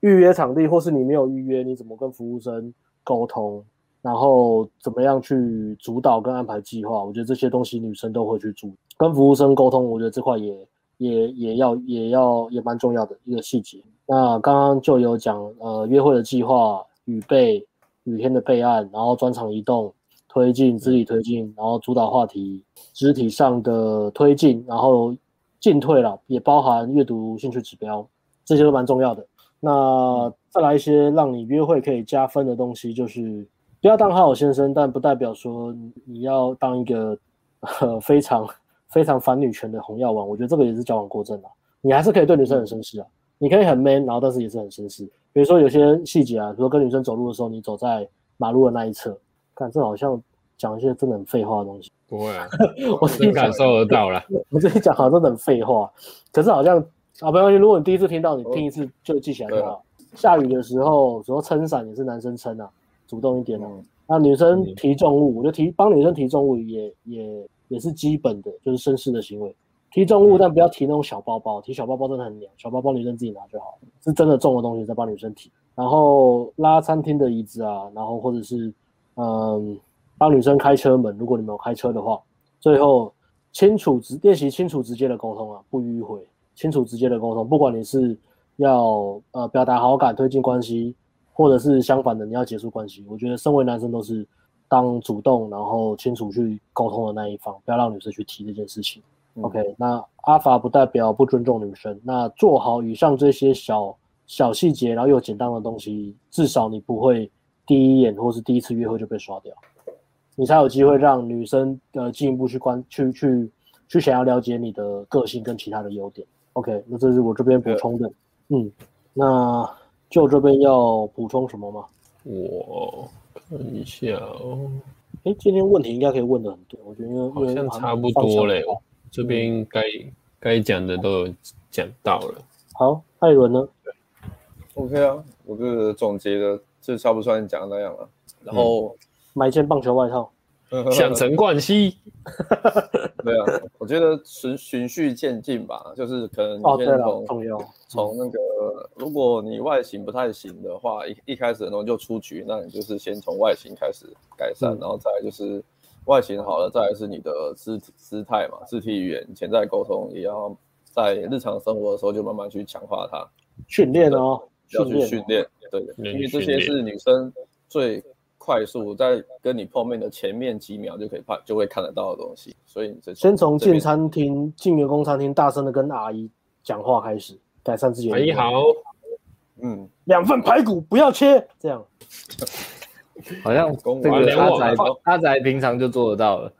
预约场地，或是你没有预约，你怎么跟服务生沟通，然后怎么样去主导跟安排计划？我觉得这些东西女生都会去主跟服务生沟通，我觉得这块也也也要也要也蛮重要的一个细节。那刚刚就有讲，呃，约会的计划、雨备、雨天的备案，然后专场移动、推进、肢体推进，然后主导话题、肢体上的推进，然后进退了，也包含阅读兴趣指标，这些都蛮重要的。那再来一些让你约会可以加分的东西，就是不要当好好先生，但不代表说你要当一个呃非常非常反女权的红药丸。我觉得这个也是矫枉过正啊，你还是可以对女生很绅士啊。你可以很 man，然后但是也是很绅士。比如说有些细节啊，比如跟女生走路的时候，你走在马路的那一侧，看这好像讲一些真的很废话的东西。 不会啊， 我自己感受得到了。我自己讲好像真的很废话，可是好像啊，没关系。如果你第一次听到，你听一次就记起来就好。下雨的时候，主要撑伞也是男生撑啊，主动一点啊。嗯、那女生提重物，我觉得提帮女生提重物也也也是基本的，就是绅士的行为。提重物，但不要提那种小包包，提小包包真的很娘，小包包女生自己拿就好了。是真的重的东西再帮女生提。然后拉餐厅的椅子啊，然后或者是嗯帮女生开车门，如果你们有开车的话。最后清楚直练习清楚直接的沟通啊，不迂回，清楚直接的沟通。不管你是要呃表达好感、推进关系，或者是相反的你要结束关系，我觉得身为男生都是当主动，然后清楚去沟通的那一方，不要让女生去提这件事情。OK，那阿法不代表不尊重女生。那做好以上这些小小细节，然后又简单的东西，至少你不会第一眼或是第一次约会就被刷掉，你才有机会让女生呃进一步去关去去去想要了解你的个性跟其他的优点。OK，那这是我这边补充的。嗯，那就这边要补充什么吗？我看一下哦。哎，今天问题应该可以问的很多，我觉得因为好像差不多嘞。这边该该讲的都有讲到了。好，艾伦呢？OK 啊，我这总结的就差不多像你讲的那样了。然后、嗯、买一件棒球外套， 想陈冠希。对啊，我觉得循循序渐进吧，就是可能哦，对了，重要。嗯从那个，如果你外形不太行的话，一一开始能就出局，那你就是先从外形开始改善，嗯、然后再就是。外形好了，再来是你的肢姿态嘛，肢体语言、潜在沟通，也要在日常生活的时候就慢慢去强化它，训练哦，要去训练，对，因为这些是女生最快速在跟你碰面的前面几秒就可以看就会看得到的东西，所以你先从进餐厅、进员工餐厅，大声的跟阿姨讲话开始，改善自己。阿姨好，嗯，两份排骨不要切，这样。好像这个阿仔阿仔平常就做得到了，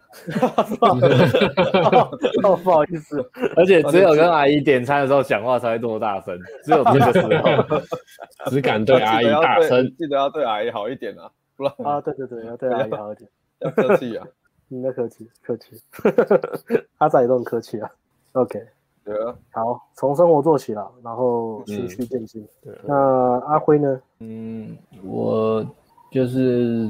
哦 不好意思，而且只有跟阿姨点餐的时候讲话才会这么大声，只有这个时候，只敢对阿姨大声，记得要对阿姨好一点啊，不然啊对对对，要对阿姨好一点，要客气啊，应该客气客气， 阿仔也都很客气啊，OK，对啊，好，从生活做起了，然后循序渐进。那阿辉呢？嗯，我。就是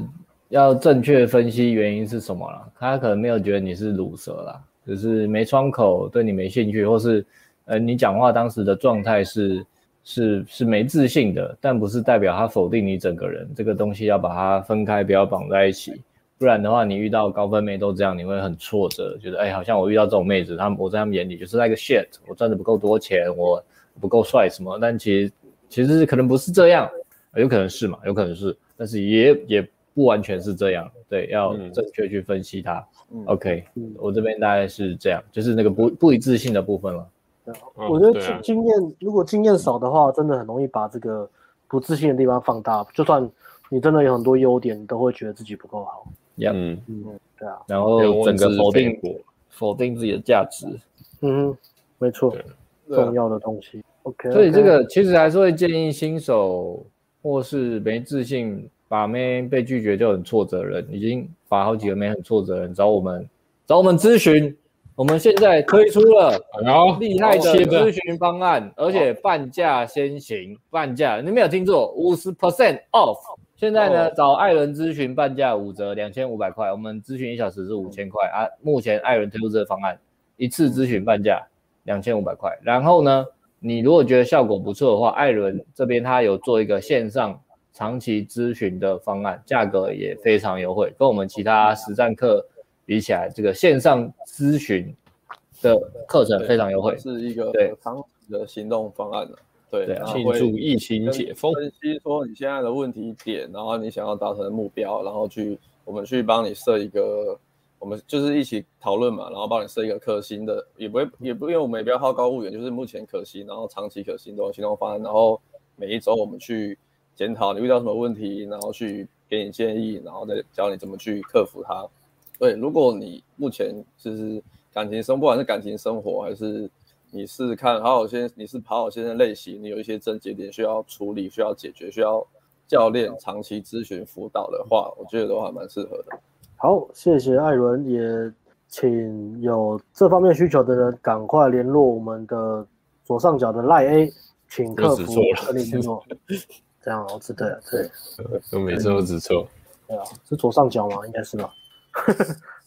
要正确分析原因是什么了。他可能没有觉得你是乳蛇啦，只是没窗口，对你没兴趣，或是呃你讲话当时的状态是是是没自信的，但不是代表他否定你整个人。这个东西要把它分开，不要绑在一起，不然的话，你遇到高分妹都这样，你会很挫折，觉得哎、欸，好像我遇到这种妹子，他们我在他们眼里就是那个 shit，我赚的不够多钱，我不够帅什么，但其实其实可能不是这样，有可能是嘛，有可能是。但是也也不完全是这样，对，要正确去分析它。嗯、OK，、嗯、我这边大概是这样，就是那个不不一致性的部分了。嗯、我觉得啊经经验，如果经验少的话，真的很容易把这个不自信的地方放大。就算你真的有很多优点，你都会觉得自己不够好。嗯嗯，对啊。然后整个否定否定自己的价值。嗯，没错，重啊要的东西。OK，, okay 啊所以这个其实还是会建议新手。或是没自信，把妹被拒绝就很挫折人，已经把好几个妹很挫折人找我们找我们咨询，我们现在推出了厉害的谢的咨询方案，而且半价先行，半价你没有听错，五十 percent off。现在呢，找艾伦咨询半价五折，两千五百块，我们咨询一小时是五千块啊。目前艾伦推出这个方案，一次咨询半价两千五百块。然后呢，你如果觉得效果不错的话，艾伦这边他有做一个线上长期咨询的方案，价格也非常优惠，跟我们其他实战课。比起来，这个线上咨询的课程非常优惠，是一个对长期的行动方案了。对，对啊然后庆会祝疫情分解封，分析说你现在的问题点，然后你想要达成的目标，然后去我们去帮你设一个，我们就是一起讨论嘛，然后帮你设一个可行的，也不会也不因为我们也不要好高骛远，就是目前可行，然后长期可行的行动方案，然后每一周我们去检讨你遇到什么问题，然后去给你建议，然后再教你怎么去克服它。对，如果你目前就是感情生，不管是感情生活还是你是看好好先生，你是好好先生类型，你有一些症结点需要处理、需要解决、需要教练长期咨询辅导的话，我觉得都还蛮适合的。好，谢谢艾伦，也请有这方面需求的人赶快联络我们的左上角的赖 A，请客又指服错了跟你联络。这样哦，是对的，对我每次都指错，对啊，是左上角吗？应该是吧。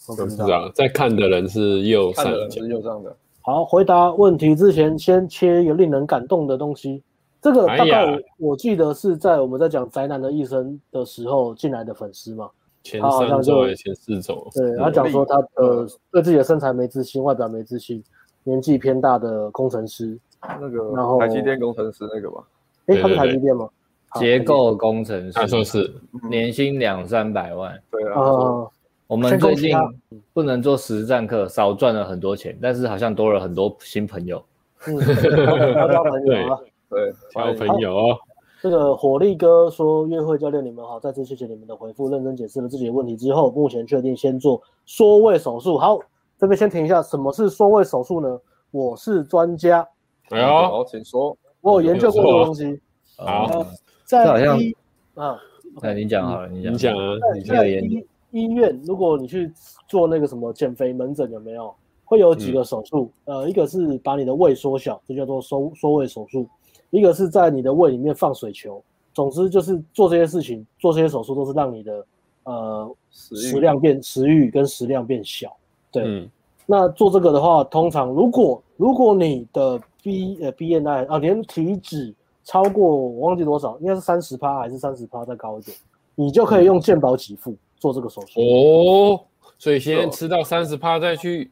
我不不知知道。道在看的人是右看上的人角是，右上的，好，回答问题之前，先切一个令人感动的东西。这个大哎概呀我,、我记得是在我们在讲宅男的一生的时候进来的粉丝嘛。前好像三周就还是前四周，对，他嗯讲说他的对自己的身材没自信，外表没自信，年纪偏大的工程师。那然后个台积电工程师那个吧，哎、对他是对台积对电吗？好结构工程他说师，是年薪两三百万。对啊，啊，我们先最恭喜近他不能做实战课，少赚了很多钱，但是好像多了很多新朋友。嗯，交交朋友啊。对，交朋友哦，这个火力哥说：“约会教练，你们好，再次谢谢你们的回复，认真解释了自己的问题之后，目前确定先做缩胃手术。好，这边先停一下，什么是缩胃手术呢？我是专家，哎呦，好，请说，我有研究过这个东西。好呃，在这好像医啊，那你讲好了，你讲。你讲啊，你这讲在个研究医医院，如果你去做那个什么减肥门诊，有没有会有几个手术？呃，一个是把你的胃缩小，这叫做缩缩胃手术；一个是在你的胃里面放水球。总之就是做这些事情，做这些手术都是让你的呃实食 力量变食欲跟食量变小。对，嗯，那做这个的话，通常如果如果你的 B 呃 BMI 啊，连体脂超过我忘记多少，应该是三十趴还是三十趴再高一点，你就可以用健保给付做这个手术。哦，所以先吃啊到三十趴再去，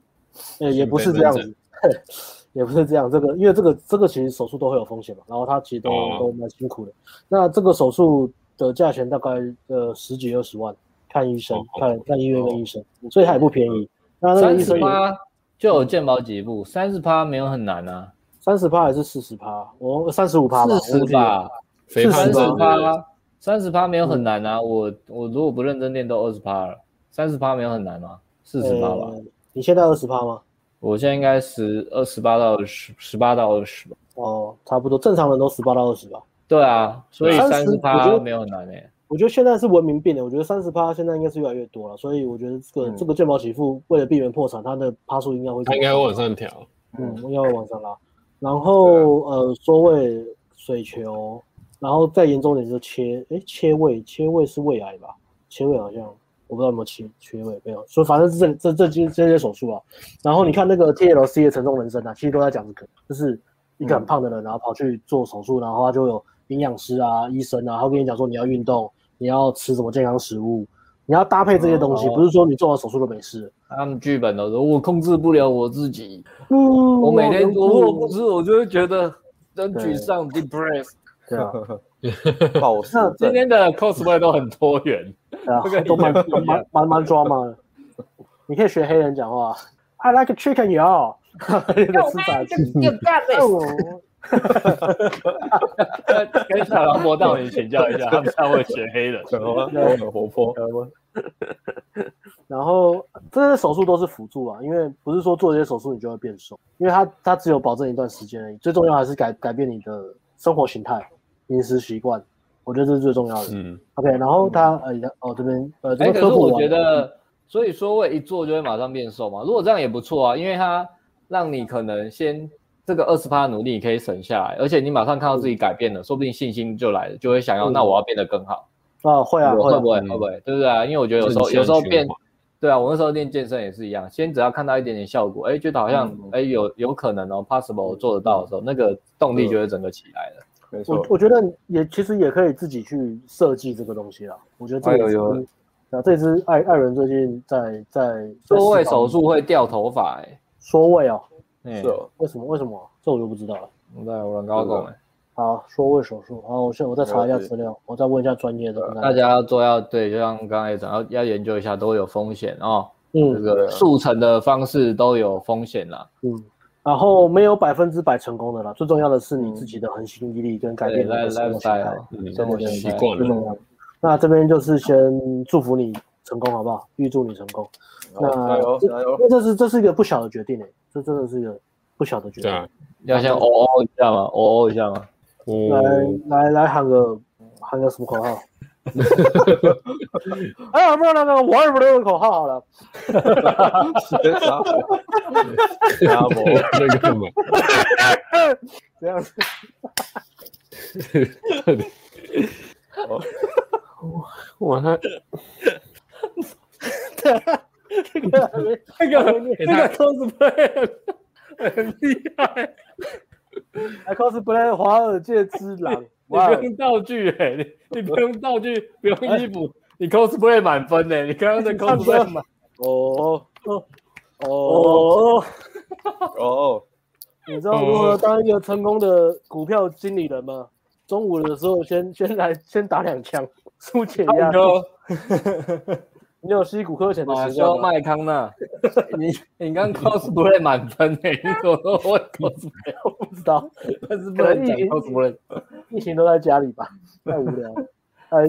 呃，也不是这样子， 也不是这样。这个因为这个这个其实手术都会有风险嘛，然后它其实都、哦都蛮辛苦的。那这个手术的价钱大概呃十几二十万，看医生，哦看看医院跟医生，所以它也不便宜。那那个嗯三医十生趴就有健保几步，三十趴没有很难啊，三十趴还是四十趴？我三十五趴吧，我四忘十记了吧，肥胖三40十症吧趴，三十趴没有很难啊。我我如果不认真练都二十趴了，三十趴没有很难吗？四十趴吧。呃你现在二十趴吗？我现在应该十二十八到十十八到二十吧。哦，差不多，正常人都十八到二十吧。对啊，所以三30十我觉趴得没有很难诶、欸我觉得现在是文明病的，欸我觉得三十趴现在应该是越来越多了，所以我觉得这个、嗯这个健保给付为了避免破产，它的趴数应该会他应该会往上调，嗯应该会往上拉。然后呃缩胃水球，然后再严重点就是切，诶，切胃，切胃是胃癌吧？切胃好像我不知道有没有切切胃，没有，所以反正是这这这这这些手术啊。然后你看那个 TLC 的《沉重人生》啊，其实都在讲这个，就是一个很胖的人，然后跑去做手术，然后他就有营养师啊、医生啊，他会跟你讲说你要运动，你要吃什么健康食物，你要搭配这些东西，哦不是说你做完手术就没事了。他们剧本都说我控制不了我自己，嗯我每天我如果不知吃，我就会觉得很对沮丧，depressed。对啊，暴食今症，天的 cosplay 都很多元，对啊这个，都蛮理解不一样蛮蛮蛮抓嘛。你可以学黑人讲话，I like chicken 油，你的吃 法鸡。哦跟小劳模到底请教一 下，他们才会学黑人。很活很活泼， 然后这些手术都是辅助啊，因为不是说做这些手术你就会变瘦，因为它它只有保证一段时间而已。最重要还是改改变你的生活形态、饮食习惯，我觉得这是最重要的。嗯， OK，然后它呃哦这边呃这哎，边可科是普我完觉了得所以缩位一做就会马上变瘦嘛。如果这样也不错啊，因为它让你可能先这个二十趴努力你可以省下来，而且你马上看到自己改变嗯了，说不定信心就来了，就会想要、嗯、那我要变得更好。啊，会啊，会不会？会不会？对不对啊？因为我觉得有时候有时候变，对啊，我那时候练健身也是一样，先只要看到一点点效果，哎，觉得好像嗯哎有有可能哦，possible 做得到的时候，那个动力就会整个起来了。我我觉得也其实也可以自己去设计这个东西啦。我觉得哎这个啊，这只艾艾伦最近在在缩胃手术会掉头发，哎，缩胃哦，是哦，为什么为什么？这我就不知道了。我在我乱搞搞哎。好，缩胃手术。好，我现我再查一下资料，我再问一下专业的。啊大家要做要对，就像刚才讲，要要研究一下，都有风险哦。嗯，这啊个速成的方式都有风险啦。嗯，然后没有百分之百成功的啦，最重要的是你嗯自己的恒心毅力跟改变的生活习惯。生活习惯最重要。那这边就是先祝福你成功，好不好？预祝你成功。那加油加油！那这是这是一个不小的决定诶，这真的是一个不小的决啊定。要先哦哦一下嘛，哦哦一下 嘛。来来来喊个喊个什么口号？哎呀，不那个我二不六的口号好了。 啥？哈那个嘛？这 样子。我我还。那个哎那个 cosplay 很厉害。 还 cosplay 华尔街之狼，你不用道具哎、欸，你你不用道具，不用衣服，你 cosplay 满分哎、欸，你刚刚的 cosplay 满哦哦哦哦，你知道如何当一个成功的股票经理人吗？中午的时候先先来先打两枪，疏解压力。你有吸骨科前的时间麦康纳， 你你刚 cosplay 满分诶，你怎么会 cosplay？我不知道，但是不能讲 cosplay。疫情都在家里吧，太无聊。哎，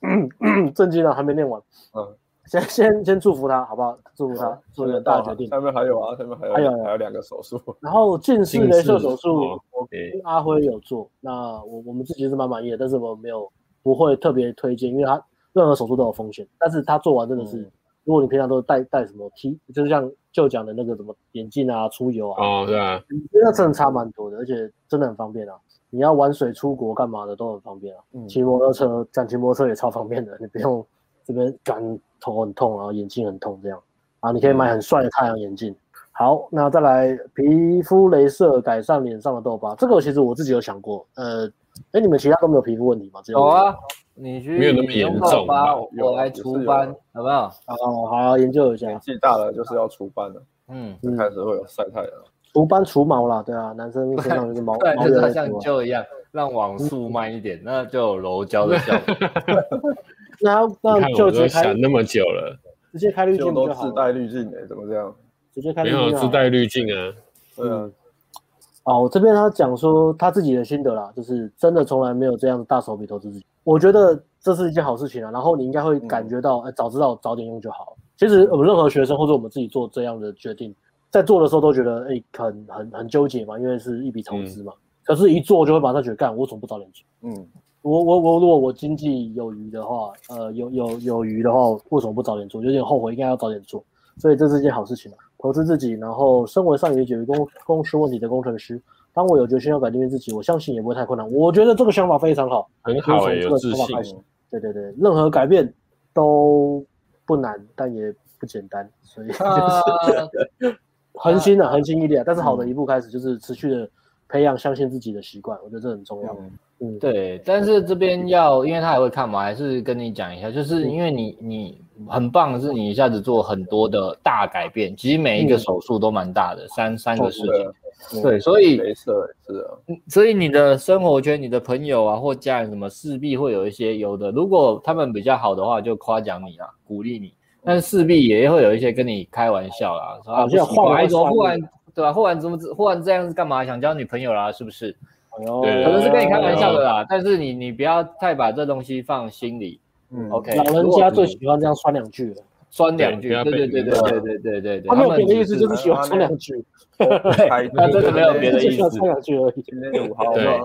正经的还没念完。嗯，先先先祝福他，好不好？祝福他做一个大决定。下面还有啊，下面还有还有还有两个手术。然后近视雷射手术，我跟阿辉有做，那我我们自己是蛮满意的，但是我没有不会特别推荐，因为他。任何手术都有风险，但是他做完真的是，嗯、如果你平常都戴戴什么 T，就是像就讲的那个什么眼镜啊、出油啊，哦对啊，那真的差蛮多的，而且真的很方便啊。你要玩水、出国干嘛的都很方便啊。骑、嗯、摩托车，讲骑摩托车也超方便的，你不用这边感头很痛，然后眼睛很痛这样啊。你可以买很帅的太阳眼镜。好，那再来皮肤镭射改善脸上的痘疤，这个其实我自己有想过，呃。哎，你们其他都没有皮肤问题吗？有啊，你去没有那啊么严重吧？我来除斑，好不好？哦，好，研究一下。年纪大了就是要除斑了，嗯，开始会有晒太阳。除斑除毛啦，对啊，男生身上就是毛， 对，就是啊嗯像旧一样，让网速慢一点，那就有柔焦的 效果。那那就直接想那么久了，直接开滤镜都自带滤镜哎，怎么这样？直接开没有自带滤镜啊？对嗯啊。哦，这边他讲说他自己的心得啦，就是真的从来没有这样大手笔投资自己，我觉得这是一件好事情啊。然后你应该会感觉到，哎、嗯，早知道早点用就好。其实我们任何学生或者我们自己做这样的决定，在做的时候都觉得，哎，很很很纠结嘛，因为是一笔投资嘛。嗯、可是，一做就会马上觉得，干，我怎么不早点做？嗯，我我我，如果我经济有余的话，呃，有有有余的话，为什么不早点做？有点后悔，应该要早点做。所以这是一件好事情啊，投资自己，然后身为善于解决公公司问题的工程师，当我有决心要改变自己，我相信也不会太困难。我觉得这个想法非常好，很好、欸，这个想法开始。对对对，任何改变都不难，但也不简单，所以啊就是恒心啊，恒心毅力啊。但是好的一步开始，就是持续的培养相信自己的习惯，我觉得这很重要。嗯嗯、 对，但是这边要，因为他也会看嘛，还是跟你讲一下，就是因为你你很棒，是你一下子做很多的大改变，其实每一个手术都蛮大的，嗯、三三个事情，嗯、对，所以没事是啊，所以你的生活圈、你的朋友啊或家人什么，势必会有一些有的，如果他们比较好的话，就夸奖你啊，鼓励你，但势必也会有一些跟你开玩笑啦，说啊，忽然忽然对吧、啊？忽然怎么忽然这样是干嘛？想交女朋友啦，是不是？可能是跟你开玩笑的啊啦，但是你你不要太把这东西放心里。嗯，OK。老人家最喜欢这样酸两句了，酸两句，对对对对对对对对对。他没有别的意思，就是喜欢酸两句。对，他真的没有别 的意思，酸两句而已。对。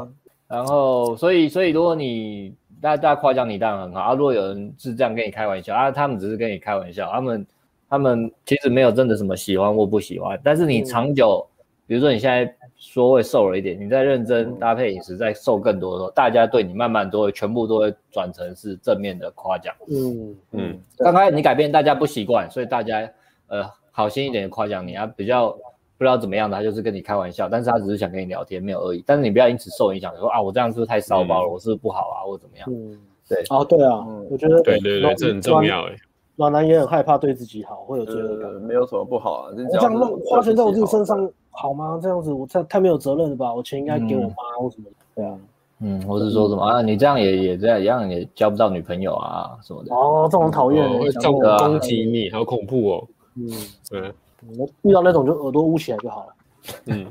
然后，所以所以，如果你大家夸奖你当然很好啊，如果有人是这样跟你开玩笑啊，他们只是跟你开玩笑，他们他们其实没有真的什么喜欢或不喜欢，但是你长久，嗯、比如说你现在说会瘦了一点，你在认真搭配饮食，在瘦更多的时候，大家对你慢慢都会全部都会转成是正面的夸奖。嗯嗯，刚开始你改变，大家不习惯，所以大家呃好心一点夸奖你啊，比较。不知道怎么样的，他就是跟你开玩笑，但是他只是想跟你聊天，没有恶意。但是你不要因此受影响，说啊，我这样是不是太骚包了？嗯我是不是不好啊，或怎么样？嗯，对。嗯哦，对啊，我觉得对对对，这很重要哎。暖男也很害怕对自己好，会有罪恶感。呃没有什么不好啊，我这样弄花钱在我自己身上好吗？这样子我太太没有责任了吧？我钱应该给我妈或什么的。对啊，嗯，或是说什么啊？你这样也也这样一样也交不到女朋友啊什 么的。哦，这种讨厌，会重攻啊击你，好恐怖哦。嗯，对。我遇到那种就耳朵捂起来就好了。 嗯，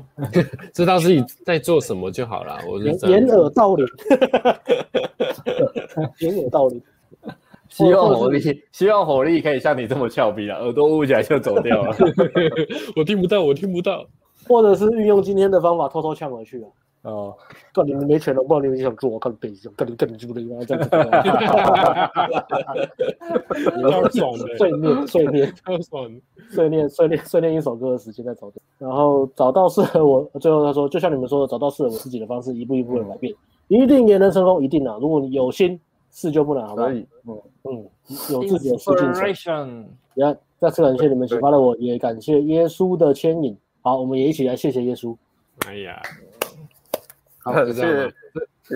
知道自己在做什么就好了。我掩掩耳盗铃， 掩耳盗铃。希望火力， 希望火力可以像你这么俏皮啊，耳朵捂起来就走掉 了。我听不到，我听不到。或者是运用今天的方法偷偷呛回去啊。哦，告你们没钱了，不知道你们想做，我告你背上，告你告你猪的，然后这样子。爽的，碎念碎念，超爽，碎念碎念碎念一首歌的时间再找点，然后找到适合我。最后他说，就像你们说的，找到适合我自己的方式，一步一步的改变，一定也能成功，一定啊！如果你有心，事就不难，好不好？嗯嗯，有自己的事进程。也再次感谢你们启发了我，也感谢耶稣的牵引。好，我们也一起来谢谢耶稣。哎呀。 感嗯谢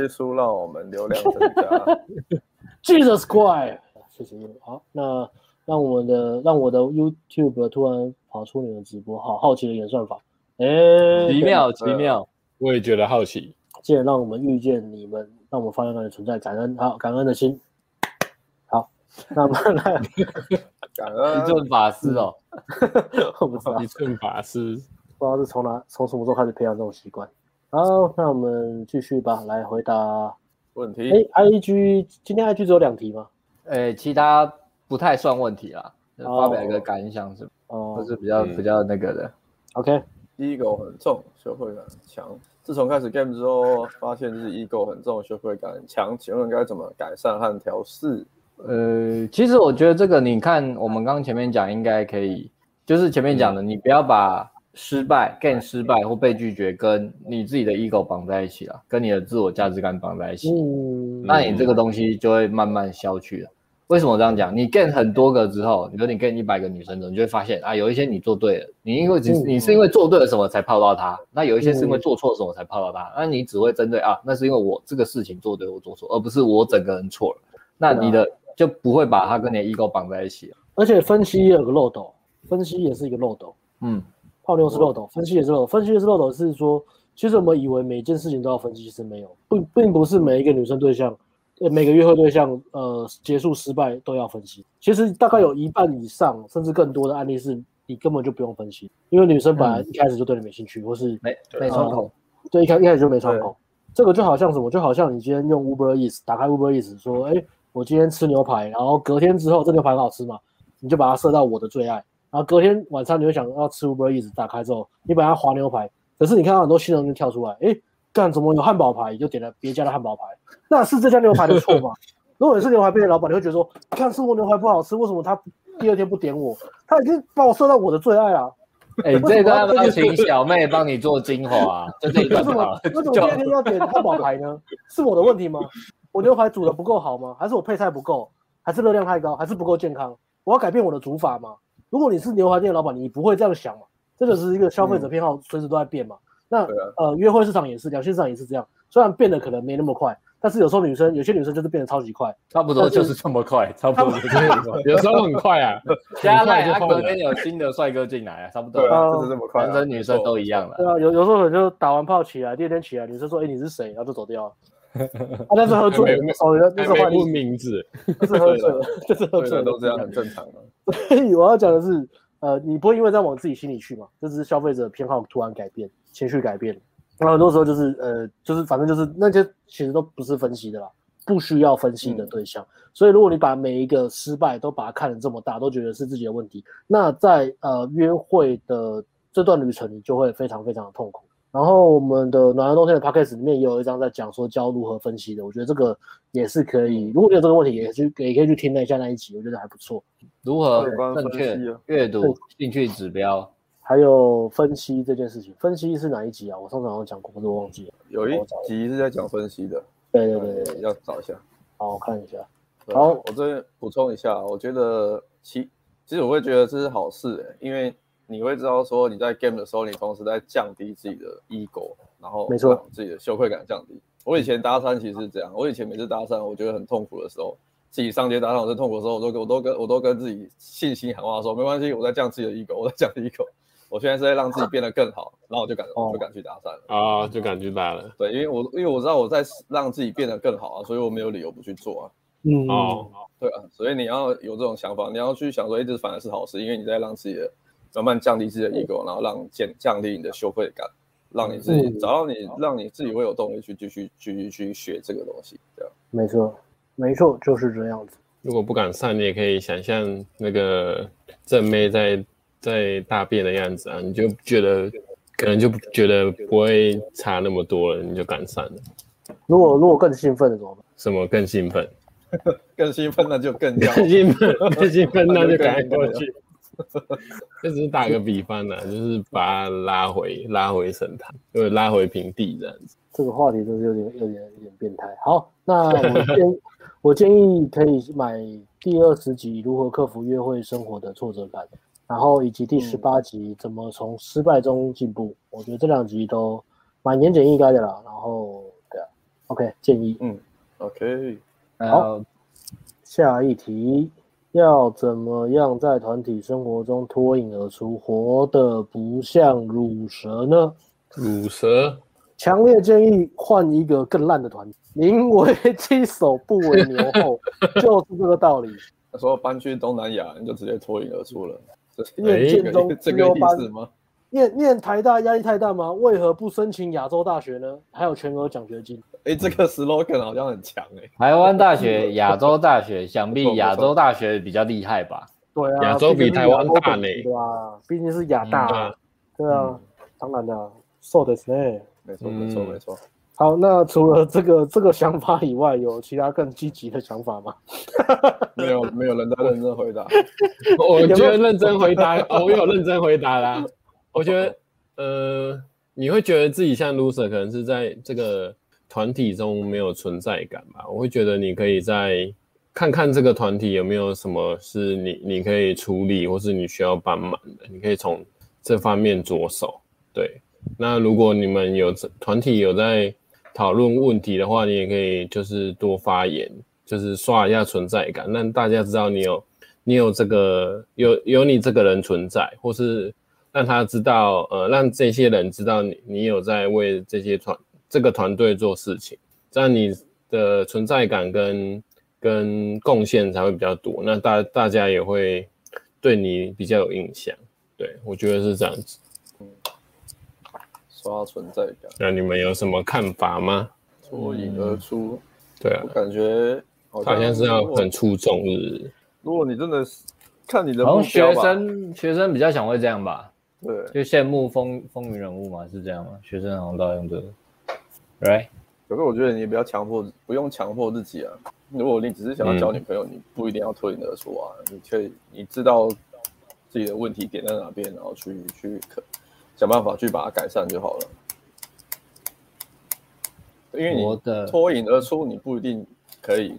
耶稣让我们流量 增加，Jesus Christ！谢谢。好，那让我们的让我的 YouTube 突然跑出你的直播，好好奇的演算法，哎、欸，奇妙奇妙，我也觉得好奇。既然让我们遇见你们，让我们发现到你存在，感恩，好感恩的心。好，那我们来感恩一顿法师哦， 我不知道一顿法师，不知道是从哪从什么时候开始培养这种习惯。好，那我们继续吧，来回答问嗯题。哎，I G 今天 I G 只有两题吗？嗯哎，其他不太算问题啦，哦发表一个感想什么，哦，是比较比较那个的。 OK，第一个很重，羞愧感强。自从开始 game 之后，发现就是 ego 很重，羞愧感强。请问该怎么改善和调试？呃，其实我觉得这个，你看我们刚刚前面讲，应该可以，就是前面讲的，你不要把。失败、更失败或被拒绝，跟你自己的 ego 绑在一起了，跟你的自我价值感绑在一起，嗯、那你这个东西就会慢慢消去了。为什么我这样讲？你 gain 很多个之后，你说你 gain 一百个女生之后，你就会发现啊，有一些你做对了，你因为只你是因为做对了什么才泡到她，那有一些是因为做错什么才泡到她，那你只会针对啊，那是因为我这个事情做对或做错，而不是我整个人错了。那你的就不会把它跟你的 ego 绑在一起了。而且分析也有个漏斗，分析也是一个漏斗，嗯。泡妞是漏斗，分析也是漏斗。分析也是漏斗，是说，其实我们以为每件事情都要分析，其实没有，并并不是每一个女生对象，呃，每个约会对象，呃，结束失败都要分析。其实大概有一半以上，甚至更多的案例是，你根本就不用分析，因为女生本来一开始就对你没兴趣，嗯、或是没没窗口、呃，对，一开一开始就没窗口。这个就好像什么，就好像你今天用 Uber Eats 打开 Uber Eats 说，哎，我今天吃牛排，然后隔天之后这牛排很好吃嘛，你就把它设到我的最爱。然后隔天晚上你会想要吃 Uber 一直打开之后，你本来划牛排，可是你看到很多新人就跳出来，哎，干怎么有汉堡排？你就点了别家的汉堡排，那是这家牛排的错吗？如果你是牛排店的老板，你会觉得说，看是我牛排不好吃，为什么他第二天不点我？他已经把我设到我的最爱啊了。哎，这段要请小妹帮你做精华、啊，就这一段好。为什么第二天要点汉堡排呢？是我的问题吗？我牛排煮的不够好吗？还是我配菜不够？还是热量太高？还是不够健康？我要改变我的煮法吗？如果你是牛排店老板，你不会这样想嘛？这就是一个消费者偏好，随时都在变嘛。嗯、那、啊、呃，约会市场也是，两性市场也是这样。虽然变得可能没那么快，但是有时候女生，有些女生就是变得超级快，差不多就是这么快，差不多就是这么快，有时候很快啊。加赖他隔天有新的帅哥进来啊，差不多，啊、就是这么快、啊，男生女生都一样了。对啊，有有时候就打完炮起来，第二天起来，女生说：“哎、欸，你是谁？”然后就走 掉了。啊，但是喝醉了，哦，那是换问名字，那是喝醉了， 这是喝醉了，都这样很正常的。所以 我要讲的是，呃，你不会因为这样往自己心里去嘛？这只是消费者偏好突然改变，情绪改变。那很多时候就是呃，就是反正就是那些其实都不是分析的啦，不需要分析的对象。嗯、所以如果你把每一个失败都把它看得这么大，都觉得是自己的问题，那在呃约会的这段旅程，你就会非常非常的痛苦。然后我们的暖阳冬天的 podcast 里面也有一章在讲说教如何分析的，我觉得这个也是可以。如果你有这个问题，也去也可以去听一下那一集，我觉得还不错。如何啊正确阅读兴趣指标，还有分析这件事情。分析是哪一集啊？我上次好像讲过，可是我忘记了。有一集是在讲分析的。对对对对，要找一下。好，我看一下。好，我这边补充一下，我觉得其其实我会觉得这是好事、欸，因为。你会知道说你在 game 的时候，你同时在降低自己的 ego，然后没错，自己的羞愧感降低。我以前搭讪其实是这样，我以前每次搭讪，我觉得很痛苦的时候，自己上街搭讪，我是痛苦的时候，我都我都跟我都跟自己信心喊话说，没关系，我在降自己的 ego，我在降 ego，我 现在是在让自己变得更好，然后我就敢、哦、我就敢去搭讪了啊、哦，就敢去搭了。对，因为我因为我知道我在让自己变得更好啊，所以我没有理由不去做啊。嗯哦，对啊，所以你要有这种想法，你要去想说，哎、欸，这反而是好事，因为你在让自己的。慢慢降低自己的 ego，然后让降降低你的羞愧感，让你自己嗯找到你，让你自己会有动力去继续继续去学这个东西。这样没错，没错，就是这样子。如果不敢上，你也可以想象那个正妹在在大便的样子啊，你就觉得可能就觉得不会差那么多了，你就敢上了。如果如果更兴奋的怎么办？什么更兴 奋？更兴奋那就更 更兴奋，更兴奋那就赶过去。 这只是打个比方啦、啊，就是把它拉回拉回神坛，就是拉回平地这样子。这个话题就是有点有点有点变态。好，那我建我建议可以买第二十集《如何克服约会生活的挫折感》，然后以及第十八集《怎么从失败中进步》嗯。我觉得这两集都蛮言简意赅的啦。然后对啊，OK 建议，嗯，OK，呃好，下一题。要怎么样在团体生活中脱颖而出，活得不像乳蛇呢？乳蛇，强烈建议换一个更烂的团体。宁为鸡首不为牛后， 就是这个道理。他说搬去东南亚，你就直接脱颖而出了。念建中这个意思吗？念念台大压力太大吗？为何不申请亚洲大学呢？还有全额奖学金。哎，这个 slogan 好像很强哎、欸。台湾大学、亚洲大学，想必亚洲大学比较厉害吧？对啊，亚洲比台湾大呢。对啊，毕竟是亚大。嗯、对啊，当然的，受的是呢。没错，没嗯错，没错。好，那除了这个这个想法以外，有其他更积极的想法吗？没有，没有人在认真回答。 我觉得认真回答， 哦、我有认真回答啦。我觉得，呃，你会觉得自己像 loser，可能是在这个团体中没有存在感吧。我会觉得你可以在看看这个团体有没有什么是你你可以处理，或是你需要帮忙的，你可以从这方面着手。对，那如果你们有团体有在讨论问题的话，你也可以就是多发言，就是刷一下存在感，让大家知道你有你有这个有有你这个人存在，或是。让他知道，呃，让这些人知道你，你有在为这些团这个团队做事情，这样你的存在感跟跟贡献才会比较多，那大大家也会对你比较有印象。对我觉得是这样子。嗯，说到存在感，那你们有什么看法吗？脱颖而出，对啊，我感觉好像是要很出众，是不是？如果你真的看你的好像学生学生比较想会这样吧。对，就羡慕风风云人物嘛，是这样吗？学生好像都要用这个，right？可是我觉得你不要强迫，不用强迫自己啊。如果你只是想要交女朋友，嗯、你不一定要脱颖而出啊。你可以，你知道自己的问题点在哪边，然后去去想办法去把它改善就好了。因为你脱颖而出，你不一定可以，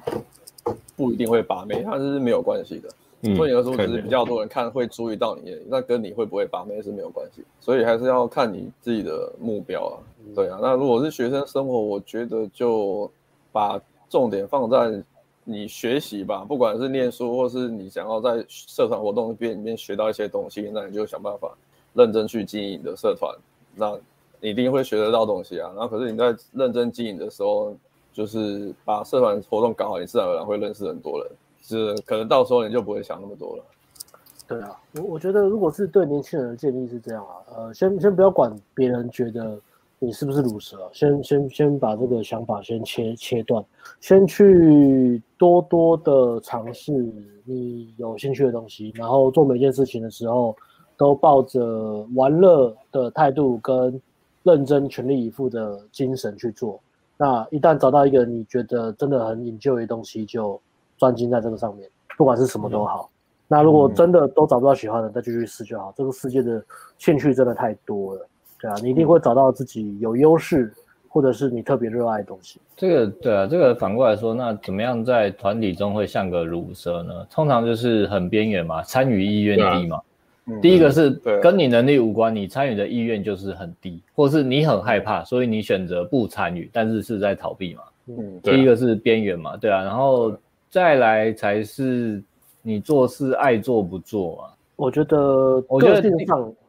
不一定会把妹，它是没有关系的。嗯脱颖而出只是比较多人看会注意到你，嗯、那跟你会不会把妹是没有关系，所以还是要看你自己的目标啊。对啊，那如果是学生生活，我觉得就把重点放在你学习吧，不管是念书或是你想要在社团活动边里面学到一些东西，那你就想办法认真去经营你的社团，那你一定会学得到东西啊。然后可是你在认真经营的时候，就是把社团活动搞好，你自然而然会认识很多人。是，可能到时候你就不会想那么多了。对啊，我我觉得如果是对年轻人的建议是这样啊，呃，先先不要管别人觉得你是不是乳蛇、啊，先先先把这个想法先切切断，先去多多的尝试你有兴趣的东西，然后做每件事情的时候都抱着玩乐的态度跟。认真、全力以赴的精神去做。那一旦找到一个你觉得真的很引咎的东西，就专精在这个上面，不管是什么都好。嗯、那如果真的都找不到喜欢的，再继续试就好。这个世界的兴趣真的太多了，对啊，你一定会找到自己有优势，或者是你特别热爱的东西。这个对啊，这个反过来说，那怎么样在团体中会像个乳蛇呢？通常就是很边缘嘛，参与意愿啊低嘛。第一个是跟你能力无关，你参与的意愿就是很低，或是你很害怕，所以你选择不参与，但是是在逃避嘛。嗯，第一个是边缘嘛，啊对啊，然后再来才是你做事爱做不做嘛。我觉得，我觉得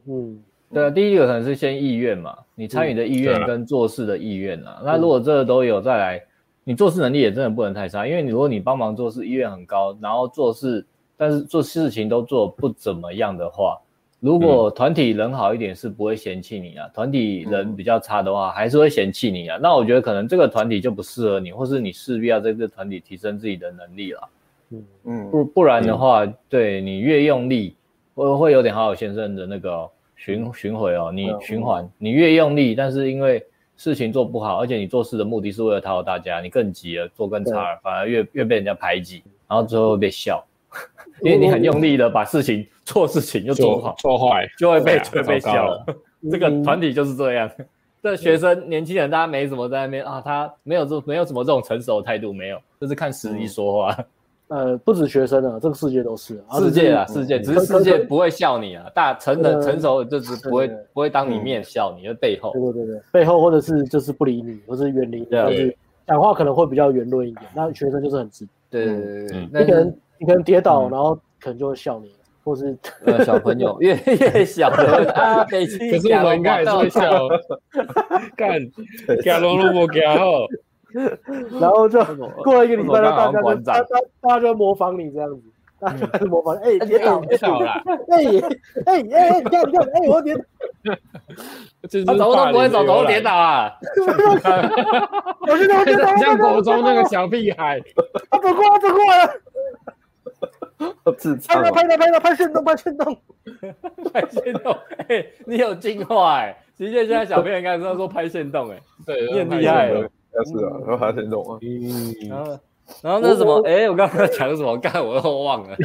嗯，对啊，第一个可能是先意愿嘛，你参与的意愿跟做事的意愿啊。那如果这都有，再来你做事能力也真的不能太差，因为你如果你帮忙做事意愿很高，然后做事。但是做事情都做不怎么样的话，如果团体人好一点是不会嫌弃你啊，嗯、团体人比较差的话还是会嫌弃你啊。嗯、那我觉得可能这个团体就不适合你，或是你势必要在这个团体提升自己的能力了。嗯嗯，不不然的话，嗯、对你越用力，会会有点好好先生的那个、哦、循循环哦，你循环，你越用力，但是因为事情做不好，而且你做事的目的是为了讨好大家，你更急了，做更差了，反而越越被人家排挤，然后最后被笑。因为你很用力的把事情错事情又嗯做不好做坏，就会被就被笑了。嗯这个团体就是这样。这学生年轻人，大家没什么在那边啊，他没有这没有什么这种成熟态度，没有，就是看实力说话。呃，不止学生啊，这个世界都是世界啊，世界只是世界不会笑你啊，大成人成熟就是不会不会当你面笑你，就背后。对对对对，背后或者是就是不理你，或是远离，就是讲话可能会比较圆润一点。那学生就是很直。对对对对，一个人。你可能跌嗯倒，然后可能就会笑你，或是呃小朋友越越小的啊，北京 可是我们应该也会笑，哦 干干龙萝卜干后，然后就过了一个礼拜，大家就大大大家就模仿你这样子，大家模仿哎跌倒跌倒了，哎哎哎哎你看你看哎我跌，他走路啊都不会走，走路 跌倒啊，我现在跌倒，像国中那个小屁孩，他走过来走过来。自拍到拍到拍到拍炫动拍炫动，拍炫动！哎，你有进化哎！其实现在小朋友应该知道说拍炫动哎，对，你很厉害哦了。是啊，然后还炫动啊。嗯然后然后那什么，哎，我刚才讲什么？干我又忘了。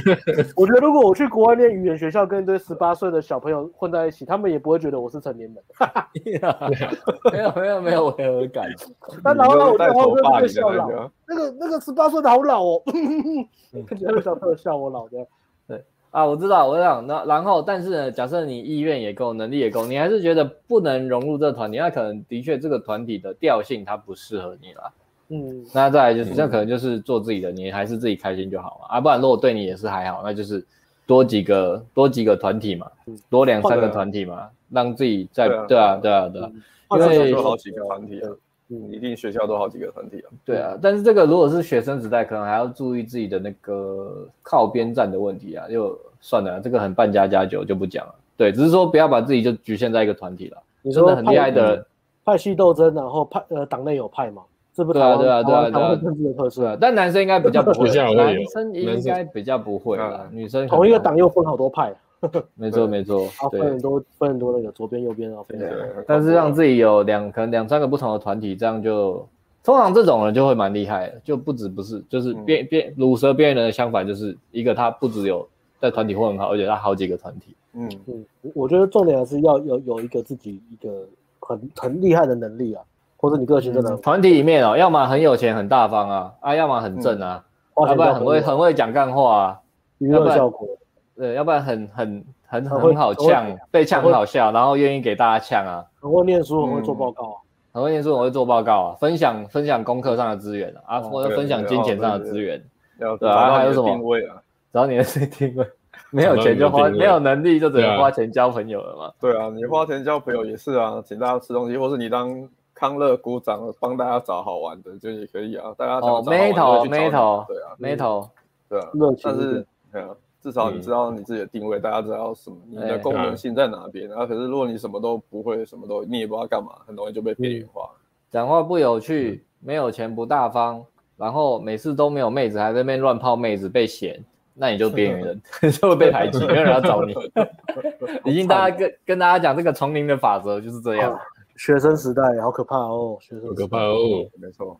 我觉得如果我去国外念语言学校，跟一堆十八岁的小朋友混在一起，他们也不会觉得我是成年人。没有没有没有违和感。那然后呢，我就后面被笑老，那个那个十八岁的好老哦。看起来小朋友笑我老的，对啊，我知道，我想那然后，但是呢，假设你意愿也够，能力也够，你还是觉得不能融入这团体，那可能的确这个团体的调性它不适合你啦。嗯，那再来就是，那可能就是做自己的，你还是自己开心就好嘛。啊，不然如果对你也是还好，那就是多几个多几个团体嘛，多两嗯三个团体嘛，让自己在对啊对啊对啊，因为有好几个团体啊。嗯，一定学校都好几个团体啊。对啊，但是这个如果是学生时代，可能还要注意自己的那个靠边站的问题啊。就算了，这个很半家家酒就不讲了。对，只是说不要把自己就局限在一个团体了。你说很厉害的派系斗争，然后派呃党内有派嘛？这不对啊对啊对啊对啊，政治的特色。但男生应该比较不会，男生应该比较不会啦。女生同一个党又分好多派。啊没错没错，分很多分很多那个左边右边啊，分但是让自己有两可能两三个不同的团体，这样就通常这种人就会蛮厉害的，就不止不是就是边边乳蛇边缘人的相反，就是一个他不只有在团体混很好，而且他好几个团体。嗯嗯，我觉得重点还是要有有一个自己一个很很厉害的能力啊，或者你个性真的团体里面哦，要么很有钱很大方啊，啊，要么很正啊，要不然很会很会讲干话啊，娱乐效果。对，要不然很很很很好呛，被呛很好笑，然后愿意给大家呛啊。很会念书，很会嗯做报告啊。很会念书，很会做报告啊。分享分享功课上的资源啊，或者分享金钱上的资源，对啊，还有什么定位啊？找你的 定位，没有钱就花，没有能力就只能花钱交朋友了嘛。对啊，你花钱交朋友也是啊，请大家吃东西，或是你当康乐鼓掌，帮大家找好玩的，就也可以啊。大家哦，眉头眉头，对啊，眉头，对啊，但是对啊。至少你知道你自己的定位，嗯、大家知道什么，你哎的功能性在哪边。然后、哎啊啊，可是如果你什么都不会，什么都你也不知道干嘛，很容易就被边嗯缘化。讲话不有趣，嗯、没有钱不大方，然后每次都没有妹子，还在那边乱泡妹子被嫌，那你就边缘人， 就会被排 挤，没有人要找你。已经大家跟跟大家讲，这个丛林的法则就是这样。学生时代好可怕哦，学生可怕哦，没错。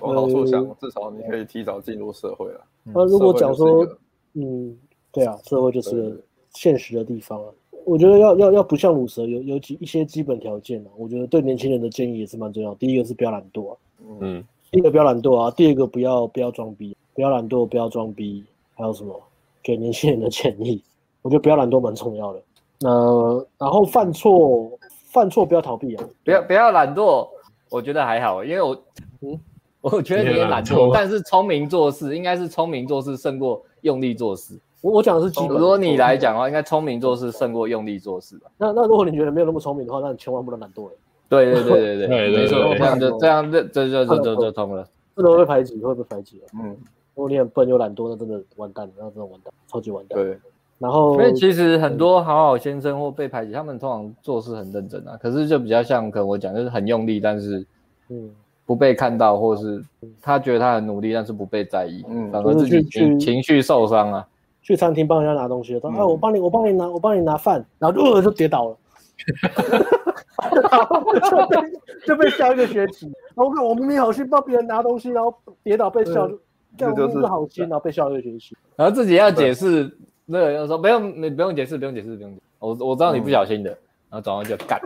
往好处想，至少你可以提早进入社会了。那、呃嗯、如果讲说，嗯，对啊，社会就是现实的地方啊。我觉得要要要不像乳蛇，有有几一些基本条件啊。我觉得对年轻人的建议也是蛮重要。第一个是不要懒惰、啊，嗯，第一个不要懒惰啊。第二个不要不要装逼，不要懒惰，不要装逼。还有什么给年轻人的建议？我觉得不要懒惰蛮重要的。呃，然后犯错犯错不要逃避啊，不要不要懒惰。我觉得还好，因为我嗯。我觉得你也懒惰，但是聪明做事应该是聪明做事胜过用力做事。哦我我讲的是基本。如果你来讲的话，应该聪明做事胜过用力做事吧？那那如果你觉得没有那么聪明的话，那你千万不能懒惰。欸对对对 对对，没错，这样就这样，这这这这这就通了。这种会被排挤，会被排挤。啊嗯，如果你很笨又懒惰，那真的完蛋了，那真的完蛋，超级完蛋。对。然后，所以其实很多好好先生或被排挤，他们通常做事很认真啊，可是就比较像可能我讲就是很用力，但是嗯。不被看到，或是他觉得他很努力，但是不被在意，嗯，反而自己情绪受伤啊。去餐厅帮人家拿东西，说：“哎、嗯啊，我帮你，我帮你拿，我帮你拿饭。”然后就、呃、就跌倒了， 就被就被笑一个学期。然后我明明好心帮别人拿东西，然后跌倒被笑，这就是好心，然后被笑一个学期。然后自己要解释，那个人说：“不用，你不用解释，不用解释，不用解释。我我知道你不小心的。嗯”然后转过去干，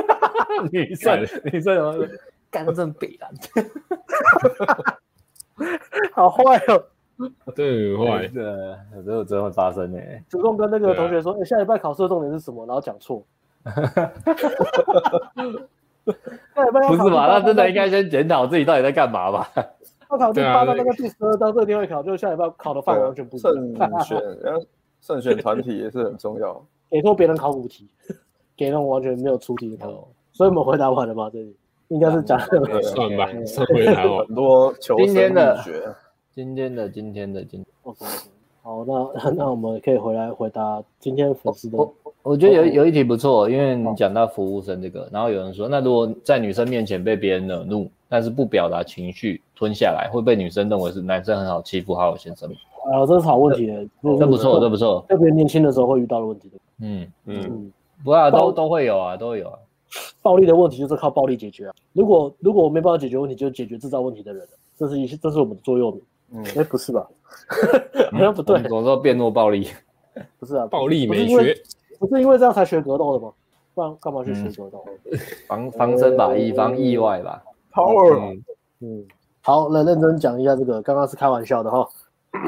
女生女生什么？ 干正北蓝， 好坏哦！啊对，坏，对，这有真会发生呢、欸。主动跟那个同学说，哎、啊欸，下礼拜考试的重点是什么？然后讲错。 下礼拜不是吧？那真的应该先检讨自己到底在干嘛吧。要考第八到那个第十二到这个地方考，就下礼拜考的哦范围完全不一样。慎啊 选，然后慎选团体也是很重要。给过别人考五题，给人完全没有出题的考，所以我们回答完了吗？这里。应该是讲的，算吧，算回来哦。很多求今天的，今天的，今天的，今 OK。好，那 那我们可以回来回答今天粉丝的。我我觉得有有一题不错，因为你讲到服务生这个，然后有人说，那如果在女生面前被别人惹怒，但是不表达情绪，吞下来，会被女生认为是男生很好欺负，好好先生吗？啊，这是好问题，哦这不错，这不错，特别年轻的时候会遇到的问题。嗯嗯，不啊，都都会有啊，都有啊。暴力的问题就是靠暴力解决啊！如果如果我没办法解决问题，就解决制造问题的人，啊这是一这是我们的座右铭。嗯，哎，不是吧？ 好像不对。总说辩弱暴力，不是啊？ 暴力美学不是因为这样才学格斗的吗？不然干嘛去学格斗？嗯、防防身吧，以防意外吧。 Power。嗯，好，来认真讲一下这个，刚刚是开玩笑的哈。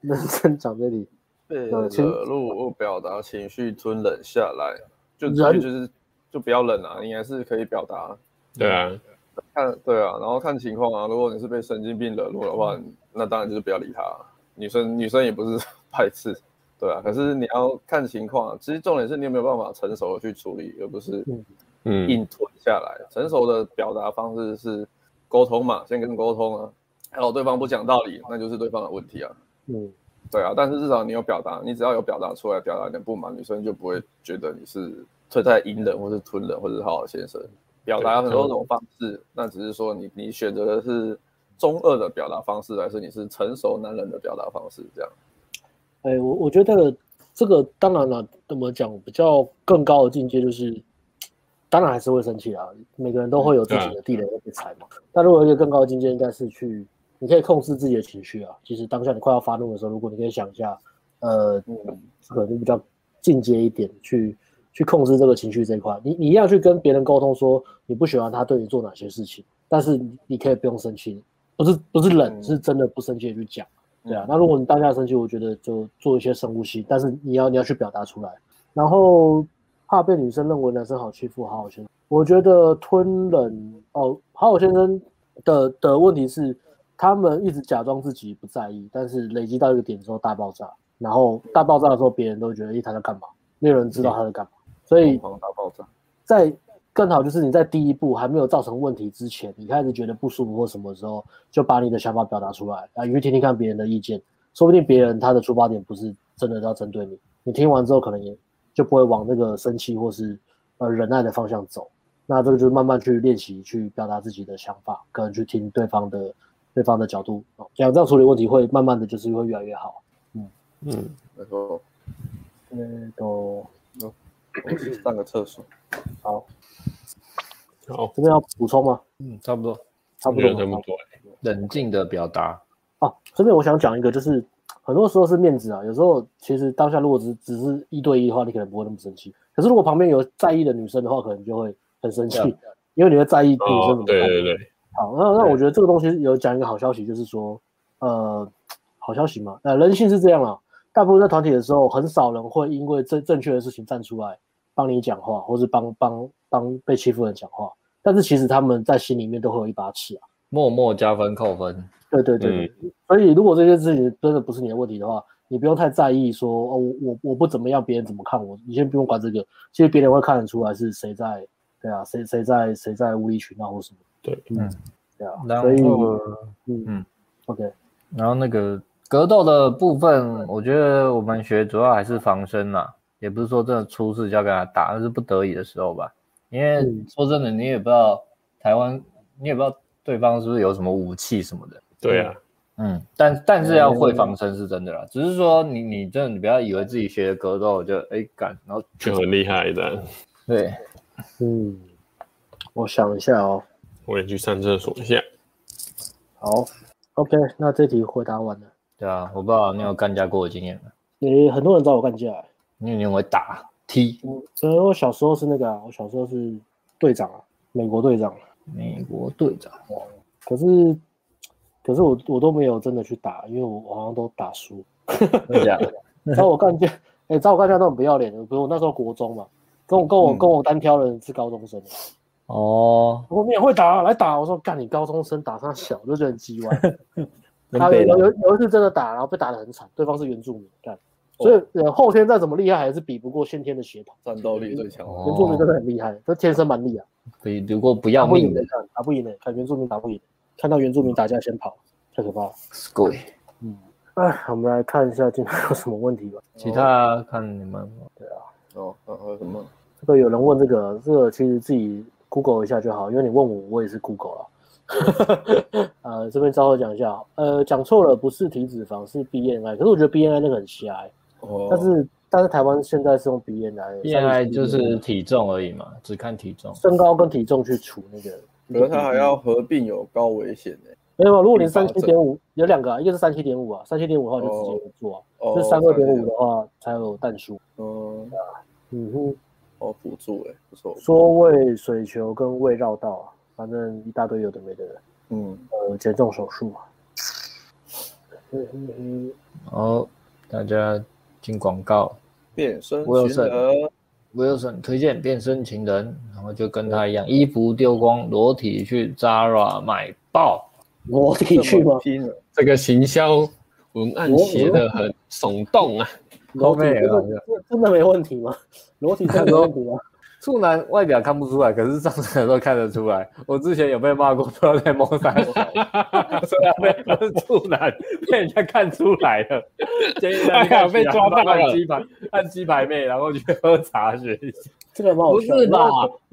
认真讲这里，对，惹怒表达情绪，吞忍下来，就就是。就不要冷啊，你还是可以表达。对啊，看对啊，然后看情况啊。如果你是被神经病惹怒的话，那当然就是不要理他、啊。女生女生也不是 排斥，对啊。可是你要看情况、啊，其实重点是你有没有办法成熟的去处理，而不是嗯硬吞下来。嗯、成熟的表达方式是沟通嘛，先跟沟通啊。然后对方不讲道理，那就是对方的问题啊。嗯，对啊。但是至少你有表达，你只要有表达出来，表达你的不满，女生就不会觉得你是。存在隐忍，或是吞忍，或者好好先生，表达有很多种方式。那只是说你你选择的是中二的表达方式，还是你是成熟男人的表达方式？这样。哎、欸，我我觉得这个当然了，怎么讲比较更高的境界就是，当然还是会生气啊，每个人都会有自己的地雷要被踩嘛。但如果一个更高的境界，应该是去，你可以控制自己的情绪啊。其实当下你快要发怒的时候，如果你可以想一下，呃，这个就比较进阶一点去。去控制这个情绪这一块，你你要去跟别人沟通说你不喜欢他对你做哪些事情，但是你可以不用生气，不是不是冷，是真的不生气的去讲，对啊。那如果你当下生气，我觉得就做一些深呼吸，但是你要你要去表达出来，然后怕被女生认为男生好欺负，好好先生，我觉得吞忍哦，好好先生的的问题是他们一直假装自己不在意，但是累积到一个点之后大爆炸，然后大爆炸的时候别人都觉得，咦他在干嘛？没有人知道他在干嘛。所以，在更好就是你在第一步还没有造成问题之前，你开始觉得不舒服或什么时候，就把你的想法表达出来啊，你去听听看别人的意见，说不定别人他的出发点不是真的要针对你，你听完之后可能也就不会往那个生气或是呃忍耐的方向走。那这个就是慢慢去练习去表达自己的想法，跟去听对方的对方的角度，这样这样处理问题会慢慢的就是会越来越好。嗯嗯，没错，嗯，都。我去上个厕所。好，好，这边要补充吗？嗯，差不多，差不我觉多，得差不多欸。冷静的表达。哦，顺便我想讲一个，就是很多时候是面子啊，有时候其实当下如果只只是一对一的话，你可能不会那么生气。可是如果旁边有在意的女生的话，可能就会很生气，因为你会在意女生怎啊哦么看。，对对对，好，那那我觉得这个东西有讲一个好消息，就是说，呃，好消息嘛，呃，人性是这样啦，大部分在团体的时候，很少人会因为正正确的事情站出来帮你讲话，或是帮帮帮被欺负的人讲话。但是其实他们在心里面都会有一把尺啊。默默加分扣分，对对对，嗯对所以如果这件事情真的不是你的问题的话，你不用太在意说哦，我我我不怎么样，别人怎么看我，你先不用管这个。其实别人会看得出来是谁在，对啊，谁谁在谁在无理取闹或什么。对，嗯，对啊，然所以后嗯嗯嗯，OK，然后那个格斗的部分，我觉得我们学主要还是防身啦，也不是说真的出事就要跟他打，那是不得已的时候吧。因为嗯说真的，你也不知道台湾，你也不知道对方是不是有什么武器什么的。对啊，嗯，但但是要会防身是真嗯的啦，只是说你你真的你不要以为自己学格斗就哎干，然后就很厉害的。对，嗯，我想一下哦。我也去上厕所一下。好，OK，那这题回答完了。对啊，我不知道你有干架过的经验吗？也很多人找我干架欸、因为你很会打踢嗯，所以我小时候是那个啊、我小时候是队长啊，美国队长。美国队 长，可是，可是我我都没有真的去打，因为我我好像都打输。真的啊假的？ 找我干架，哎、找我干架都很不要脸的。比如我那时候国中嘛，跟我跟我跟我单挑的人是高中生， 哦，我说你也会打啊、来打啊。我说干你高中生打他小，我就觉得很鸡 歪。真他有北有了有有一次真的打，然后被打得很惨，对方是原住民，干，所以、呃后天再怎么厉害，还是比不过先天的血统。战斗力最强。哦原住民真的很厉害，这天生蛮厉害，比如果不打要不赢命的的，看打不赢的，看原住民打不赢，看到原住民打架先跑，太可怕了。鬼，哎，我们来看一下今天有什么问题吧。其他看你们哦，还有什么？这个有人问这个，这个其实自己 Google 一下就好，因为你问我，我也是 Google 了。 呃，这边稍微讲一下，呃，讲错了，不是体脂肪，是 BNI。可是我觉得 BNI 那个很狭隘，哦，但是但是台湾现在是用 BNI，恋爱34就是体重而已嘛，只看体重。身高跟体重去除那个。可是他还要合并有高危险呢。没有，如果你三体七重点五有两个、啊，一个是三七点五啊，三七点五的话就直接做啊，哦，这三二点五的话才有蛋数。嗯，嗯哼，哦，辅助哎，不错。缩胃、水球跟胃绕道啊，反正一大堆有的没的人。嗯，呃，减重手术嘛。嗯嗯嗯，然后大家进广告变身我有群人， ，Wilson 推荐变身情人，然后就跟他一样，衣服丢光，裸体去 Zara 买爆。裸体去这吗么？拼了，这个行销文案写的很耸动啊，裸体后面真有的真真的没问题吗？ 裸体真的没问题吗？处男外表看不出来，可是上身的时候看得出来。 我之前有被骂过，不知道在蒙 啥，虽然被他是处男， 被人家看出来 了。建议大家哎呀被抓到了按鸡排，按鸡排妹，然后去喝茶学一下。这个蛮好不笑是的。吧？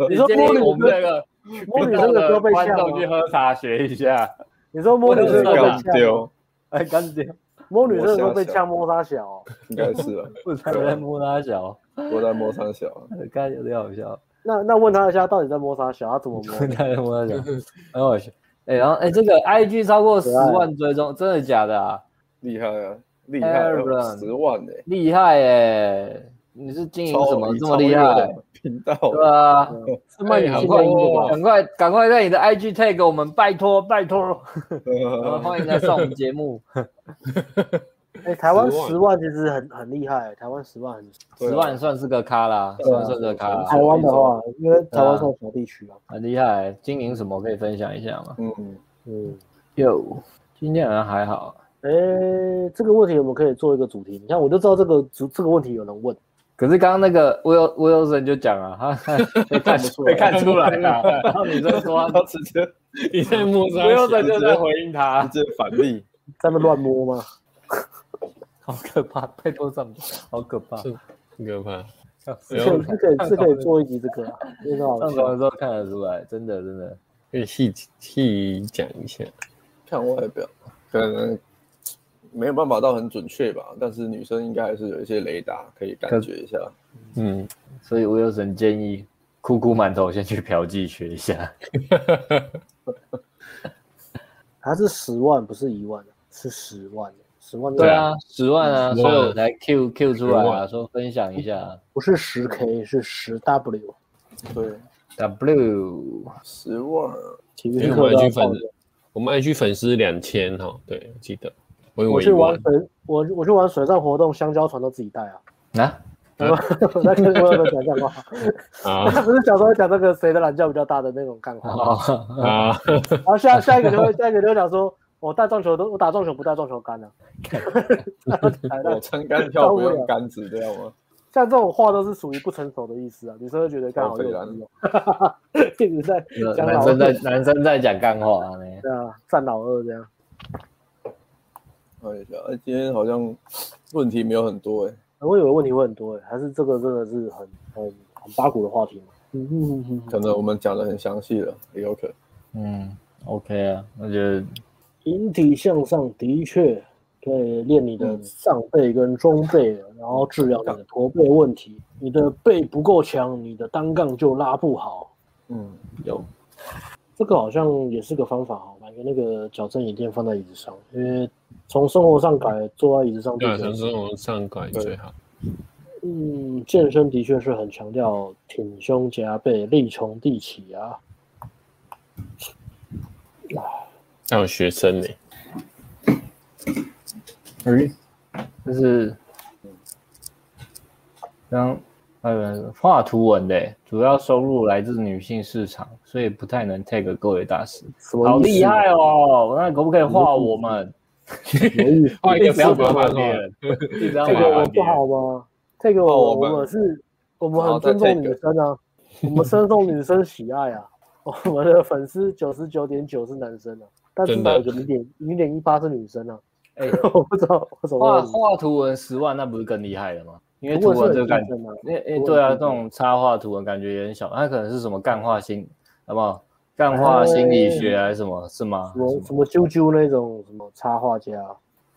你说建议摸女我们这生个摸女生的不要被观吓众去吗？喝茶学一下，你说摸女生的不要被干吓吗？丢， 哎，干爹，摸女生的时候被呛摸她小哦，应该是吧？不是在摸他脚，我在摸三小，刚才有点好笑，那那问她一下，到底在摸她小？她怎么摸？刚才摸他脚， 很好笑。哎，然后哎，这个 IG 超过十万追踪，真的假的啊？厉害啊，厉害啊， Aaron 十万哎，厉害耶！你是经营超什么你这么超厉越害？了频道，对啊，是卖你哎进好来衣酷服哦吧？赶快赶快在你的 IG tag 我们，拜托拜托，然后嗯 欢迎来上我们节目，哎，台湾10万十万其实很很厉害，台湾十万很。对啊十万算是个咖啦，对算啊算是个咖啦，台湾的话，因为台湾算小地区啊。很厉害。经营什么可以分享一下吗？嗯，嗯，有，今天好像还好，哎，这个问题我们可以做一个主题。你看，我就知道这个主这个问题有人问。可是刚刚那个 Will Wilson 就讲啊，他被看出来 被看出来了，然后女生 说他直接 你在摸啥 Wilson 就在写？回应他，直接反例，在那乱摸吗？ 好可怕，拜托上，好可怕，是很可怕。笑死 不这用个这个是可以做一集这个、啊，这个好上笑床的时候看得出来，真的真的，可以细细讲一下，看外表，可能没有办法到很准确吧，但是女生应该还是有一些雷达可以感觉一下。嗯，所以 Wilson 建议酷酷馒头先去嫖妓学一下。它是十万，不是一万，是十万，十万。对啊，十万啊，所以我才 Q Q 出来啊，说分享一下。不是十 K，是十 W。对 ，W 十万。啊体因育为我课们都 IG 要粉放丝，我们 IG 粉丝两千哈，对，记得。我以我为一去玩万，水，我我去玩水上活动，香蕉船都自己带啊。啊， 我在跟我有在讲干话， 啊不是小时候讲那个谁的懒觉比较大的那种 干话。哦，啊，然后下下一个就会下一个就会讲说，我带撞球都我打撞球不带撞球啊杆的、然后就打到我撑杆跳不用杆子，这样吗？像这种话都是属于不成熟的意思啊，女生会觉得刚好浪幼费了稚哦， 一直在讲男老生在二，男生在讲干话啊，呢对啊，占老二这样。看一下，哎，今天好像问题没有很多哎、我以为问题会很多诶、欸还是这个真的是很很很八股的话题嘛？嗯嗯嗯嗯，可能我们讲的很详细了，也有可能。嗯，OK 啊，那就引体向上的确可以练你嗯的上背跟中背，然后治疗你的驼背问题。你的背不够强，你的单杠就拉不好，嗯，有这个好像也是个方法哦，把你那个矫正椅垫放在椅子上，因为从生活上改，坐在椅子上对就啊，觉城得，市我上拐最好。嗯，健身的确是很强调挺胸夹背、力穷地起啊。还有学生呢，就是刚呃画图文的主要收入来自女性市场，所以不太能 take 各位大师。什么好意思厉害哦！那可不可以画我们？画哦一个不要四格麻漫烦画别，人，一直要这麻个我烦不别人。好吗？这个哦我我们我们是，我们哦好很尊再重 take 女生啊，我 们深受女生喜爱啊。我们的粉丝九十九点九是男生啊，但至真少的有零点零点一八是女生啊。哎 我不知道我怎么画会画图文十万，那不是更厉害了吗？因为不图过是文这个很感竞觉，争啊因为因为图文对啊，这竞争种插画图文感觉也很小，它可能是什么干化心，好不好？干化哎心理学还是什么？是吗？什么什么啾啾那种什么插画家，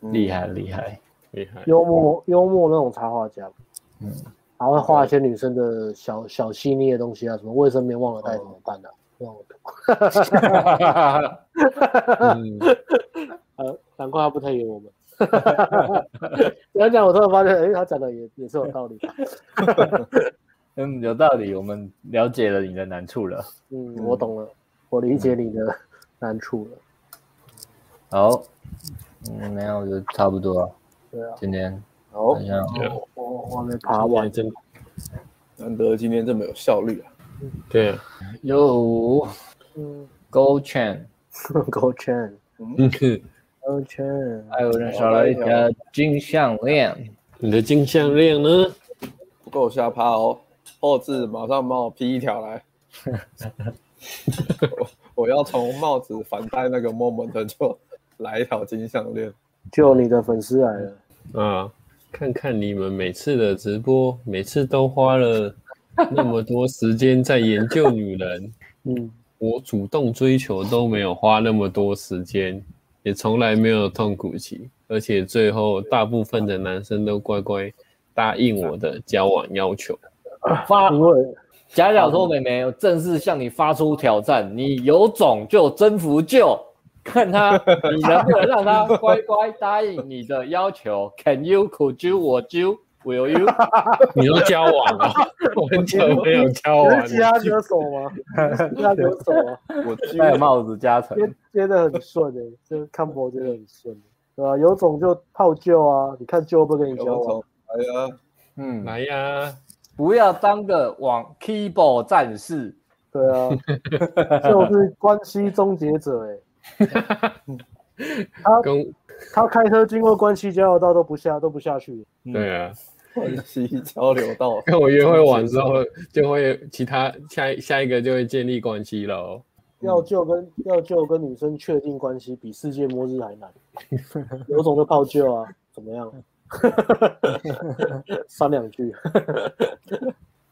嗯厉害厉害，厉 害。幽默幽默那种插画家，嗯，还会画一些女生的小小细腻的东西啊，什么卫生棉忘了带怎么办呢、啊？那种嗯，呃，难怪他不推给我们。这样讲，我突然发现，哎、他讲的也也是有道理。嗯，有道理，我们了解了你的难处了。嗯，我懂了，我理解你的难处了。好，嗯，没有就差不多了，对啊，今天好好，像对啊我我还没爬完，真难得今天这么有效率啊！对啊，有嗯 Go Chain， ，Go Chain，Go 嗯哼 Chain，还有人少了一条金项链，你的镜像量呢？不够瞎趴哦，后置马上帮我 P 一条来。 我我要从帽子反戴那个 moment 就来一条金项链。就你的粉丝来了，啊，看看你们每次的直播，每次都花了那么多时间在研究女人，嗯，我主动追求都没有花那么多时间，也从来没有痛苦期，而且最后大部分的男生都乖乖答应我的交往要求。 发嗯因为假小偷妹妹正式向你发出挑战，你有种就征服就，看他你能不能让他乖乖答应你的要求。Can you? Could you? Would you? Will you? 你说交往啊？ 我很久没有交你往是吉他了。歌手吗？吉他歌手啊，我居戴然哎帽子加成，接接的很顺诶、就是看博接的很顺、对吧、有种就泡舅啊，你看舅会不会跟你交有往种？哎呀，嗯，来呀，不要当个网 keyboard 战士，对啊，就是关系终结者哎、跟他开车经过关西交流道都不下都不下去，对啊，关系交流道，跟我约会完之后，就会其他下一下一个就会建立关系喽。要救跟要救跟女生确定关系比世界末日还难，有种就泡救啊，怎么样？三两句，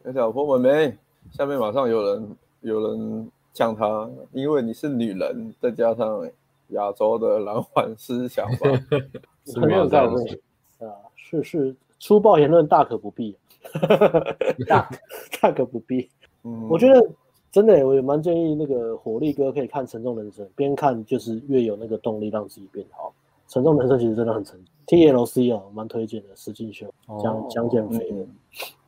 小哎小朋友们，下面马上有人有人呛他，因为你是女人，再加上亚洲的蓝环思想吧。是没有这样子，啊，啊是是，粗暴言论大可不必，大大可不必，嗯，我觉得真的、欸，我也蛮建议那个火力哥可以看《沉重人生》，边看就是越有那个动力让自己变好。《沉重人生》其实真的很沉，TLC 啊，蛮推荐的，石进秀讲讲减肥的，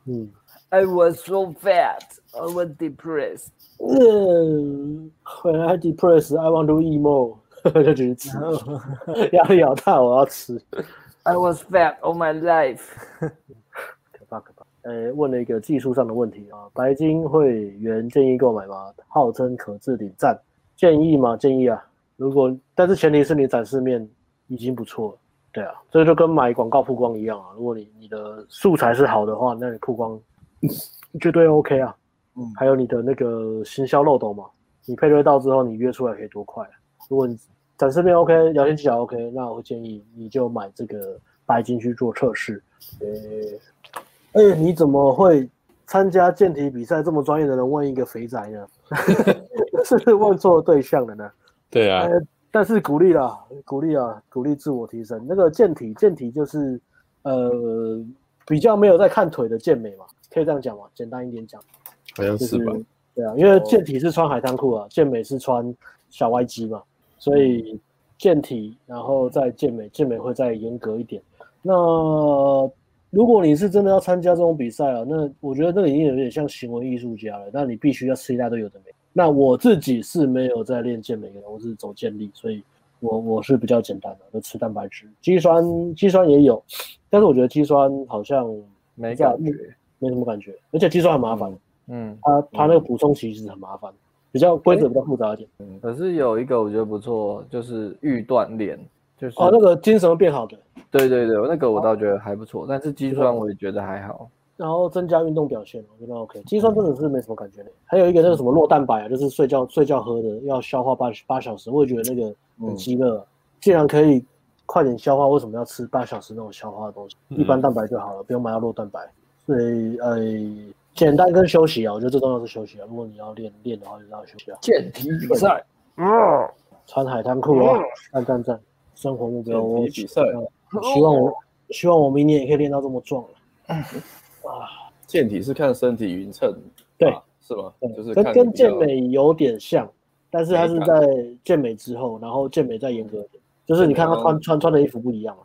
嗯。 I was so fat, I was depressed. 嗯，When I depressed, I want to eat more. 就去吃，压力好大，我要吃。 I was fat all my life. 可怕可怕。呃，问了一个技术上的问题啊，白金会员建议购买吗？号称可置顶赞，建议吗？建议啊。如果但是前提是你展示面已经不错了，对啊，这就跟买广告曝光一样啊。如果你你的素材是好的话，那你曝光绝对 OK 啊。嗯，还有你的那个行销漏斗嘛，你配对到之后，你约出来可以多快、啊？如果你展示面 OK，聊天技巧 OK，那我会建议你就买这个白金去做测试。呃、欸，哎、欸，你怎么会参加健体比赛？这么专业的人问一个肥宅呢？ 是不是问错对象了呢？对啊、欸，但是鼓励啦，鼓励啊，鼓励自我提升。那个健体，健体就是呃比较没有在看腿的健美嘛，可以这样讲嘛，简单一点讲，好像是吧、就是？对啊，因哦为健体是穿海滩裤啊，健美是穿小外肌嘛。所嗯以健体，然后再健美，健美会再严格一点。那如果你是真的要参加这种比赛啊，那我觉得那个已经有点像行为艺术家了。那你必须要吃一大堆有的没。那我自己是没有在练健美的，我是走健力，所以我我是比较简单的，就吃蛋白质、肌酸，肌酸也有，但是我觉得肌酸好像没哦感觉，没什么感觉，而且肌酸很麻烦。嗯，它它那个补充其实很麻烦。比较规则比较复杂一点、欸，可是有一个我觉得不错，就是预锻炼，就是哦那个精神变好的，对对对，那个我倒觉得还不错，但是肌酸我也觉得还好，然后增加运动表现，我觉得 OK，肌酸真的是没什么感觉的。还有一个那个什么酪蛋白啊，就是睡觉睡觉喝的，要消化八八小时，我也觉得那个很饥饿、嗯，既然可以快点消化，为什么要吃八小时那种消化的东西？嗯一般蛋白就好了，不用买到酪蛋白。所以呃。简单跟休息啊，我觉得最重要是休息啊。如果你要练练的话，就是要休息啊。健体比赛，嗯，穿海滩裤啊，赞赞赞！生活目标，我比赛，希望我希望我明年也可以练到这么壮了。啊，健体是看身体匀称，对、啊，是吗？就是跟跟健美有点像，但是它是在健美之后，然后健美再严格一点，就是你看哦他穿穿穿的衣服不一样啊。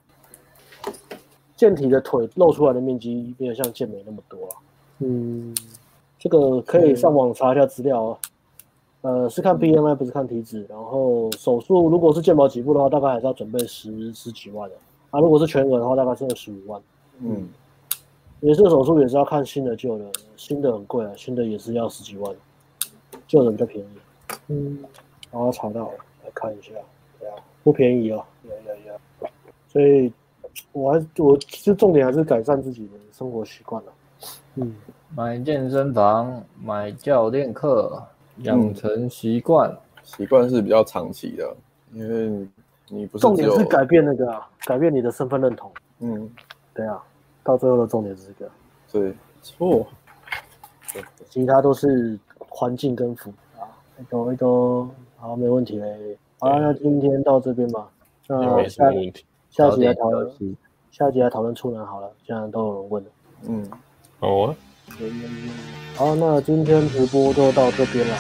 健体的腿露出来的面积没有像健美那么多啊。嗯，这个可嗯以上网查一下资料啊、嗯。呃，是看 BMI 不是看体脂，然后手术如果是健保起步的话，大概还是要准备十十几万的啊。如果是全额的话，大概是二十五万。嗯，也是手术也是要看新的旧的，新的很贵啊，新的也是要十几万，旧的比较便宜。嗯，然后查到了，来看一下，对啊，不便宜啊、哦，呀呀呀！所以我还我其实重点还是改善自己的生活习惯了。嗯，买健身房，买教练课，养成习惯。习、嗯、惯是比较长期的，因为你不是重点是改变那个、啊，改变你的身份认同。嗯，对啊，到最后的重点是这个。对，错。其他都是环境跟服啊，一兜一兜，好，没问题嘞。好了，那今天到这边吧。那下下集来讨论，下集来讨论处男好了，既然都有人问了，嗯。好啊，好，那今天直播就到这边了。